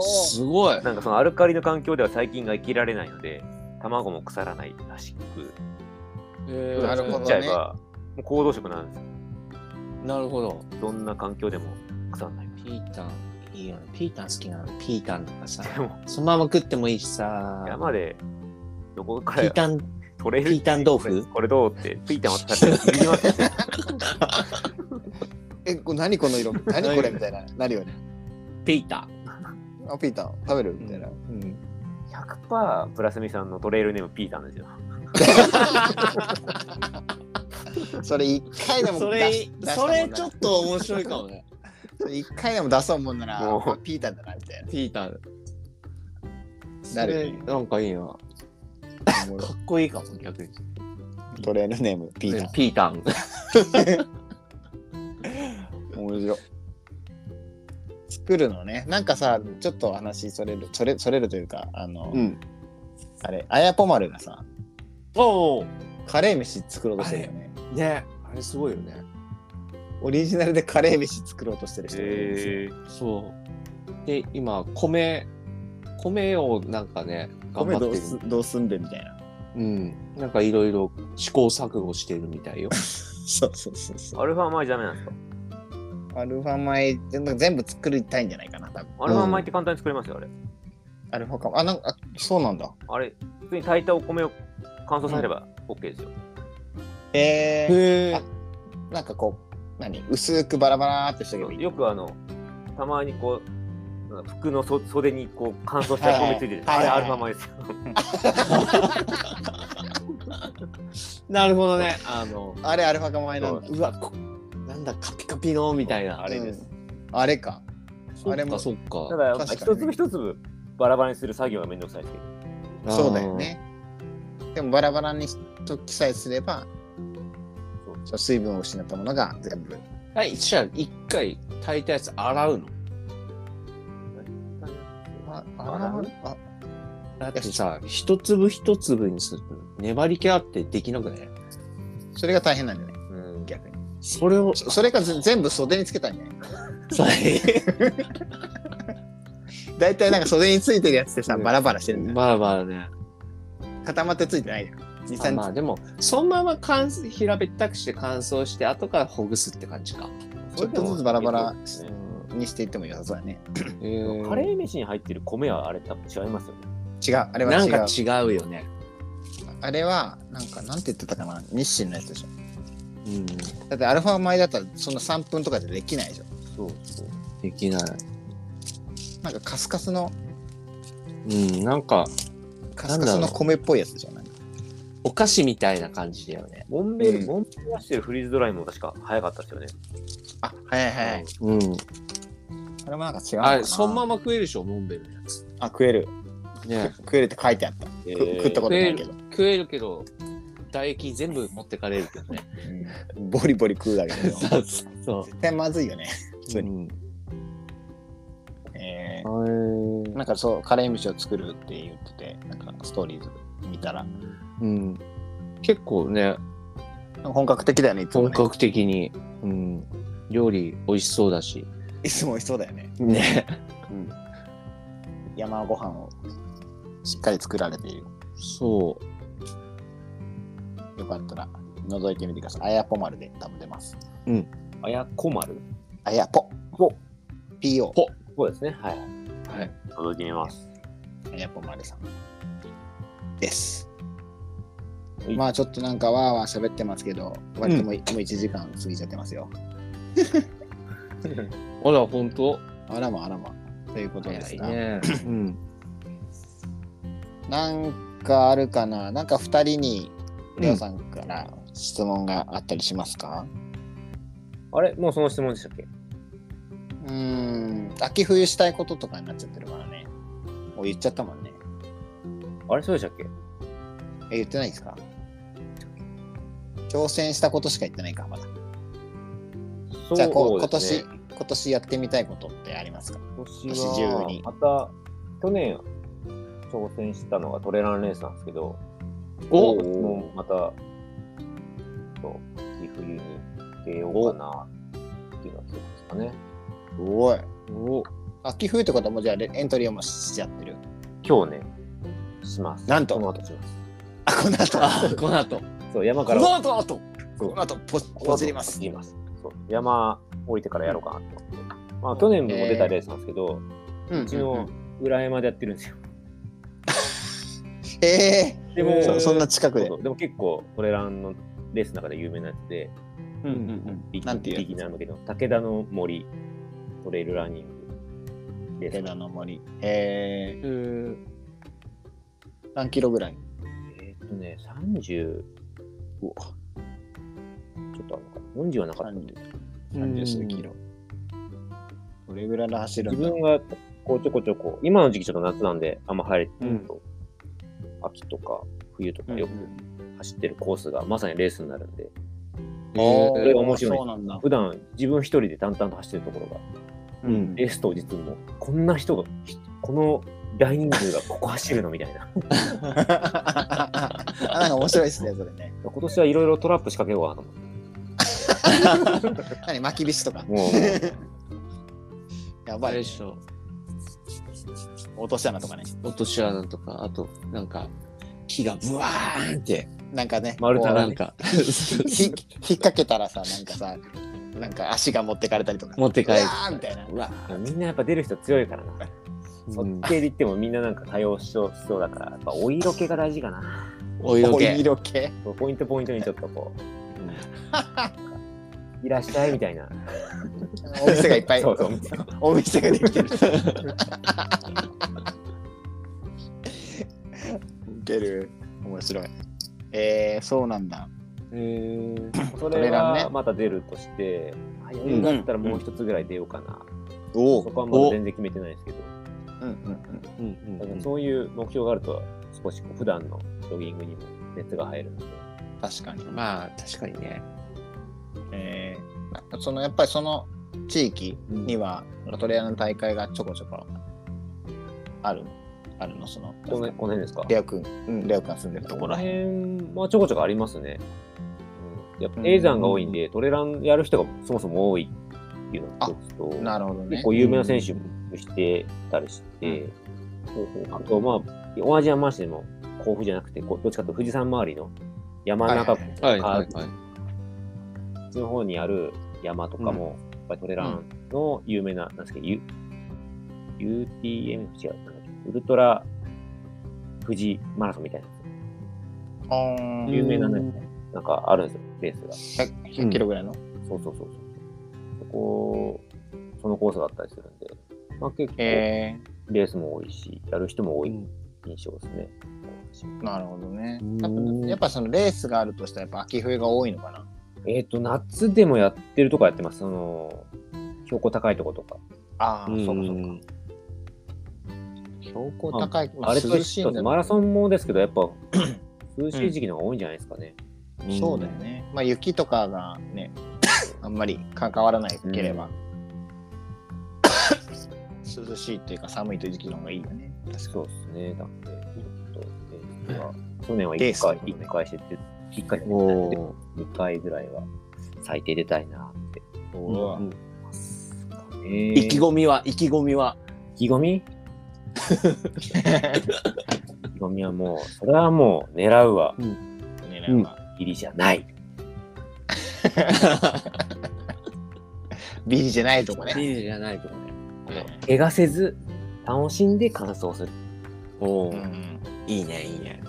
Speaker 1: お
Speaker 3: すごい。
Speaker 2: なんかそのアルカリの環境では細菌が生きられないので、卵も腐らないらしく、
Speaker 3: え
Speaker 1: なるほど
Speaker 2: 作
Speaker 1: ね
Speaker 2: っちゃえば、もう行動食なんですよ。
Speaker 3: なるほど。
Speaker 2: どんな環境でも腐らない。
Speaker 3: ピータン、いいよね。ピータン好きなの。ピータンとかさ。
Speaker 2: でも、
Speaker 3: そのまま食ってもいいしさ。
Speaker 2: 山でどこか
Speaker 3: ピー
Speaker 2: ら
Speaker 3: タン、
Speaker 2: 取れる
Speaker 3: ピータン豆腐
Speaker 2: これどうって、ピータンを食べて言いますよ。
Speaker 1: えこ何この 色何これみたいななるよね
Speaker 3: ピー
Speaker 1: あ
Speaker 3: タ
Speaker 1: ピーター食べるみたいな、
Speaker 3: ン。
Speaker 2: 100%プラスミさんのトレイルネームピータンですよ。
Speaker 1: それ一回でも
Speaker 3: そ
Speaker 1: 出
Speaker 3: れ
Speaker 1: し、出したも
Speaker 3: そ
Speaker 1: んなら
Speaker 3: れちょっと面白いかもね。
Speaker 1: それ一回でも出そうもんなら
Speaker 2: もう
Speaker 1: あピーターだなみたい
Speaker 3: ピータン。
Speaker 1: なるよね
Speaker 3: それなんかいいな。か
Speaker 1: なおもろ
Speaker 3: っこいいかも、逆に。
Speaker 1: トレールネームピータ
Speaker 3: ピータン。
Speaker 1: ー面白い作るのねなんかさちょっと話それるそれそれるというかあの、
Speaker 3: うん。
Speaker 1: あれあやぽまるがさ
Speaker 3: おお。
Speaker 1: カレー飯作ろうとしてるよね
Speaker 3: ねあれすごいよね。
Speaker 1: オリジナルでカレー飯作ろうとしてる人がいるんですよ、
Speaker 3: そう。で、今、米、米をなんかね、頑
Speaker 1: 米
Speaker 3: 張
Speaker 1: ど
Speaker 3: っ
Speaker 1: う
Speaker 3: て
Speaker 1: す
Speaker 3: る。
Speaker 1: どうすんべみたいな
Speaker 3: うん。なんかいろいろ試行錯誤してるみたいよ。
Speaker 1: そうそうそうそう
Speaker 2: アルファ米ダメなんですか
Speaker 1: アルファ米全部作りたいんじゃないかな多分
Speaker 2: アルファ米って簡単に作れますよ、あれ。
Speaker 1: アルファかあなんかあそうなんだ
Speaker 2: あれ、普通に炊いたお米を乾燥させれば OK ですよ。
Speaker 1: えー、
Speaker 3: へ
Speaker 1: あなんかこう何薄くバラバラーってしとけばいい
Speaker 2: よくあの、たまにこう、なんか服のそ袖にこう乾燥した米ついてる。
Speaker 1: はい
Speaker 2: あ
Speaker 1: は
Speaker 2: れア
Speaker 1: いはい
Speaker 2: ルファ米ですよ。
Speaker 3: なるほどね。あの、
Speaker 1: あれアルファ米なんだ
Speaker 3: うわ、こなんだ、カピカピのみたいな。
Speaker 2: あれです。
Speaker 1: うんあれか
Speaker 3: そ
Speaker 1: あれ
Speaker 3: っか、
Speaker 1: も
Speaker 3: そっ
Speaker 2: た
Speaker 3: か。
Speaker 2: だ、
Speaker 1: 確かに
Speaker 2: 一粒一粒バラバラにする作業がめんどくさいですけど。
Speaker 1: そうだよねでもバラバラにしと記載すればそう水分を失ったものが全部
Speaker 3: あー。はい、じゃあ、一回炊いたやつ洗うの。
Speaker 1: あ
Speaker 2: 洗う
Speaker 1: あ
Speaker 3: だってさ、一粒一粒にすると粘り気あってできなくね。
Speaker 1: それが大変なんじゃない
Speaker 2: うん
Speaker 1: 逆に
Speaker 3: それを、
Speaker 1: そそれかぜ全部袖につけたんじゃない
Speaker 3: さ
Speaker 1: 大体なんか袖についてるやつってさバラバラしてるんだよ
Speaker 3: まあまあね。
Speaker 1: 固まってついてないじゃん
Speaker 3: あ
Speaker 1: 23
Speaker 3: まあでも、そのまま乾燥平べったくして乾燥して、後からほぐすって感じか。
Speaker 1: ちょっとずつバラバラ
Speaker 2: そう
Speaker 1: にしていっても良さそうだね
Speaker 3: え
Speaker 2: でもカレー飯に入ってる米はあれ多分違いますよね。
Speaker 1: 違うあれは
Speaker 3: な
Speaker 1: 違
Speaker 3: ん
Speaker 1: う
Speaker 3: か違うよね。
Speaker 1: あれはなんかなんて言ってたかな日清のやつでしょ
Speaker 3: うん。
Speaker 1: だってアルファ米だったらそんな3分とかじゃできないでしょ
Speaker 2: そうそう。
Speaker 3: できない。
Speaker 1: なんかカスカスの
Speaker 3: うん、なんか、
Speaker 1: カスカスの米っぽいやつじゃない
Speaker 3: お菓子みたいな感じだよね。
Speaker 2: モンベル、
Speaker 1: うん
Speaker 2: モンベル出してるフリーズドライも確か早かったですよね。
Speaker 1: あはいはいはい
Speaker 3: うん。
Speaker 1: あれもなんか違うのかな
Speaker 3: あれ、そのまま食えるでしょ、モンベルのやつ。
Speaker 1: あ食える
Speaker 3: ね。
Speaker 1: 食えるって書いてあった、
Speaker 2: え
Speaker 1: く食ったことないけど、
Speaker 3: 食えるけど、唾液全部持ってかれるけどね。
Speaker 1: うんボリボリ食うだけ ど
Speaker 3: そうそうそ
Speaker 1: 絶対まずいよね普
Speaker 3: う。
Speaker 1: 通に、
Speaker 3: ん。
Speaker 1: え
Speaker 3: へ
Speaker 1: ーなんかそうカレー飯を作るって言っててなんかストーリーズ見たら
Speaker 3: うん。結構ね、
Speaker 1: 本格的だよねいつも
Speaker 3: 本
Speaker 1: ね
Speaker 3: 格的に、うん、料理美味しそうだし。
Speaker 1: いつも美味しそうだよね
Speaker 3: ね。
Speaker 1: 山ご飯をしっかり作られている
Speaker 3: そ
Speaker 1: よかったら覗いてみてくださいあやぽ丸で多分出ます
Speaker 2: あやこまる
Speaker 1: あやぽ
Speaker 2: ぽ
Speaker 1: PO
Speaker 3: ぽ
Speaker 2: そうですね。はい。
Speaker 3: う。はい。
Speaker 2: 覗いてみます。
Speaker 1: あやぽまるさんです
Speaker 2: はい
Speaker 1: まあちょっとなんかわーわー喋ってますけど割ともう,、もう1時間過ぎちゃってますよ
Speaker 3: あら、本当
Speaker 1: あらまあらまということですが、
Speaker 3: ね。うん。
Speaker 1: なんかあるかななんか2人にレオさんから質問があったりしますか
Speaker 2: あれもうその質問でしたっけ
Speaker 1: うーん秋冬したいこととかになっちゃってるからねもう言っちゃったもんね
Speaker 2: あれそうでしたっけ
Speaker 1: え言ってないですか挑戦したことしか言ってないかまだ
Speaker 2: そう
Speaker 1: じゃあこう今
Speaker 2: ですね
Speaker 1: 年今年やってみたいことってありますか
Speaker 2: 今年は
Speaker 1: 今年中に
Speaker 2: また去年挑戦したのがトレランレースなんですけど、
Speaker 3: お
Speaker 2: もうまたそう秋冬に出ようかなっていうのはそうですかね。
Speaker 1: すごい
Speaker 3: お
Speaker 1: 秋冬ってことはもうじゃあレエントリーをもうしちゃってる
Speaker 2: 今日ねします。
Speaker 1: なんと
Speaker 2: この後します。
Speaker 1: あこの後
Speaker 3: あこの後
Speaker 2: そう山
Speaker 3: こ
Speaker 2: から
Speaker 3: の後あと
Speaker 2: そう
Speaker 1: この後ポポチります
Speaker 2: ポチります。そう山降りてからやろうかなと思って。まあ去年も出たレースなんですけど、
Speaker 1: うん
Speaker 2: うちの裏山でやってるんですよ。
Speaker 1: ええ
Speaker 2: でも
Speaker 1: そそんな近くで
Speaker 2: そうそうでも結構トレランのレースの中で有名なやつで。
Speaker 1: うんうん
Speaker 2: ビ
Speaker 1: なんていうやつ
Speaker 2: ギナー向けの武田の森トレイルランニングです。
Speaker 1: 寺の森ええ
Speaker 3: えー
Speaker 1: 何キロぐらい
Speaker 2: えーっとね、30、ち
Speaker 1: う
Speaker 2: ょ
Speaker 1: わ
Speaker 2: っとあるのかな、40はなかったんで、
Speaker 1: 30数キロどれぐらいで走る
Speaker 2: 自
Speaker 1: んだろ
Speaker 2: 分がこうちょこちょこ、今の時期ちょっと夏なんで、あんま入れてないけど、秋とか冬とかよく走ってるコースがまさにレースになるんで、
Speaker 1: う
Speaker 3: え
Speaker 1: あ
Speaker 3: ー
Speaker 1: ー
Speaker 2: それが面白いです
Speaker 1: そうな んだ
Speaker 2: 普段自分一人で淡々と走ってるところが、
Speaker 1: うん
Speaker 2: レース当日も、こんな人が、ひこの大人数がここ走るのみたいな。
Speaker 1: あなんか面白いですね、そ れね。
Speaker 2: 今年はいろいろトラップ仕掛けようかなと思って。
Speaker 1: 何、まきびしと か。
Speaker 2: もう
Speaker 1: や
Speaker 3: あ
Speaker 1: ば
Speaker 3: れ
Speaker 1: い、
Speaker 3: で
Speaker 1: ね。
Speaker 3: しょ
Speaker 1: 落とし穴とかね。
Speaker 3: 落とし穴とかあとなんか木がブワーン って
Speaker 1: なんかね、
Speaker 2: 丸太
Speaker 1: こう
Speaker 3: なんか
Speaker 1: ひ引っ掛けたらさ、なんかさ、なんか足が持ってかれたりとか。
Speaker 3: 持って帰る
Speaker 1: うわーみたいな。
Speaker 3: うわ
Speaker 2: あみんなやっぱ出る人強いからな。そっちで言ってもみんななんか対応しそうしそうだから、やっぱお色気が大事かな。
Speaker 3: お色
Speaker 1: お
Speaker 3: 気
Speaker 1: 色気。
Speaker 2: ポイントポイントにちょっとこ う、いらっしゃいみたいな。
Speaker 1: お店がいっぱい。
Speaker 2: そうそう。
Speaker 1: お店ができてる。ウケる。面白い。えー、そうなんだ。
Speaker 3: え
Speaker 2: そ
Speaker 1: トレ
Speaker 2: れ
Speaker 1: ランね
Speaker 2: がまた出るとして、早いんだったらもう一つぐらい出ようかな。
Speaker 1: お
Speaker 2: そ
Speaker 1: お。
Speaker 2: こはまだ全然決めてないですけど、
Speaker 1: うんうん
Speaker 3: うんうん
Speaker 2: そういう目標があると、少しこう普段のジョギングにも熱が入るので。
Speaker 1: うん。確かに。
Speaker 3: まあ確かにね
Speaker 1: えー、そのやっぱりその地域には、トレアの大会がちょこちょこあるあるのその
Speaker 2: このこの辺ですか
Speaker 1: レオくん、うん、レオくんが住んでると
Speaker 2: こ
Speaker 1: こ
Speaker 2: こ
Speaker 1: ろ
Speaker 2: ら
Speaker 1: へん
Speaker 2: 辺、まあ、ちょこちょこありますね。うん、やっぱ、永山が多いんで、トレランやる人がそもそも多いっていうのが一つと、
Speaker 1: なるほどね
Speaker 2: 結構有名な選手もしてたりして、あと、まあ、同じ山梨でも甲府じゃなくて、こうどっちかというと富士山周りの山の中、
Speaker 1: はいはい
Speaker 3: はいはいはい
Speaker 2: こっちの方にある山とかも、やっぱりトレランの有名な、なんですか、U、UTM 違うなんだっけ、ウルトラ富士マラソンみたいな、
Speaker 1: あ
Speaker 2: 有名なね、なんかあるんですよ、レースが。
Speaker 1: 1 0 0キロぐらいの、
Speaker 2: そうそうそうそう。そこ、そのコースがあったりするんで、まあ、結構、レ
Speaker 1: え
Speaker 2: ースも多いし、やる人も多
Speaker 3: う
Speaker 2: い
Speaker 3: ん
Speaker 2: 印象ですね。
Speaker 1: ー、なるほどね
Speaker 3: うん
Speaker 1: やっぱやっぱそのレースがあるとしたらやっぱ秋冬が多いのかな
Speaker 2: えっ、と、夏でもやってるとこやってます。その、標高高いとことか。
Speaker 1: ああ、そうかそう
Speaker 3: うん
Speaker 1: か標高高い、ま
Speaker 2: あれと
Speaker 1: 涼
Speaker 2: 一
Speaker 1: しい
Speaker 2: 緒
Speaker 1: ん
Speaker 2: で
Speaker 1: だ
Speaker 2: すマラソ
Speaker 1: ン
Speaker 2: ンもですけど、やっ ぱ、涼しい時期の方が多いんじゃないですかね。
Speaker 1: そうだよね、まあ雪とかが ねあんまり関わらないければ、涼しいっていうか寒いという時期の方がいいよね
Speaker 2: そうですね。だって、ちょっとレースは、去年は
Speaker 1: レー
Speaker 2: 1
Speaker 1: ス
Speaker 2: 回、一回してて、1回、
Speaker 3: お
Speaker 2: 2
Speaker 3: ー
Speaker 2: 回ぐらいは最低出たいなって
Speaker 1: お
Speaker 3: うん
Speaker 2: 思いますかね。
Speaker 3: 意気込みは意気込みは
Speaker 2: 意気込み意気込みはもう、それはもう狙うは
Speaker 1: 狙いは
Speaker 2: 入りじゃない。
Speaker 1: ビリじゃないとこね。
Speaker 3: ビールじゃないとこね
Speaker 2: 怪我せず、楽しんで完走する。
Speaker 3: お
Speaker 1: う
Speaker 3: ー
Speaker 1: ん、
Speaker 3: いいねいいね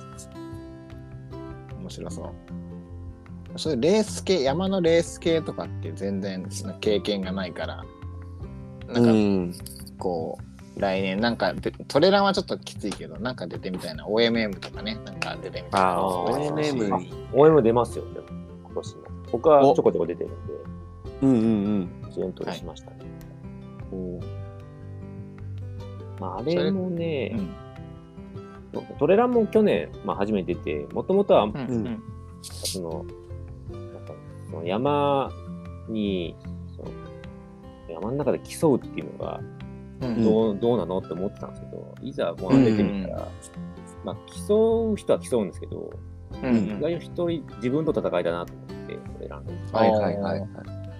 Speaker 1: 面白そう。そういうレース系、山のレース系とかって全然経験がないから、
Speaker 3: う
Speaker 1: なんか
Speaker 3: ん
Speaker 1: こう、来年なんかで、トレランはちょっときついけど、なんか出てみたいな、OMM とかね、なんか出てみたいな。
Speaker 2: あー
Speaker 1: そういうの
Speaker 3: OMM
Speaker 1: 欲しい
Speaker 2: 応援も出ますよ。でも今年も。僕はちょこちょこ出てるんで、
Speaker 3: うんうん
Speaker 2: 検討しましたね。
Speaker 3: うん。
Speaker 2: まあ、あれもね、
Speaker 1: うん
Speaker 2: トレランも去年、まあ、初めて出て、もともとは、
Speaker 1: うん
Speaker 3: うん
Speaker 1: うん
Speaker 2: その、なんかその山に、その山の中で競うっていうのが
Speaker 1: うん
Speaker 2: どう,、どうなのって思ってたんですけど、いざもう出てみたら、まあ、競う人は競うんですけど、
Speaker 1: う
Speaker 2: 意
Speaker 1: ん
Speaker 2: 外と一人自分と戦いだなと思って、トレランで
Speaker 3: はいはいはいはい。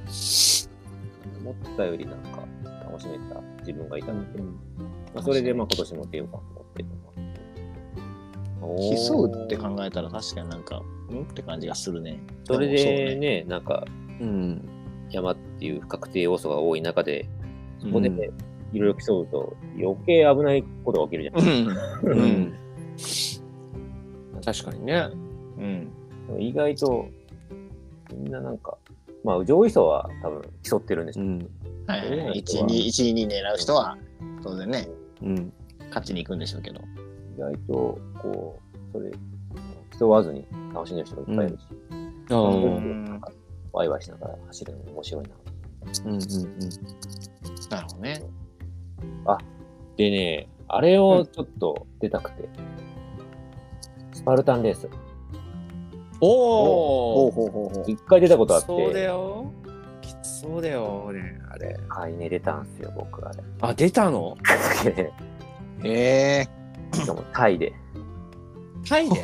Speaker 2: 思ったよりなんか楽しめた自分がいたので、
Speaker 3: うん
Speaker 2: まあ、それでまあ今年も出ようかと思ってるのが
Speaker 1: 競うって考えたら確かになんか、うんって感じがするね。
Speaker 2: それ
Speaker 1: そう
Speaker 2: で
Speaker 1: ね
Speaker 2: ね、なんか
Speaker 3: うん。
Speaker 2: 山っていう不確定要素が多い中で、そこで
Speaker 3: うん
Speaker 2: ね、いろいろ競うと余計危ないことが起きるじゃないで
Speaker 1: う
Speaker 3: う
Speaker 1: ん
Speaker 3: ん。確かにね。
Speaker 1: うん。
Speaker 2: すか。意外とみんななんか、まあ上位層は多分競ってるんでし
Speaker 3: う
Speaker 2: ょうけ
Speaker 3: ん。
Speaker 1: はいはいはい。1、2、1、2狙う人は、当然ね、
Speaker 3: うん。
Speaker 1: 勝ちに行くんでしょうけど。
Speaker 2: ど、意外とこう、それ、競わずに楽しんでる人がいっぱいいるし、
Speaker 3: ああ。う
Speaker 2: うん
Speaker 3: ん
Speaker 2: ワイワイしながら走るのも面白いな。
Speaker 3: うんうん。
Speaker 1: なるほどね。
Speaker 2: でね、あれをちょっと出たくて、スパルタンレース。
Speaker 1: ほう
Speaker 3: おお。
Speaker 1: ほうほうほう。
Speaker 2: 一回出たことあって、
Speaker 3: そうだよ。きつそうだよ、俺、あれ。
Speaker 2: 一回ね、出たんですよ、僕あれ。
Speaker 3: あ、出たの
Speaker 2: で
Speaker 1: ええ
Speaker 2: しかもタイで。
Speaker 3: タ イで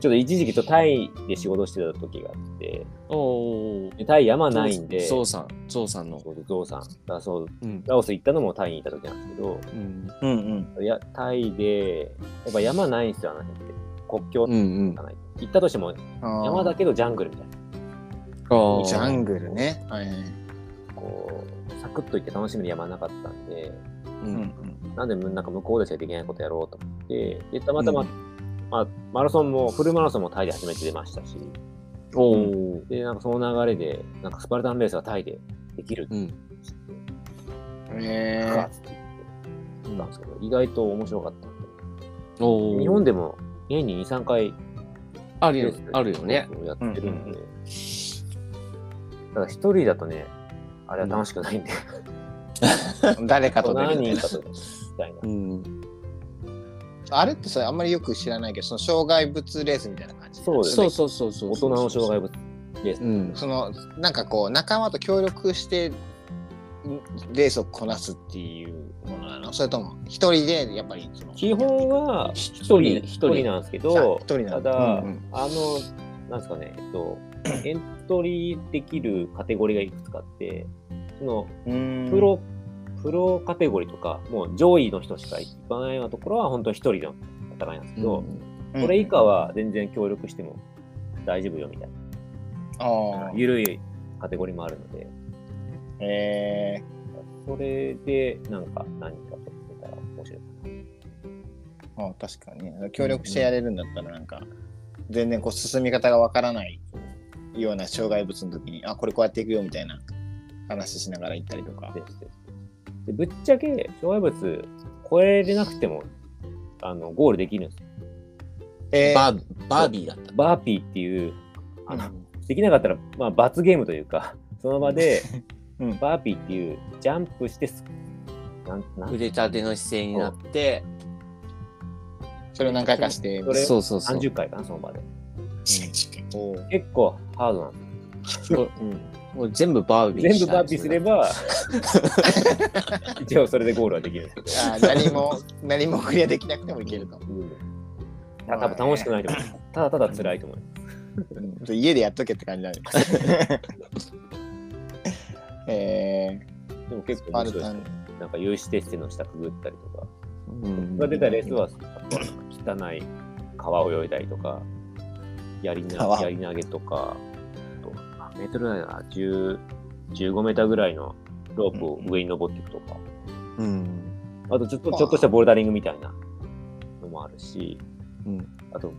Speaker 2: ちょっと一時期とタイで仕事してた時があって、
Speaker 3: おお。
Speaker 2: でタイ山ないんで、
Speaker 3: ゾウさん、ゾウさんの。
Speaker 2: そうゾウさんだそう、
Speaker 3: うん。
Speaker 2: ラオス行ったのもタイにいた時なんですけど、
Speaker 3: うん。
Speaker 1: うんうん。
Speaker 2: いやタイで、やっぱ山ないんですよ、あの辺って。国境
Speaker 3: うんうん
Speaker 2: が。ない。行ったとしても、山だけどジャングルみたいな。
Speaker 3: ああ
Speaker 1: ジャングルね。はいはい。
Speaker 2: こう、サクッと行って楽しめる山なかったんで、
Speaker 3: う
Speaker 1: うん
Speaker 3: ん。
Speaker 2: なんでなんか向こうでしかできないことやろうと思って、でたまたま、まあ、マラソンも、フルマラソンもタイで初めて出ましたし、
Speaker 3: おお。
Speaker 2: で、なんかその流れで、なんかスパルタンレースがタイでできるって
Speaker 3: う
Speaker 2: 言っ
Speaker 3: ん。
Speaker 2: て、
Speaker 1: うん。え
Speaker 2: か
Speaker 1: え
Speaker 2: って言ってたんですけど、意外と面白かったんで、
Speaker 3: おお。
Speaker 2: 日本
Speaker 3: で
Speaker 2: でも年に2、3回
Speaker 3: ある
Speaker 2: レ
Speaker 3: よ
Speaker 2: ース
Speaker 3: あるよね。
Speaker 2: やってるん
Speaker 1: うんうん
Speaker 2: で、ただ一人だとね、あれは楽しくないんで、
Speaker 1: 誰かと出る
Speaker 2: 何
Speaker 1: みたい
Speaker 2: 人
Speaker 1: な
Speaker 2: かとみたいな。
Speaker 3: うん。
Speaker 1: あれってさ、あんまりよく知らないけど、その障害物レースみたいな感じ。
Speaker 2: そうです
Speaker 3: そ
Speaker 2: ね
Speaker 3: う。そうそうそう。
Speaker 2: 大人の障害物レース
Speaker 3: う。ん。
Speaker 1: その、なんかこう、仲間と協力して、んレースをこなすっていうものなのそれとも、一人で、やっぱりいつも。
Speaker 2: 基本は一人
Speaker 3: 一人
Speaker 2: 一人なんですけ
Speaker 1: あ
Speaker 2: ど、
Speaker 1: 一人な
Speaker 2: た
Speaker 1: んだ
Speaker 2: だ、
Speaker 1: うんうん
Speaker 2: あの、なんですかね、えっと、 エントリーできるカテゴリーがいくつかあって、その、
Speaker 1: うん
Speaker 2: プロ、プロカテゴリーとか、もう上位の人しか行かないようなところは、本当に一人の戦いなんですけど、これ以下は全然協力しても大丈夫よみたい
Speaker 1: ああ
Speaker 2: な、緩いカテゴリーもあるので、
Speaker 1: ええ
Speaker 2: それで、なんか、何かとってたら面白いかな。
Speaker 1: あ確かにね協力してやれるんだったらなんか全然こう進み方がわからないような障害物の時にあこれこうやっていくよみたいな話しながら行ったりとか
Speaker 2: ですですでぶっちゃけ障害物超えれなくてもあのゴールできるんですよ
Speaker 1: えー、
Speaker 3: バーバービーだった。
Speaker 2: バーピーっていうあの
Speaker 3: う
Speaker 2: できなかったら、まあ、罰ゲームという かその場で、
Speaker 1: うん
Speaker 2: バーピーっていうジャンプしてすなんなんん
Speaker 3: 腕立ての姿勢になって、
Speaker 1: それを何回かして
Speaker 2: それ
Speaker 3: そうそうそう。
Speaker 2: 30回かなその場で
Speaker 1: おー
Speaker 2: 結構ハードなんで
Speaker 3: もうもう全部バービー
Speaker 2: す全部バーピーすれば一応それでゴールはできるんですけど
Speaker 1: あー何も何もクリアできなくてもいけると、
Speaker 2: ただ多分楽しくないと思いますただただ辛いと思います
Speaker 1: うん家でやっとけって感じなんですえ
Speaker 2: でも結
Speaker 1: ー、
Speaker 2: 構
Speaker 1: パ
Speaker 2: 面
Speaker 1: ル
Speaker 2: 白いです
Speaker 1: タン
Speaker 2: なんか有刺鉄線の下くぐったりとか
Speaker 3: うん
Speaker 2: が出たレースは、汚い川を泳いだりとか、やりな
Speaker 1: 川
Speaker 2: やり投げとか、あと何メートルぐらいだな、10 15メーターぐらいのロープを上に登っていくとか、
Speaker 3: うん。
Speaker 2: あとちょっとちょっとしたボルダリングみたいなのもあるし、
Speaker 3: うん
Speaker 2: あと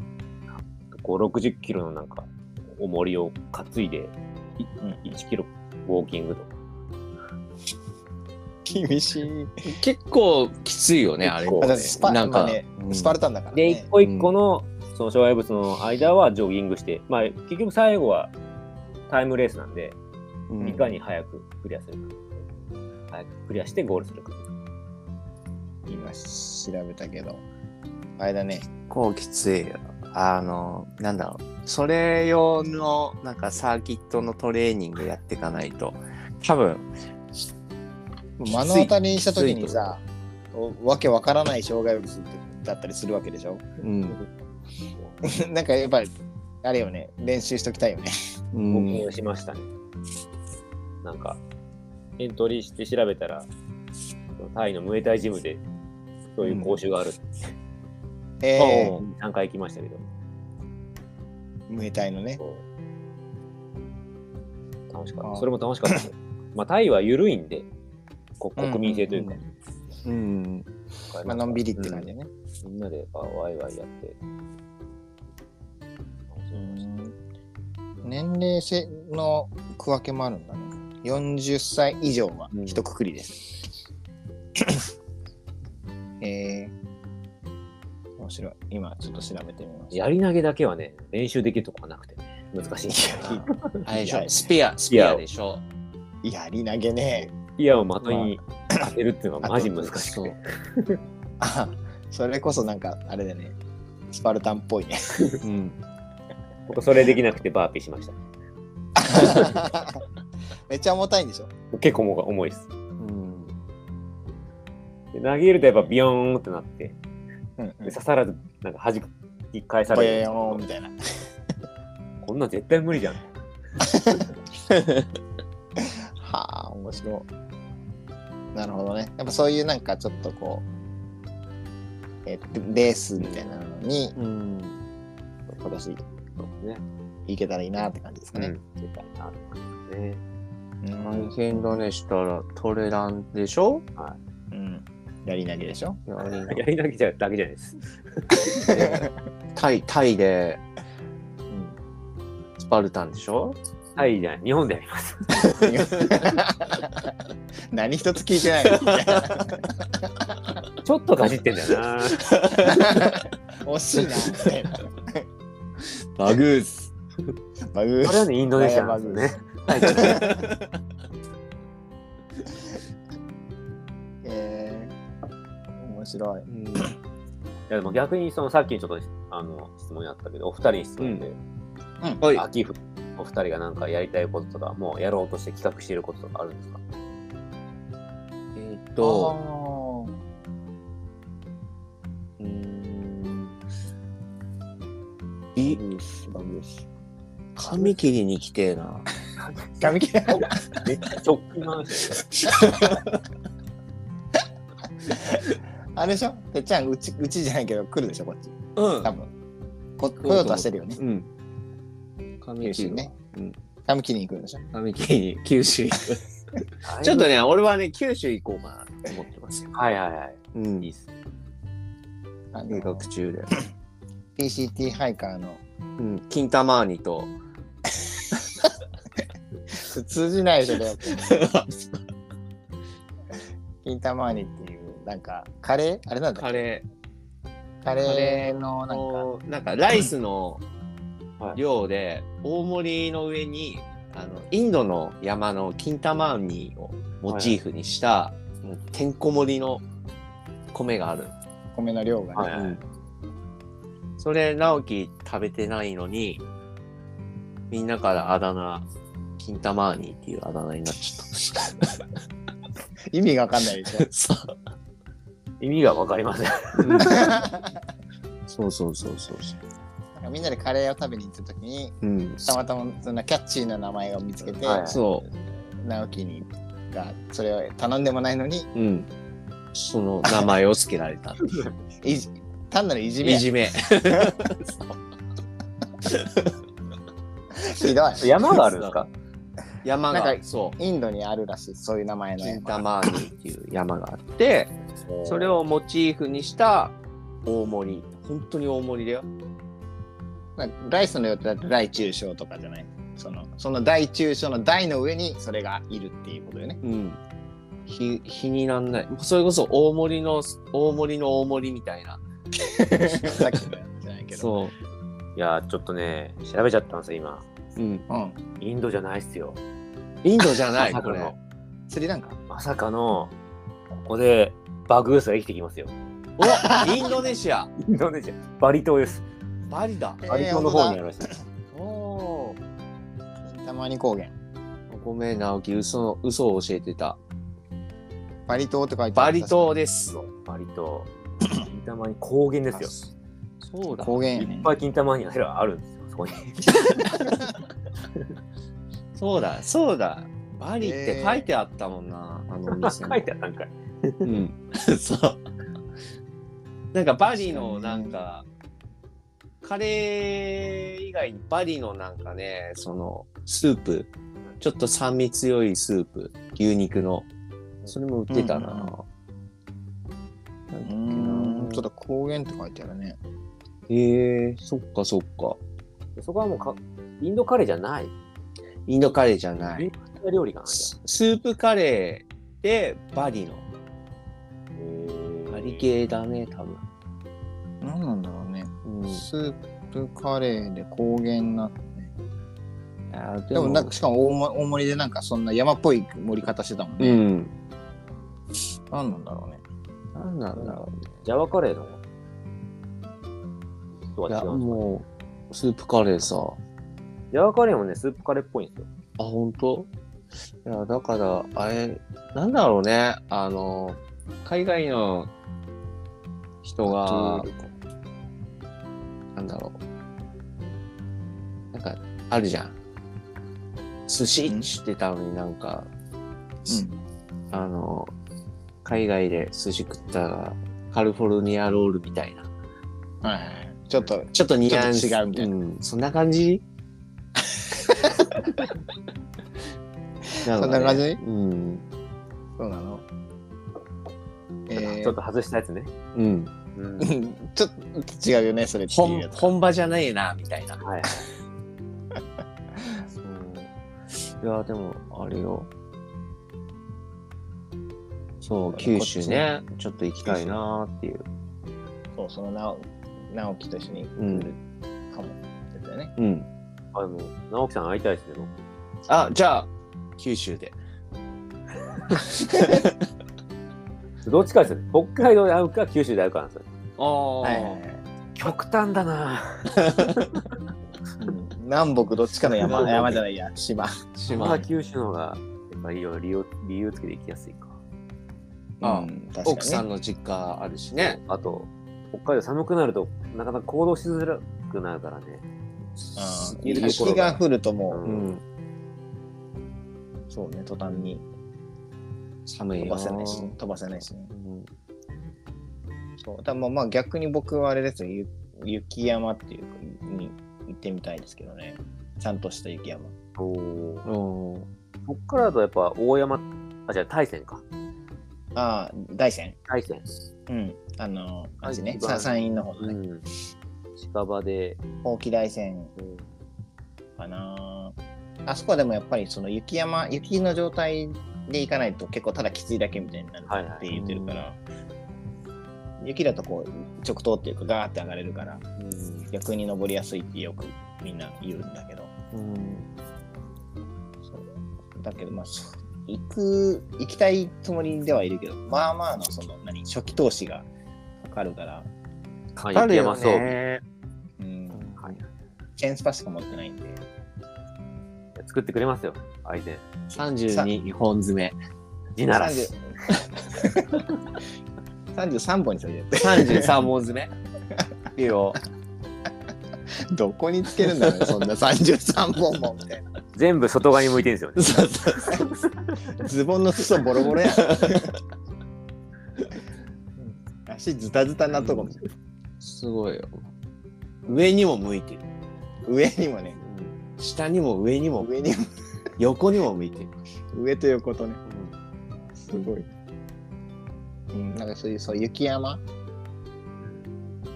Speaker 2: 5、60キロのなんか重りを担いで、い1キロウォーキングとか、
Speaker 1: 厳しい
Speaker 3: 結構きついよね、あれ。
Speaker 2: 結構
Speaker 1: あだってスパ
Speaker 3: な
Speaker 1: なんん
Speaker 3: か
Speaker 1: か、まあね
Speaker 3: うん
Speaker 1: スパルタンだから、
Speaker 2: で、
Speaker 1: ね
Speaker 2: 一個一個のその障害物の間はジョギングして、まあ、結局最後はタイムレースなんで、
Speaker 3: うん
Speaker 2: いかに早くクリアするか。早くクリアしてゴールするか。
Speaker 1: 今調べたけどあれだね
Speaker 3: こうきついよ。あの、なんだろう。それ用の、なんかサーキットのトレーニングやっていかないと。多分、
Speaker 1: 目の当たりにした時にさおわけわからない障害物だったりするわけでしょ
Speaker 3: うん。
Speaker 1: なんかやっぱりあれよね練習しときたいよね
Speaker 3: う
Speaker 2: 僕
Speaker 3: ん
Speaker 2: もしましたね。なんか、エントリーして調べたら、タイのムエタイジムで、そういう講習がある。
Speaker 1: ええ
Speaker 2: う3回行きましたけど、
Speaker 1: ムエタイのね
Speaker 2: そう楽しかっ
Speaker 1: あ
Speaker 2: た。
Speaker 1: ー
Speaker 2: それも楽しかったです。まあ、タイは緩いんで、こ国民性というか、
Speaker 3: うん。
Speaker 1: まあのんびりって感じ
Speaker 2: うん
Speaker 1: だね、
Speaker 2: みんなでわワイワイやって。
Speaker 1: 年齢性の区分けもあるんだね40歳以上は
Speaker 2: うん
Speaker 1: 一括りです、えー、面白い今ちょっと調べてみました
Speaker 2: やり投げだけはね、練習できるとこがなくてね、難しいんですよ。
Speaker 3: あれでし
Speaker 1: い
Speaker 3: ょ
Speaker 1: や
Speaker 3: スペア、スペアでしょ
Speaker 1: やり投げね
Speaker 2: ピアを的に当てるっていうのはマジ難しく
Speaker 3: そう
Speaker 2: て。。
Speaker 1: あ それこそなんかあれだねスパルタンっぽ いね
Speaker 3: うん。
Speaker 2: 僕それできなくてバーピーしました。
Speaker 1: めっちゃ重たいんでしょ
Speaker 2: 結構もう重いです。
Speaker 3: うん。
Speaker 2: で投げるとやっぱビヨーンってなって、
Speaker 1: うん
Speaker 2: で刺さらず、なんか弾き返さ
Speaker 1: ぽ
Speaker 2: れ
Speaker 1: よ
Speaker 2: る。
Speaker 1: よんみたいな
Speaker 2: こんなん絶対無理じゃん。
Speaker 1: はあ面白いなるほどねやっぱそういうなんかちょっとこうえーレースみたいなのに
Speaker 3: うん。
Speaker 1: 今年
Speaker 2: そうですね。
Speaker 1: 行けたらいいなって感じですかね、
Speaker 2: うん。絶対なるほどね。
Speaker 1: うん
Speaker 3: 大変だねしたら、トレランでしょ
Speaker 1: うん、やり投げでしょ
Speaker 3: やりな
Speaker 2: やり投げじゃだけじゃないです。
Speaker 3: タイ、タイで、うんスパルタンでしょ
Speaker 2: はい、じゃあ日本でやります。
Speaker 1: 何一つ聞いてないのみたいな
Speaker 2: ちょっとかじってんだよな。
Speaker 1: 惜しいなみたいな
Speaker 3: バグーズ。
Speaker 1: バグ
Speaker 2: それはね、インドネシアなんですよね。
Speaker 1: えー、面白い
Speaker 2: いやでも逆にそのさっきちょっとあの質問にあったけど、お二人に質問で、
Speaker 3: はい。
Speaker 2: 秋冬お二人がなんかやりたいこととか、もうやろうとして企画していることとかあるんですか
Speaker 3: えーっと、
Speaker 1: と
Speaker 3: うーん。ビ髪切りに来てえな。
Speaker 1: 髪切ら
Speaker 2: めっちゃ直近の話ですよ
Speaker 1: あれでしょてっちゃんうちうちじゃないけど来るでしょこっち
Speaker 3: う
Speaker 1: 多分こ来ようとはしてるよね
Speaker 3: うん。髪切
Speaker 1: 九
Speaker 3: り
Speaker 1: 州ね
Speaker 3: ね。うん。
Speaker 1: 髪切りに行くんでしょ
Speaker 3: 髪切りに九州行く。
Speaker 2: あれ
Speaker 3: ちょっとね、俺はね、九州行こうかなと思ってますよ。
Speaker 2: はいはいはい。
Speaker 3: う
Speaker 2: いい
Speaker 3: ん。
Speaker 2: っす。
Speaker 1: あ
Speaker 3: 計画
Speaker 1: の
Speaker 3: 中で。
Speaker 1: PCT ハイカーの
Speaker 3: うん。金玉アーニと。
Speaker 1: 通じないでしょレ オ君キンタマーニっていうなんかカレーあれなんだっ
Speaker 3: カレー。
Speaker 1: けカレーのなんか
Speaker 3: こうなんかライスの
Speaker 2: はい
Speaker 3: 量で大盛りの上にあのインドの山の金玉ニをモチーフにした、もうてんこ盛りの米がある、
Speaker 1: 米の量がね、
Speaker 2: はいはい
Speaker 3: うんそれ直樹食べてないのにみんなからあだ名金玉ニっていうあだ名になっちゃっ
Speaker 1: 意味がわかんないでしょ
Speaker 3: た そう
Speaker 2: 意味がわかりません。
Speaker 3: そうそうそうそうそう
Speaker 1: なんかみんなでカレーを食べに行った時に
Speaker 3: うん
Speaker 1: たまたまそんなキャッチーな名前を見つけて、
Speaker 2: はい
Speaker 3: そ
Speaker 1: 直樹にがそれを頼んでもないのに
Speaker 3: ううんその名前を付けられた っていう
Speaker 1: いじ単なるいじめ
Speaker 3: い
Speaker 1: や
Speaker 3: じめ
Speaker 1: ひどい
Speaker 2: 山があるんですか
Speaker 3: 山
Speaker 1: な
Speaker 3: が
Speaker 1: んか
Speaker 3: そう
Speaker 1: インドにあるらしいそういう名前の
Speaker 3: 金
Speaker 1: 山
Speaker 3: 玉アーニっていう山があってそれをモチーフにした大盛り本当に大盛りだよ
Speaker 1: なんかライスの量ってだって大中小とかじゃないそのその大中小の大の上にそれがいるっていうこと よね
Speaker 3: うん日日になんないそれこそ大盛りの大盛りの大盛りみたいな
Speaker 1: さっきのやつじゃないけど
Speaker 3: そう
Speaker 2: いやー、ちょっとね、調べちゃったんですよ、今。
Speaker 3: うん。
Speaker 1: うん。
Speaker 2: インドじゃないっすよ。
Speaker 3: インドじゃな
Speaker 2: ま
Speaker 3: い、
Speaker 2: さ
Speaker 3: こ
Speaker 2: か
Speaker 3: れ
Speaker 2: の。、
Speaker 1: スリランカ
Speaker 2: まさかの、ここでバグースが生きてきますよ。
Speaker 3: おインドネシア。
Speaker 2: インドネシア、バリ島です。
Speaker 3: バリだ。
Speaker 2: バリ島の方にありました。
Speaker 3: おー
Speaker 1: たまに高原。
Speaker 3: ごめん、直樹、嘘、嘘を教えてた。
Speaker 1: バリ島って書いてあ
Speaker 3: バ
Speaker 1: る
Speaker 3: リ島です。
Speaker 2: バリ島。金玉に高原ですよ。
Speaker 3: そうだ。
Speaker 1: 高原や
Speaker 2: い
Speaker 1: ね
Speaker 2: っぱい金玉にあるあるんですよ、そこに。
Speaker 3: そうだ、そうだ。バリって書いてあったもんな、あのお 店 に
Speaker 2: 書いてあったんかい。
Speaker 3: うん。 そう。なんかバリのなんか、カレー以外にバリのなんかね、そのスープ、ちょっと酸味強いスープ、牛肉の、それも売ってたな。
Speaker 1: うーん、ちょっと高原って書いてあるね。
Speaker 3: へえ、そっかそっか。
Speaker 2: そこはもうか、インドカレーじゃない。
Speaker 3: インドカレーじゃない。
Speaker 2: 料理かな、じ
Speaker 3: ススープカレーでバリの。
Speaker 2: ゃあ。へー
Speaker 3: バリ系だね、多分。
Speaker 1: 何なんだろうね。
Speaker 3: うん。
Speaker 1: スープカレーで高原な。
Speaker 3: あー
Speaker 1: でもなんか、しかも大盛大盛りでなんかそんな山っぽい盛り方してたもん
Speaker 3: う
Speaker 1: ね。
Speaker 3: ん。
Speaker 1: 何なんだろうね。
Speaker 3: なんなんだろ
Speaker 2: ジャワカレーのと
Speaker 3: う。
Speaker 2: は
Speaker 3: いや、
Speaker 2: 違うんですか
Speaker 3: もう、スープカレーさ。
Speaker 2: ジャワカレーもね、スープカレーっぽいんですよ。
Speaker 3: あ、本当いや、だから、あれ、なんだろうね。あの、海外の人が、なんだろう。なんか、あるじゃん。寿司って言ってたのになんか、あの、海外で寿司食ったら、カリフォルニアロールみたいな。
Speaker 1: うん。はいはいはい。ちょっと、
Speaker 3: ちょっとニュアンス
Speaker 1: ちょっと違うみたいな
Speaker 3: うん、そんな感 じ
Speaker 1: そんな感じ
Speaker 3: うん。
Speaker 1: そうなの。え
Speaker 2: ちょっ
Speaker 1: ー
Speaker 2: と外したやつね。
Speaker 3: うん。
Speaker 2: うん
Speaker 1: うんちょっと違うよね、それっていう
Speaker 3: 本
Speaker 1: やつ。
Speaker 3: 本場じゃないなみたいな。
Speaker 2: はい。
Speaker 3: そういやでもあれよ。そう九州ねちょっと行きたいなーっていう。
Speaker 1: そう、その直直樹と一緒に
Speaker 3: う
Speaker 1: 来る
Speaker 3: ん
Speaker 1: かも。ですよね。
Speaker 3: うん。
Speaker 2: あの、直樹さん会いたいですけど、
Speaker 3: あじゃあ九州で。
Speaker 2: どっちかですよね。北海道で会うか、九州で会うかなんですよ。
Speaker 3: ああ、
Speaker 1: はいはいはい。
Speaker 2: 極端だな
Speaker 1: うん南北どっちかの山、
Speaker 2: 南北
Speaker 1: 山じゃないや、島。
Speaker 2: ま
Speaker 3: 島
Speaker 2: あ九州の方が、やっぱりいろいろ理由理由つけて行きやすいか。
Speaker 3: あ
Speaker 1: うん確かにね
Speaker 3: 奥さんの実家あるしね。
Speaker 2: あと、北海道寒くなると、なかなか行動しづらくなるからね。
Speaker 1: うん
Speaker 3: いるとこ
Speaker 1: 雪
Speaker 3: ろが
Speaker 1: が降るとも
Speaker 3: う
Speaker 2: うん
Speaker 3: ん
Speaker 1: う、そうね、途端に
Speaker 3: 寒い
Speaker 1: 飛
Speaker 3: よ
Speaker 1: ばせないし、飛ばせないしね。
Speaker 3: うん
Speaker 1: そう。だからまあまあ逆に僕はあれですよ、ゆ雪山っていうかに行ってみたいですけどね。ちゃんとした雪山。
Speaker 2: おー
Speaker 3: おー
Speaker 2: こっからだとやっぱ大山、あ、じゃあ大山か。
Speaker 1: ああ、大山。
Speaker 2: 大山。
Speaker 1: うん。あの、あっち
Speaker 2: は
Speaker 1: ね
Speaker 2: い、
Speaker 1: さ山陰の方のね。
Speaker 2: ん。近場で、
Speaker 1: ほうき大山
Speaker 2: うん
Speaker 1: かな。あそこはでもやっぱりその雪山、雪の状態で行かないと結構ただきついだけみたいになる
Speaker 2: はいは
Speaker 1: って
Speaker 2: い。
Speaker 1: 言ってるから、雪だとこう直通っていうかガーって上がれるから逆に登りやすいってよくみんな言うんだけど
Speaker 3: うん
Speaker 1: そうだけどまあそう行く行きたいつもりではいるけどまあまあのその何初期投資がかかるから、
Speaker 2: か
Speaker 3: あるよ
Speaker 2: 山そう。
Speaker 3: ね。
Speaker 1: うん、
Speaker 2: はいはい
Speaker 1: チェーンスパしか持ってないんで
Speaker 2: 作ってくれますよ、相手。
Speaker 3: 三十二日本詰め。
Speaker 2: 地ならし。
Speaker 1: 30 33本にそれて
Speaker 3: 三十三本詰め。いいよ。
Speaker 1: どこにつけるんだろうねそんな33本もみたいな
Speaker 2: 全部外側に向いてるんですよね。
Speaker 3: そうそう
Speaker 1: ズボンの裾ボロボロや足ズタズタになっとこも
Speaker 3: すごいよ。上にも向いてる。
Speaker 1: 上にもね
Speaker 3: 下にも上にも
Speaker 1: 上にも
Speaker 3: 横にも向いてる。
Speaker 1: 上と横とねすごい、うん、なんかそういうそう雪山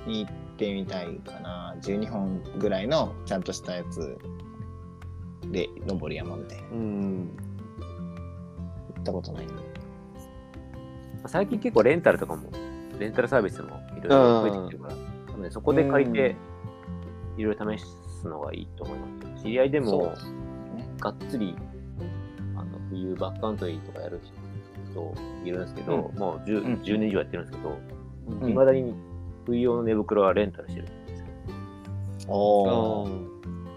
Speaker 1: に行ってみたいかな12本ぐらいのちゃんとしたやつで登り山みたいな
Speaker 3: うん。
Speaker 1: 行ったことないんで
Speaker 2: 最近結構レンタルとかも、レンタルサービスもいろいろ増えてきてるから、多分ねそこで借りて、いろいろ試すのがいいと思います。知り合いでも、がっつり、あの、冬バックカントリーとかやる人いるんですけど、もう 10,、
Speaker 1: うん
Speaker 2: 10年以上やってるんですけど、
Speaker 1: う
Speaker 2: い
Speaker 1: ん
Speaker 2: まだに冬用の寝袋はレンタルしてる。
Speaker 1: おー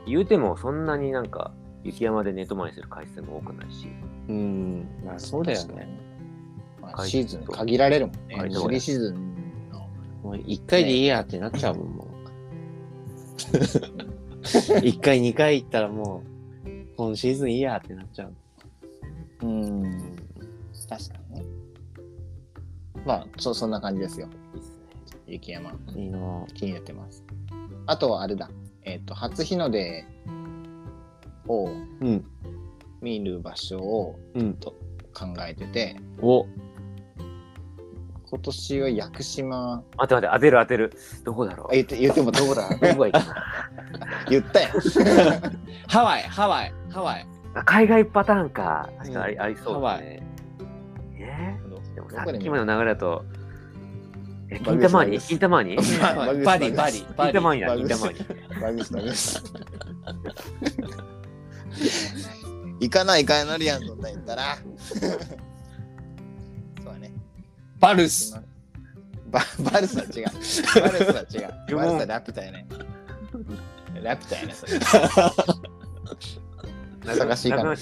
Speaker 2: 言うても、そんなになんか、雪山で寝泊まりする回数も多くないし、
Speaker 3: うん。まあそうだよね。
Speaker 1: まあ
Speaker 2: はい
Speaker 1: シーズン限られるもん
Speaker 2: はい
Speaker 1: ね。スリーシーズンの。
Speaker 3: もう一回でいいやってなっちゃうも ん、もう。一回、二回行ったらもう、今シーズンいいやってなっちゃう。
Speaker 1: うん、確かにね。まあ、そ、そんな感じですよ。
Speaker 2: いいっすね。
Speaker 1: 雪山、
Speaker 3: いいの。
Speaker 1: 気になってます。あとはあれだ。えっ、と、初日の出を
Speaker 3: うん。
Speaker 1: 見る場所を
Speaker 3: うん。
Speaker 1: 考えてて、
Speaker 3: お、
Speaker 1: 今年は屋久島、
Speaker 2: 待って待って、当てる当てる。どこだろ
Speaker 1: あ
Speaker 2: う
Speaker 1: 言って、言ってもどうだ
Speaker 2: どこがいいかな
Speaker 1: 言ったよ。
Speaker 3: ハワイ、ハワイ、ハワイ。
Speaker 2: あ海外パターンか。確かにあり,、ありそう
Speaker 3: ハ
Speaker 2: だ
Speaker 3: ワイ
Speaker 2: ね。えー、でもさ
Speaker 1: どこで
Speaker 2: っ
Speaker 1: 見
Speaker 2: き
Speaker 1: る
Speaker 2: までの流れだと、え、
Speaker 1: バ
Speaker 2: 金
Speaker 1: グです
Speaker 2: 玉
Speaker 1: バグ
Speaker 2: に
Speaker 1: です
Speaker 2: 金玉に金
Speaker 1: バグ
Speaker 3: バリ、バリ、バリ。
Speaker 2: 玉にや、
Speaker 1: バグ
Speaker 2: 金玉に。
Speaker 1: バグした、バグした。行かない、行かないやん、そんなん言ったら。そうだね。
Speaker 3: バルス。
Speaker 1: ババルスは違う。バルスは違う。バルスはラピュタやね。ラピュタやね、それ。探していかない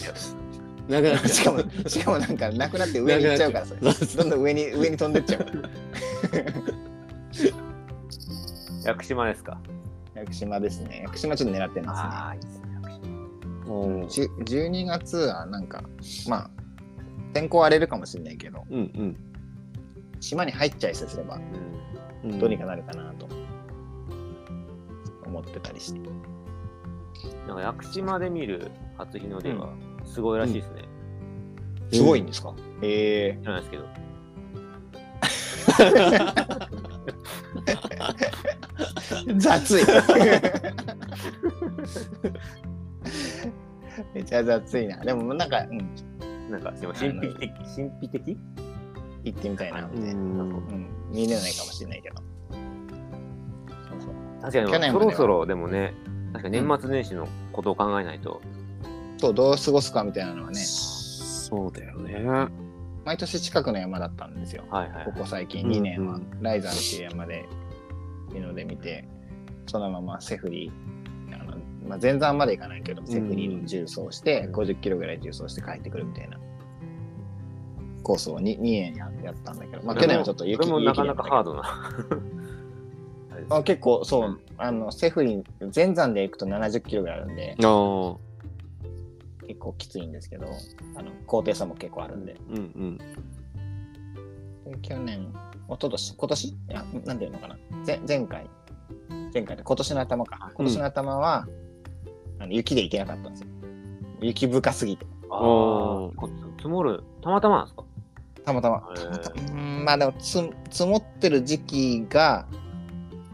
Speaker 2: なくなっちゃう
Speaker 3: なくな っ
Speaker 1: し
Speaker 3: ち
Speaker 1: か
Speaker 3: ゃう。
Speaker 1: も、しかもなんか、なくなって上に行っちゃうから、それ。どんどん上に、上に飛んでっちゃう。
Speaker 2: 屋久島ですか。
Speaker 1: 屋久島ですね。屋久島ちょっと狙ってま
Speaker 2: あ、いいですね。屋久島
Speaker 3: うん
Speaker 1: すね。じゅ12月はなんか、まあ、天候荒れるかもしれないけど、
Speaker 3: うん、
Speaker 1: 島に入っちゃいさえすれば、
Speaker 3: うん。
Speaker 1: どうにかなるかなと思ってたりして。
Speaker 2: なんか屋久島で見る初日の出はすごいらしいですね。
Speaker 1: すごいんですかええ
Speaker 2: 知らないですけど。
Speaker 1: 雑いめちゃ雑いな。でもなんか、うん、
Speaker 2: なんか、でも神秘的、神秘的
Speaker 1: 行ってみたいな。
Speaker 3: う。
Speaker 1: うんん、見れないかもしれないけど。そうそう
Speaker 2: 確かに、
Speaker 1: 去年
Speaker 2: そ
Speaker 1: までは
Speaker 2: ろそろでもね、確か年末年始のことを考えないと、
Speaker 1: そうどう過ごすかみたいなのはね、
Speaker 3: そうだよね。
Speaker 1: 毎年近くの山だったんですよ。
Speaker 2: はいはい
Speaker 1: こ。こ最近
Speaker 3: うん
Speaker 1: 2年は、
Speaker 3: うん
Speaker 1: ライザンっていう山で日の出見てそのままセフリーあの、まあ、前山まで行かないけど、セフリーの重走して50キロぐらい重走して帰ってくるみたいなコースを 2, 2年ややったんだけど、まあ、去年はちょっと雪
Speaker 2: これもなかなか
Speaker 1: 雪でや
Speaker 2: ハ
Speaker 1: っ
Speaker 2: ードな。あれです
Speaker 1: たけどあ結構そうあのセフリー前山で行くと70キロぐらいあるんで
Speaker 3: ああ。
Speaker 1: 結構きついんですけどあの高低差も結構あるんで
Speaker 3: うんうん。
Speaker 1: で去年、おととし、今年いや、なんていうのかな。ぜ前回、前回で今年の頭か。今年の頭は、あの雪で行けなかったんですよ。雪深すぎて。
Speaker 2: ああ
Speaker 3: おー
Speaker 2: こ積もる、たまたまなんですか
Speaker 1: たまたま。
Speaker 2: へー
Speaker 1: たまたまうーんまあでもつ、積もってる時期が、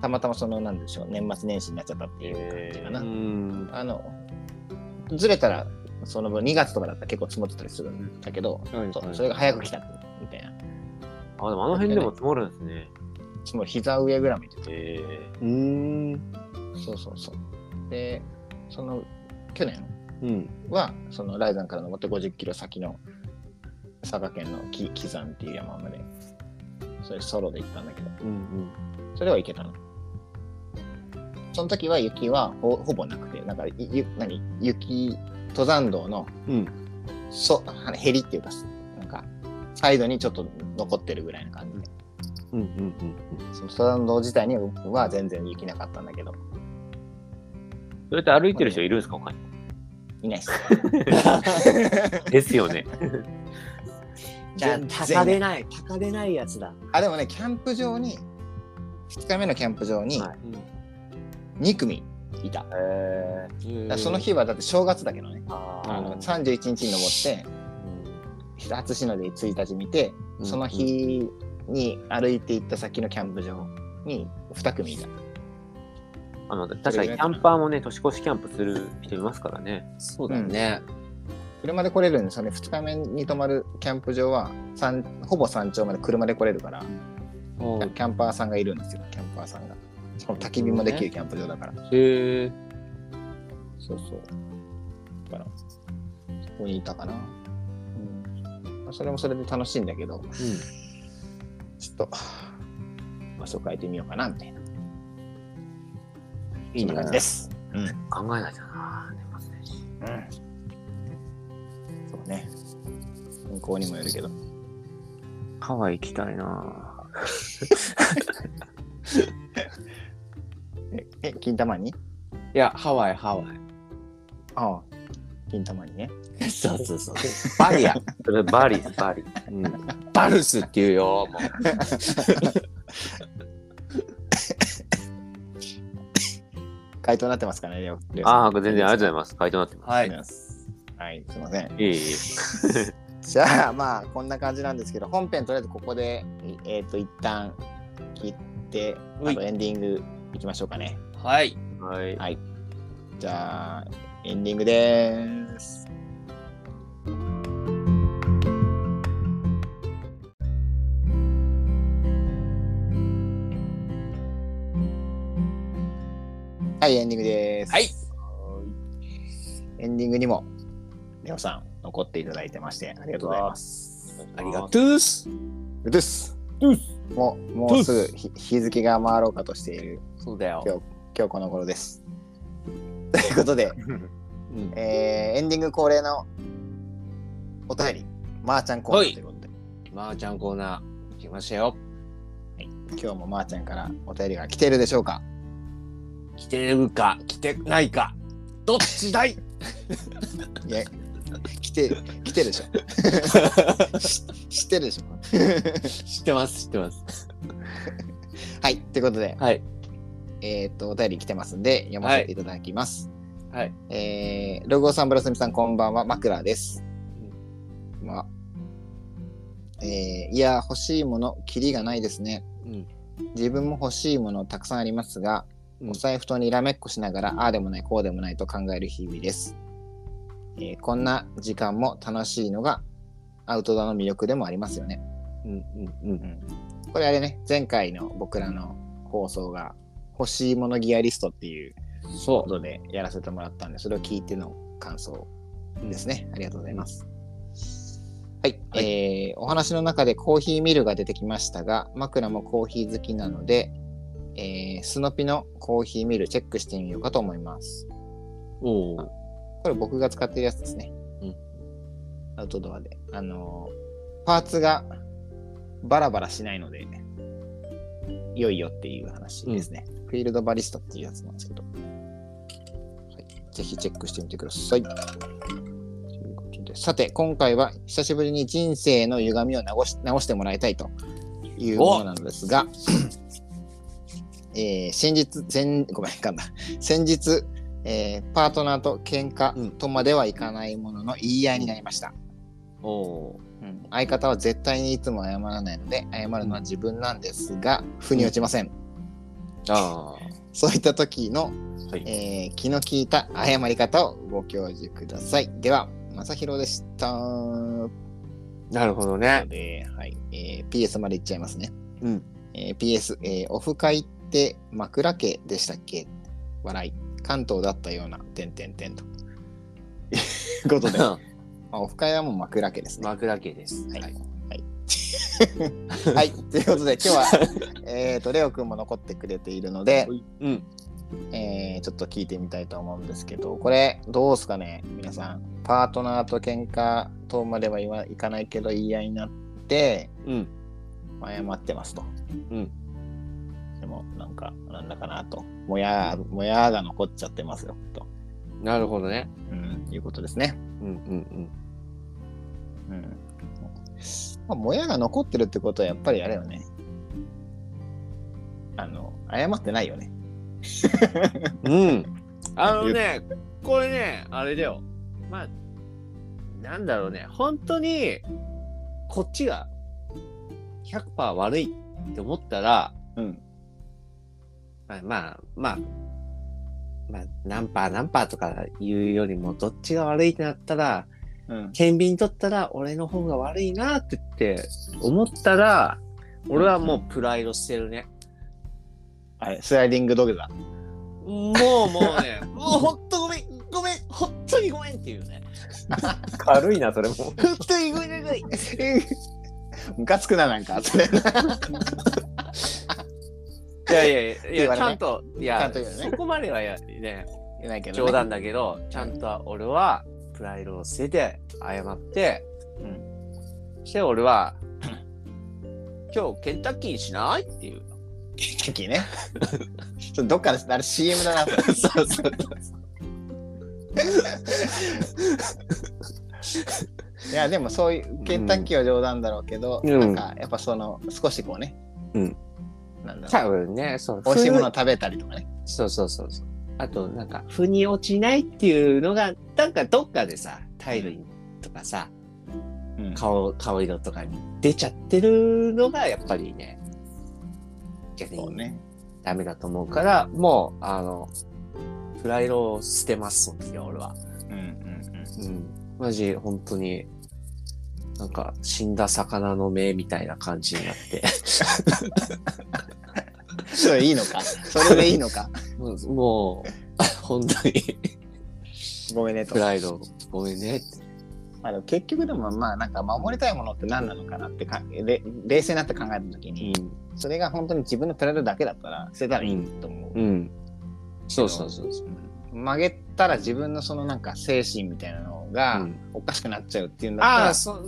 Speaker 1: たまたまその、なんでしょう、年末年始になっちゃったっていう感じか
Speaker 3: う
Speaker 1: な。
Speaker 3: ん。
Speaker 1: あの、ずれたら、その分2月とかだったら結構積もってたりするんだけど、
Speaker 3: はい
Speaker 1: そう
Speaker 3: はい
Speaker 1: それが早く来たみたいな。
Speaker 2: あ、でもあの辺でも積もるんですね。
Speaker 1: つまり膝上ぐらいまで
Speaker 2: え
Speaker 3: うん。
Speaker 1: そうそうそう。で、その、去年
Speaker 3: うん。
Speaker 1: は、その、ライザンから登って50キロ先の、佐賀県の木木山っていう山まで、それソロで行ったんだけど、
Speaker 3: うん。
Speaker 1: それは行けたの。その時は雪はほほぼなくて、なんか、いゆ何雪、登山道の、
Speaker 3: うん。
Speaker 1: そ、あのへりっていうか、なんか、サイドにちょっと残ってるぐらいな感じで、
Speaker 3: うん。うん。
Speaker 1: その登山道自体には全然雪なかったんだけど、
Speaker 2: それって歩いてる人いるんですか他に。
Speaker 1: い ないっす。
Speaker 2: ですよね。
Speaker 3: じゃあ、
Speaker 1: 全然
Speaker 3: 高出ない。高出ないやつだ。
Speaker 1: あ、でもね、キャンプ場に、2日目のキャンプ場に
Speaker 2: は
Speaker 1: 2組いた。
Speaker 2: へえ
Speaker 1: だからその日はだって正月だけどね、
Speaker 2: あー
Speaker 1: あの31日に登って、初日の出1日見て、その日に歩いて行った先のキャンプ場に2組いた。
Speaker 2: あの、確かにキャンパーもね、年越しキャンプする人いますからね。
Speaker 3: そうだね。
Speaker 1: 車で来れるんですよね、2日目に泊まるキャンプ場は、山ほぼ山頂まで車で来れるから、キ
Speaker 3: おう
Speaker 1: ャンパーさんがいるんですよ、キャンパーさんが。しかも焚き火もできるキャンプ場だから。
Speaker 3: へえ。
Speaker 1: そうそう。だから、そこにいたかな。うん。まあ、それもそれで楽しいんだけど、ちょっと、場所変えてみようかな、みたいな。
Speaker 2: いい
Speaker 1: そん
Speaker 2: ね
Speaker 1: な感じです。
Speaker 2: 考えないとな年末年始
Speaker 1: うん。そうね。運行にもよるけど。
Speaker 4: ハワイ行きたいな
Speaker 1: え、え金玉に
Speaker 3: いや、ハワイ、ハワ
Speaker 1: ああ。金玉にね。
Speaker 3: イ。そうそうそう。バリア。
Speaker 2: それバリですバリ
Speaker 4: うん。
Speaker 3: バルスっていうよ、もう。
Speaker 1: 回答になってますかね、レオ。レオさん
Speaker 2: ああ全然ありがとうございます回答になってます
Speaker 3: は
Speaker 1: ありがとうござい
Speaker 3: い。
Speaker 1: ます。はい、すいません。
Speaker 2: いえいえ
Speaker 1: じゃあまあこんな感じなんですけど本編とりあえずここでえっ、と一旦切って
Speaker 3: はい
Speaker 1: あとエンディングいきましょうかね
Speaker 3: はい。
Speaker 2: はい
Speaker 1: はいじゃあエンディングでーすはいエンディングでーす
Speaker 3: はい
Speaker 1: エンディングにもレオさん残っていただいてましてありがとうございます
Speaker 3: ありがとうっす。
Speaker 1: うっす。もう、もうすぐ日日付が回ろうかとしている
Speaker 3: そうだよ。
Speaker 1: 今日この頃です。 ということで、
Speaker 3: うん
Speaker 1: えーエンディング恒例のお便り、まー、ちゃんコーナーということで、
Speaker 3: まーちゃんコーナー、来ましたよ。
Speaker 1: 今日もまーちゃんからお便りが来ているでしょうか
Speaker 3: 来てるか、来てないか。どっちだい
Speaker 1: い や、来て、来てるでし ょ。し知ってるでしょ。
Speaker 3: 知ってます、知ってます。
Speaker 1: はい、ということで、
Speaker 3: はい。
Speaker 1: えーっと、お便り来てますんで、読ませていただきます。
Speaker 3: はい。
Speaker 1: えー、ロゴさん、ブラスミさん、こんばんは、マクラです。まあ、えーいや、欲しいもの、キリがないですね。
Speaker 3: うん
Speaker 1: 自分も欲しいもの、たくさんありますが、
Speaker 3: うん
Speaker 1: お財布とにらめっこしながら、ああでもない、こうでもないと考える日々です。えーこんな時間も楽しいのが、アウトドアの魅力でもありますよね。
Speaker 3: うんうんうん。
Speaker 1: これあれね、前回の僕らの放送が、欲しいものギアリストっていう
Speaker 3: そ
Speaker 1: ことでやらせてもらったんで、それを聞いての感想ですね。ありがとうございます。はい、えーお話の中でコーヒーミルが出てきましたが、枕もコーヒー好きなので、えースノピのコーヒーミルチェックしてみようかと思います。
Speaker 3: う。お お。
Speaker 1: これ僕が使ってるやつですね。
Speaker 3: うん
Speaker 1: アウトドアで。あのーパーツがバラバラしないので、良いよっていう話ですね。フィールドバリスタっていうやつなんですけど。はい、ぜひチェックしてみてください。ということでさて、今回は久しぶりに人生の歪みを直し直してもらいたいというものなのですが、えー先日、先ごめん、噛んだ。先日、えーパートナーと喧
Speaker 3: うん
Speaker 1: 嘩とまではいかないものの言い合いになりました、
Speaker 3: おお。
Speaker 1: うん相方は絶対にいつも謝らないので謝るのは自分なんですが腑に落ちません、
Speaker 3: あ
Speaker 1: そういった時の、
Speaker 3: はい
Speaker 1: えー気の利いた謝り方をご教授くださいでは正宏でした
Speaker 3: あ。なるほどね。
Speaker 1: で、はいえー PS までいっちゃいますね、
Speaker 3: うん
Speaker 1: えー PS、えーオフ会って枕家でしたっけ笑い関東だったような点点点という ことで まあ、オフ会はもう枕家ですね。
Speaker 3: 枕家です。
Speaker 1: はい。はい。ということで、今日は、えっと、レオくんも残ってくれているので、
Speaker 3: うん。
Speaker 1: えーちょっと聞いてみたいと思うんですけど、これ、どうですかね、皆さん。パートナーと喧嘩とまでは言わいかないけど、言い合いになって、
Speaker 3: うん。
Speaker 1: 謝ってますと。
Speaker 3: うん。
Speaker 1: でも、なんか、なんだかなと。もやー、もやーが残っちゃってますよ、と。
Speaker 3: なるほどね。
Speaker 1: うん、いうことですね。
Speaker 3: うんうん
Speaker 1: うん。まあ、もやが残ってるってことはやっぱりあれよね。あの、謝ってないよね。
Speaker 3: うん。うん。あのね、これね、あれだよ。まあ、なんだろうね。本当に、こっちが100%悪いって思ったら、
Speaker 1: うん。
Speaker 3: まあまあ、まあ、まあ、何パー何パーとか言うよりも、どっちが悪いってなったら、
Speaker 1: うん。
Speaker 3: 天秤にとったら俺の方が悪いなってって思ったら、俺はもうプライドしてるね。
Speaker 1: あれ、スライディング土下座。
Speaker 3: もうもうね、もうほんとごめん、ごめん、ほんとにごめんっていうね。
Speaker 2: 軽いな、それも。
Speaker 3: ほんとにごめんなさい。
Speaker 1: ムカつくな、なん か。それ
Speaker 3: いやいやい
Speaker 1: 言
Speaker 3: や、
Speaker 1: われ
Speaker 3: ち
Speaker 1: ない
Speaker 3: ゃんと、い
Speaker 1: ちゃ
Speaker 3: や
Speaker 1: んと言うね
Speaker 3: そこまではやね、
Speaker 1: 言えないけど、ね。
Speaker 3: 冗談だけど、ちゃんと俺はプライドを捨てて、謝って、
Speaker 1: う
Speaker 3: して俺は、 今日ケンタッキーにしないっていう。
Speaker 1: さっきね。ちょっとどっかで、あれ CM だなと思って。
Speaker 3: そうそう。
Speaker 1: いや、でもそういう、ケンタッキーは冗談だろうけど、
Speaker 3: うん
Speaker 1: なんか、やっぱその、少しこうね。
Speaker 3: うん。
Speaker 1: なんだろう。
Speaker 3: 多分ね、そう。
Speaker 1: 美味しいものを食べたりとかね。
Speaker 3: そうそうそうそう。あと、なんか、腑に落ちないっていうのが、なんかどっかでさ、タイルとかさ、
Speaker 1: うん
Speaker 3: 顔、顔色とかに出ちゃってるのが、やっぱりね、逆
Speaker 1: そう
Speaker 3: に
Speaker 1: ね。
Speaker 3: ダメだと思うから、もう、あの、プライドを捨てます、その時は俺は。
Speaker 1: うんうん
Speaker 3: うん。マジ、本当に、なんか、死んだ魚の目みたいな感じになって。
Speaker 1: うん。それいいの か。それでいいのか。
Speaker 3: もうもう、本当に、
Speaker 1: ごめんねと
Speaker 3: プ。ライド、ごめんねって。
Speaker 1: まあ、でも結局でもまあなんか守りたいものって何なのかなってかれ冷静になって考えた時に、それが本当に自分のプライドだけだったら捨てたらいいと思う、
Speaker 3: うん。そうそうそうそう。
Speaker 1: 曲げたら自分のそのなんか精神みたいなの
Speaker 3: う
Speaker 1: が
Speaker 3: ん
Speaker 1: おかしくなっちゃうっていうんだった
Speaker 3: あ
Speaker 1: ら、
Speaker 3: あ、その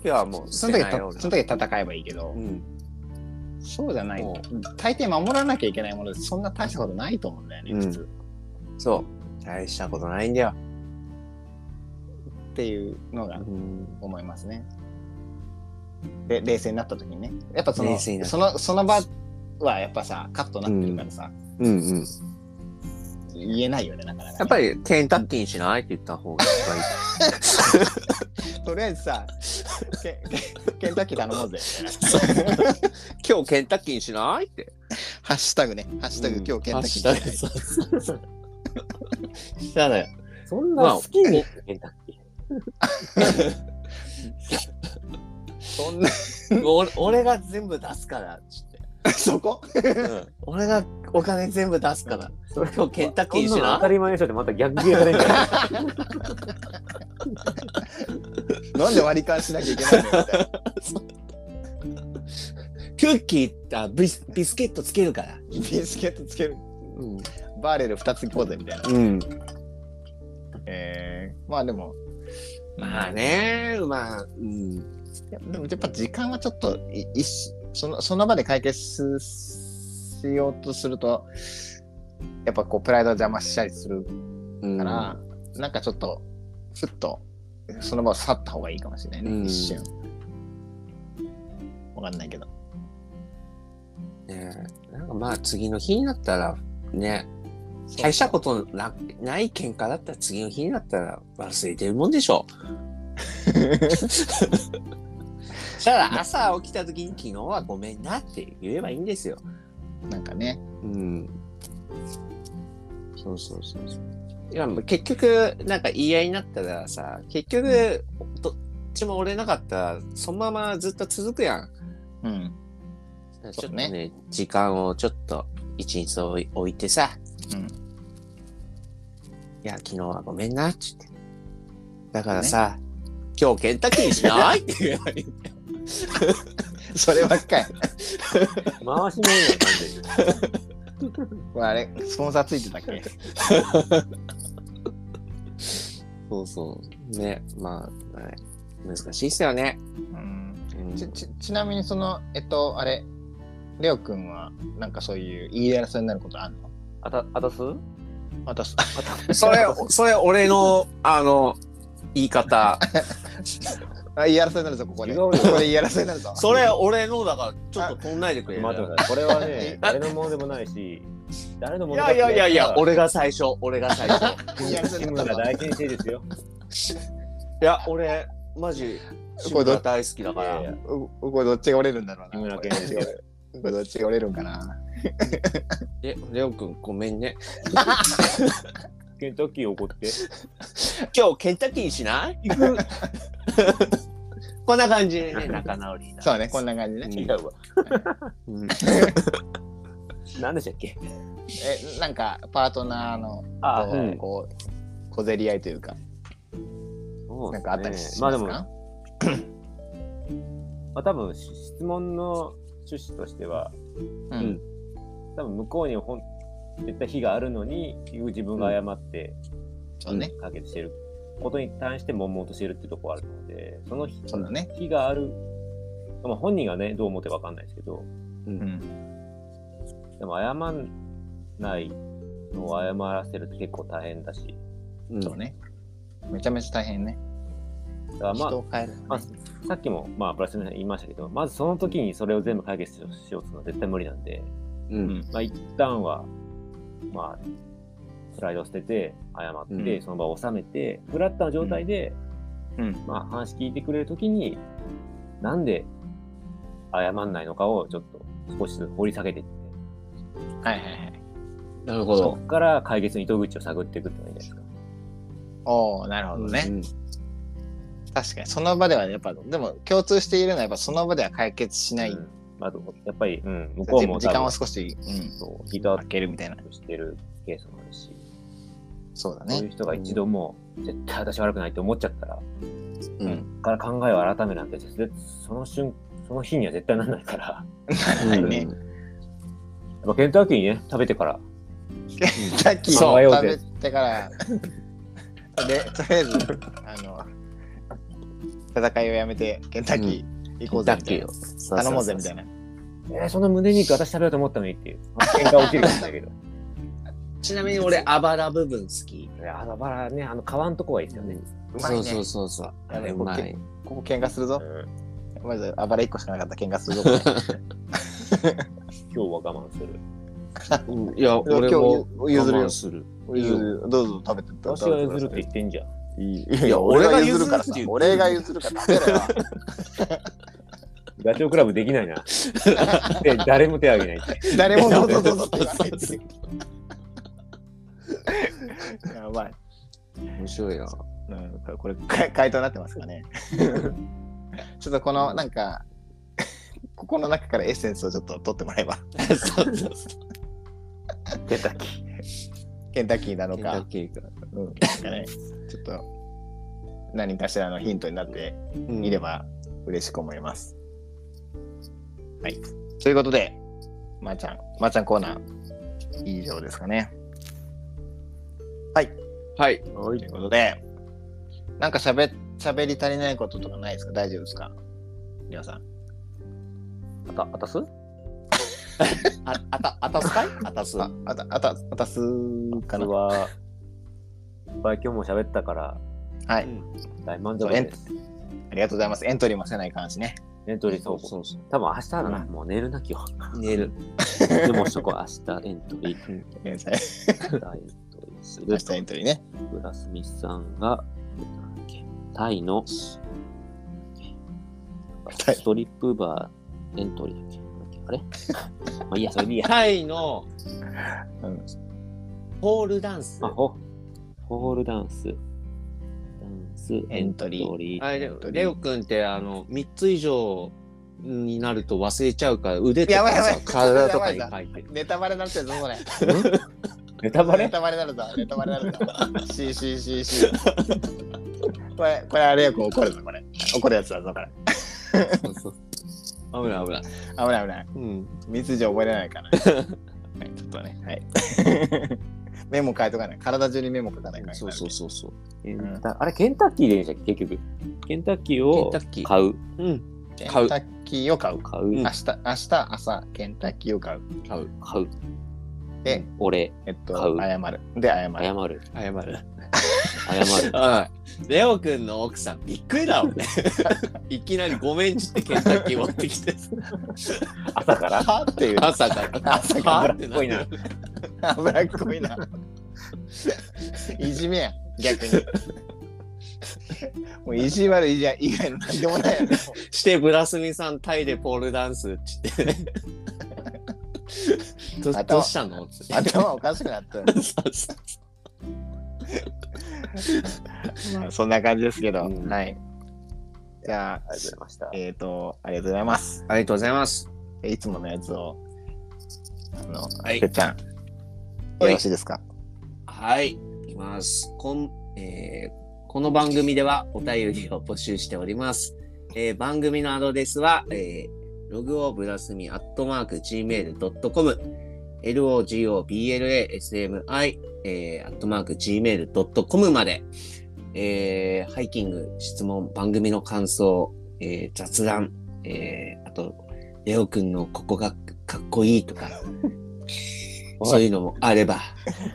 Speaker 3: 時はもう、
Speaker 1: その時たその時戦えばいいけど、
Speaker 3: うん。
Speaker 1: そうじゃない
Speaker 3: も
Speaker 1: 大抵守らなきゃいけないものでそんな大したことないと思うんだよね、
Speaker 3: うん
Speaker 1: 普通
Speaker 3: そう。大したことないんだよ。
Speaker 1: っていうのが
Speaker 3: うん。
Speaker 1: 思いますね。で冷静になった時にねやっぱその
Speaker 3: 冷静になった
Speaker 1: そのその場はやっぱさカットなってるからさ、
Speaker 3: うんうん。
Speaker 1: 言えないよねなかなかね、
Speaker 3: やっぱり、ケンタッキーにしないって言った方がいい。
Speaker 1: とりあえずさケケ ケンタッキー頼もうぜみたいな
Speaker 3: 今日ケンタッキーにしないって。
Speaker 1: ハッシュタグねハッシュタグ、今日ケンタッキー
Speaker 3: ハッシュタグそうそうそうしたのよ。
Speaker 2: そんな好きに、ケンタッキー
Speaker 1: そんな
Speaker 3: 俺俺が全部出すから、つって。
Speaker 1: そこ
Speaker 3: 俺がお金全部出すから。
Speaker 2: それ
Speaker 3: 今日ケンタッキーに
Speaker 2: そ
Speaker 3: し
Speaker 2: んなの
Speaker 3: な
Speaker 2: 当たり前でしょってまた逆ギレが出るんじゃ ない
Speaker 1: なんで割り勘しなきゃいけないのみたいな
Speaker 3: クッキーあビス、ビスケットつけるから。
Speaker 1: ビスケットつける
Speaker 3: うん。
Speaker 1: バーレル2つ行こうぜみたいな
Speaker 3: うん。
Speaker 1: えー、まあでも
Speaker 3: まあね、まあ、うん。
Speaker 1: いやでもやっぱ時間はちょっとい一しそのその場で解決ししようとするとやっぱこうプライドを邪魔したりする
Speaker 3: うん
Speaker 1: から、なんかちょっとふっとその場を去った方がいいかもしれないね、
Speaker 3: うん
Speaker 1: 一瞬わかんないけど
Speaker 3: ねなんかまあ次の日になったらね、大したことなない喧嘩だったら次の日になったら忘れてるもんでしょ。そ したら朝起きた時に昨日はごめんなって言えばいいんですよ。
Speaker 1: なんかね
Speaker 3: うん。そうそうそうそう。いや、もう結局、なんか言い合いになったらさ、結局、どっちも折れなかったら、そのままずっと続くやん。
Speaker 1: うん
Speaker 3: ちょっと
Speaker 1: ね
Speaker 3: ね、時間をちょっと一日置い置いてさ、
Speaker 1: うん
Speaker 3: いや、昨日はごめんな、つって。だからさ、今日ケンタッキーにし ないって言えばいい。
Speaker 1: そればっかり
Speaker 2: 回し目よ、完全に。
Speaker 1: これあれスポンサーついてたっけ
Speaker 3: そうそう。ね、まあ、ね難しいっすよね。
Speaker 1: うん
Speaker 3: うん
Speaker 1: ちちちなみにそのえっとあれレオ君はなんかそういう言い争いになることあるの
Speaker 2: あた、あた す
Speaker 1: またそ
Speaker 3: それ、それ俺の、あの、言い 方。
Speaker 1: あ言い争いになるぞここで
Speaker 2: 違う
Speaker 1: こ
Speaker 2: よ
Speaker 1: こで言い争いにな るぞ
Speaker 3: それ俺のだから、ちょっと飛んないでくれ る。
Speaker 2: 待ってください。これは ね、誰のものでもないし、誰の
Speaker 3: い
Speaker 2: もの
Speaker 3: やいやいやいや、
Speaker 2: 俺、
Speaker 3: 俺が最初、俺が最初。
Speaker 1: 言い争い
Speaker 2: 志
Speaker 1: にな
Speaker 2: 村
Speaker 1: るぞ
Speaker 2: 大先生ですよ。
Speaker 3: いや、俺、マジ、志村大好きだから。
Speaker 2: いやいや
Speaker 1: うこれどっちが折れるんだろうな
Speaker 2: 木村
Speaker 1: これ
Speaker 2: 健
Speaker 1: どっちが折れるこれどっちが折れるんかな
Speaker 3: え、レオくん、ごめんね。
Speaker 2: ケンタッキー怒って。
Speaker 3: 今日、ケンタッキーにしない行くこんな感じでね、仲直りだ。
Speaker 1: そうねこんな感じね
Speaker 3: うん
Speaker 2: 違うわ。
Speaker 3: うん
Speaker 2: 何でしたっけ
Speaker 1: えなんかパートナーの
Speaker 2: あ
Speaker 1: こう,、
Speaker 3: うん
Speaker 1: こう小競り合いというか
Speaker 2: そうですね
Speaker 1: なんかあったりしますか、
Speaker 2: まあでも、まあ、多分し質問の趣旨としては、
Speaker 1: う
Speaker 2: うん多分向こうにほん絶対非があるのに、結局自分が謝って
Speaker 1: そうね、
Speaker 2: 解決してることに対して悶々としてるってとこあるので、その
Speaker 1: そうだね
Speaker 2: 非がある、まあ、本人がね、どう思ってわかんないですけど、
Speaker 1: うん
Speaker 2: でも謝んないのを謝らせるって結構大変だし、
Speaker 3: うん
Speaker 1: そうねめちゃめちゃ大変ね、
Speaker 2: だからまあ
Speaker 1: 人を変えるのね
Speaker 2: まあ、さっきも、まあ、プラスに言いましたけど、まずその時にそれを全部解決しようしようとするのは絶対無理なんで、
Speaker 3: うん
Speaker 2: まあ、一旦は、まあ、プライドを捨てて、謝って、
Speaker 3: うん
Speaker 2: その場を収めて、フラッター状態で、
Speaker 1: うん
Speaker 2: まあ、話聞いてくれる時に、なんで謝んないのかをちょっと少しずつ掘り下げていって、
Speaker 1: はいはいはい
Speaker 3: なるほ
Speaker 2: そ
Speaker 3: ど。
Speaker 2: こから解決の糸口を探っていくってのがいいんじゃないですか。
Speaker 1: おおなるほどね、確かにその場ではやっぱでも共通しているのはやっぱその場では解決しない、
Speaker 2: うんまあ、やっぱり、うん、向こう
Speaker 1: 時
Speaker 2: も多分
Speaker 1: 時間を少し、うん、
Speaker 2: そう、ヒートア
Speaker 1: か
Speaker 2: ッ
Speaker 1: けるみたいな
Speaker 2: プしてるケースもあるし、
Speaker 1: そうだ
Speaker 2: そうい
Speaker 1: ね
Speaker 2: う人が一度もう絶対私悪くないって思っちゃったら、
Speaker 3: うん
Speaker 2: そっから考えを改めなんて絶対その瞬その日には絶対ならないからや
Speaker 1: はいね
Speaker 2: っぱケンタッキーね食べてから
Speaker 1: さっき
Speaker 2: そう
Speaker 1: を食べてからでとりあえずあの戦いをやめてケンタッキー行こうぜみたいな、頼もうぜみたいな
Speaker 2: えー、その胸肉私食べようと思ったのにっていう喧嘩起きるかもしれないけど
Speaker 3: ちなみに俺、あばら部分好き。
Speaker 2: いやあのバラねあの皮のとこはいいですよね、
Speaker 1: うま
Speaker 4: そ
Speaker 1: いね
Speaker 4: うそうそうそう。あ
Speaker 1: あれ
Speaker 4: れうま
Speaker 1: こ
Speaker 4: い。
Speaker 1: ここ喧嘩する
Speaker 2: う
Speaker 1: ぞ
Speaker 2: ん、
Speaker 1: まず暴れ一個しかなかったら喧嘩する ぞ
Speaker 2: 今日は我慢する
Speaker 4: うんいや、
Speaker 1: 今日
Speaker 4: 俺も
Speaker 1: 譲るよ
Speaker 4: 我慢する。
Speaker 1: 譲るどうぞ食べて
Speaker 2: 私が譲るって言ってんじゃん
Speaker 1: いや俺が譲るからさ俺が譲るから食べろよ
Speaker 2: ガチョウクラブでき ないなで誰も手挙げないって
Speaker 1: 誰もどうぞどうぞって言わない っていうやばい、
Speaker 4: 面白いな。
Speaker 1: うん、これこれか 回答になってますかねちょっとこのなんか ここの中からエッセンスをちょっと取ってもらえば
Speaker 3: そうそうそ。
Speaker 2: ケンタッキ
Speaker 1: ケンタッキーなの
Speaker 4: ケンタ
Speaker 1: か
Speaker 4: ッキーが。
Speaker 1: うんなんかねちょっと何かしらのヒントになっていれば嬉しく思います、はいということでまー、ちゃんまー、ちゃんコーナー以上ですかね
Speaker 4: はい。
Speaker 1: ということで、なんかしゃべり足りないこととかないですか大丈夫ですかりょうさん。
Speaker 2: ーあたあたす
Speaker 5: ああたあたす かいあたす
Speaker 1: あ、あた、あた、あたすかな
Speaker 2: 僕はいっぱい今日も喋ったから
Speaker 1: はい。
Speaker 2: 大満足です
Speaker 1: ありがとうございます。エントリーもせない感じね。
Speaker 2: エントリー走行
Speaker 4: そうそ
Speaker 2: 多分明日だな、
Speaker 1: う
Speaker 2: もう寝るな今日
Speaker 4: う。寝る。
Speaker 2: でもそこ明日エントリー。
Speaker 1: ごめんなさい
Speaker 2: 明日エントリーす
Speaker 1: 明
Speaker 2: る
Speaker 1: 日エントリーね。
Speaker 2: ブラスミスさんが、なんだっけタイの
Speaker 1: タイ
Speaker 2: ストリップバーエントリーだっけなんだっけあれまあいいや、それでいいうや。
Speaker 3: タイの
Speaker 1: うん。
Speaker 3: ポールダンス
Speaker 2: あ、。ほ、ホールダンス。ダンス、
Speaker 1: エントリー
Speaker 3: あれレオ君って、あの、3つ以上になると忘れちゃうから、腕とか
Speaker 1: やばいやば
Speaker 3: さ
Speaker 1: い、
Speaker 3: 体とかに書いて。
Speaker 1: ネタバレになってるぞ、これ。
Speaker 2: ネタバ
Speaker 1: ネ
Speaker 2: レ
Speaker 1: タバレになるぞ、ネタバレになるぞ。 しーしーしーしー。 これ、これあれよく怒るぞ、これ。怒るやつだぞ、これ。
Speaker 3: 危ない危ない。
Speaker 1: 危ない危ない。
Speaker 3: うん。
Speaker 1: 密字覚えれない から、ねはい。ちょっとね、はい。 メモ書いとかない。体中にメモ書かないから。
Speaker 4: そうそうそうそう。
Speaker 2: ケンタあれ、ケンタッキーでいいんでしたっけ結局。ケンタッキー
Speaker 3: ケン
Speaker 2: を
Speaker 3: タッキー。
Speaker 2: 買う。
Speaker 3: うん。
Speaker 1: ケンタ
Speaker 3: 買う
Speaker 1: ッキーを買う。
Speaker 2: 買
Speaker 3: ん
Speaker 2: う
Speaker 1: 明。日、明日朝、ケンタッキーを買う。
Speaker 3: 買う。
Speaker 2: 買う。
Speaker 1: で、
Speaker 2: 俺、
Speaker 1: えっと、
Speaker 2: 買う
Speaker 1: 謝る。で、謝る。
Speaker 2: 謝る。
Speaker 3: 謝る。
Speaker 2: 謝 る。
Speaker 3: はい。レオ君の奥さん、びっくりだろうね。いきなりごめんちってケンタッキー持ってきて、
Speaker 2: 朝から
Speaker 1: はっていう。
Speaker 3: 朝から。
Speaker 1: 朝か
Speaker 3: はって
Speaker 2: っこいな
Speaker 3: なる
Speaker 1: 脂っこいな。いじめや、 逆に。もう意地悪いじゃん以外の何でもないよね。
Speaker 3: して、ブラスミさん、タイでポールダンスって言って、ね。ど
Speaker 1: 頭
Speaker 3: どうしたのって
Speaker 1: 頭おかしくなったよ。
Speaker 3: そうそう
Speaker 1: まあそんな感じですけど、
Speaker 3: うん
Speaker 1: はい。じゃ
Speaker 2: ありがとうござい
Speaker 1: あ、
Speaker 2: ました。
Speaker 1: えっ、と、ありがとうございます。
Speaker 3: ありがとうございます。
Speaker 1: いつものやつをあの、
Speaker 3: はい
Speaker 1: てっちゃん、
Speaker 3: はい
Speaker 1: よろしいですか
Speaker 3: はい、いきます。こん、えーこの番組ではお便りを募集しております。えー番組のアドレスは、えー、ログオブラスミアットマーク Gmail.com、logoblasmi、えー、アットマーク Gmail.com まで、えーハイキング、質問、番組の感想、えー雑談、えーあと、レオくんのここがかっこいい とか、そういうのもあれば、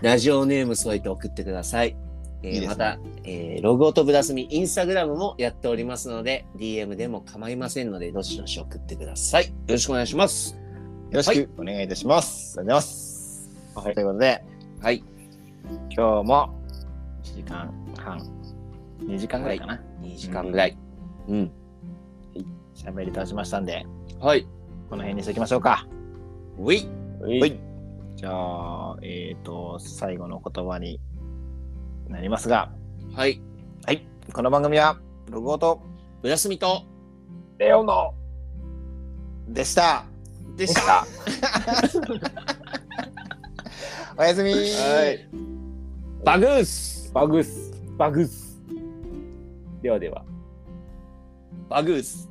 Speaker 3: ラジオネーム添えて送ってください。えー
Speaker 4: いいですね
Speaker 3: また、えーログオとブラスミ、インスタグラムもやっておりますので、DM でも構いませんので、どしどし送ってください。よろしくお願いします。
Speaker 1: よろしくお願いいたします。ありがとうございます。
Speaker 2: はい
Speaker 1: ということで、
Speaker 3: はい。
Speaker 1: 今日も1時間半、2時間ぐらいかな、
Speaker 3: 2時間ぐらい。うん。
Speaker 1: 喋、り倒しましたんで、
Speaker 3: はい。
Speaker 1: この辺にしておきましょうか。
Speaker 3: うい。
Speaker 2: はい
Speaker 1: はいじゃあ、えっ、と、最後の言葉になりますが、
Speaker 3: はい。
Speaker 1: はい、この番組は、ログオート
Speaker 3: ブラスミと、
Speaker 2: レオの
Speaker 1: でした。
Speaker 3: でした。
Speaker 1: おやすみ
Speaker 4: はい。
Speaker 3: バグース
Speaker 2: バグス、バグス。ではでは。
Speaker 3: バグース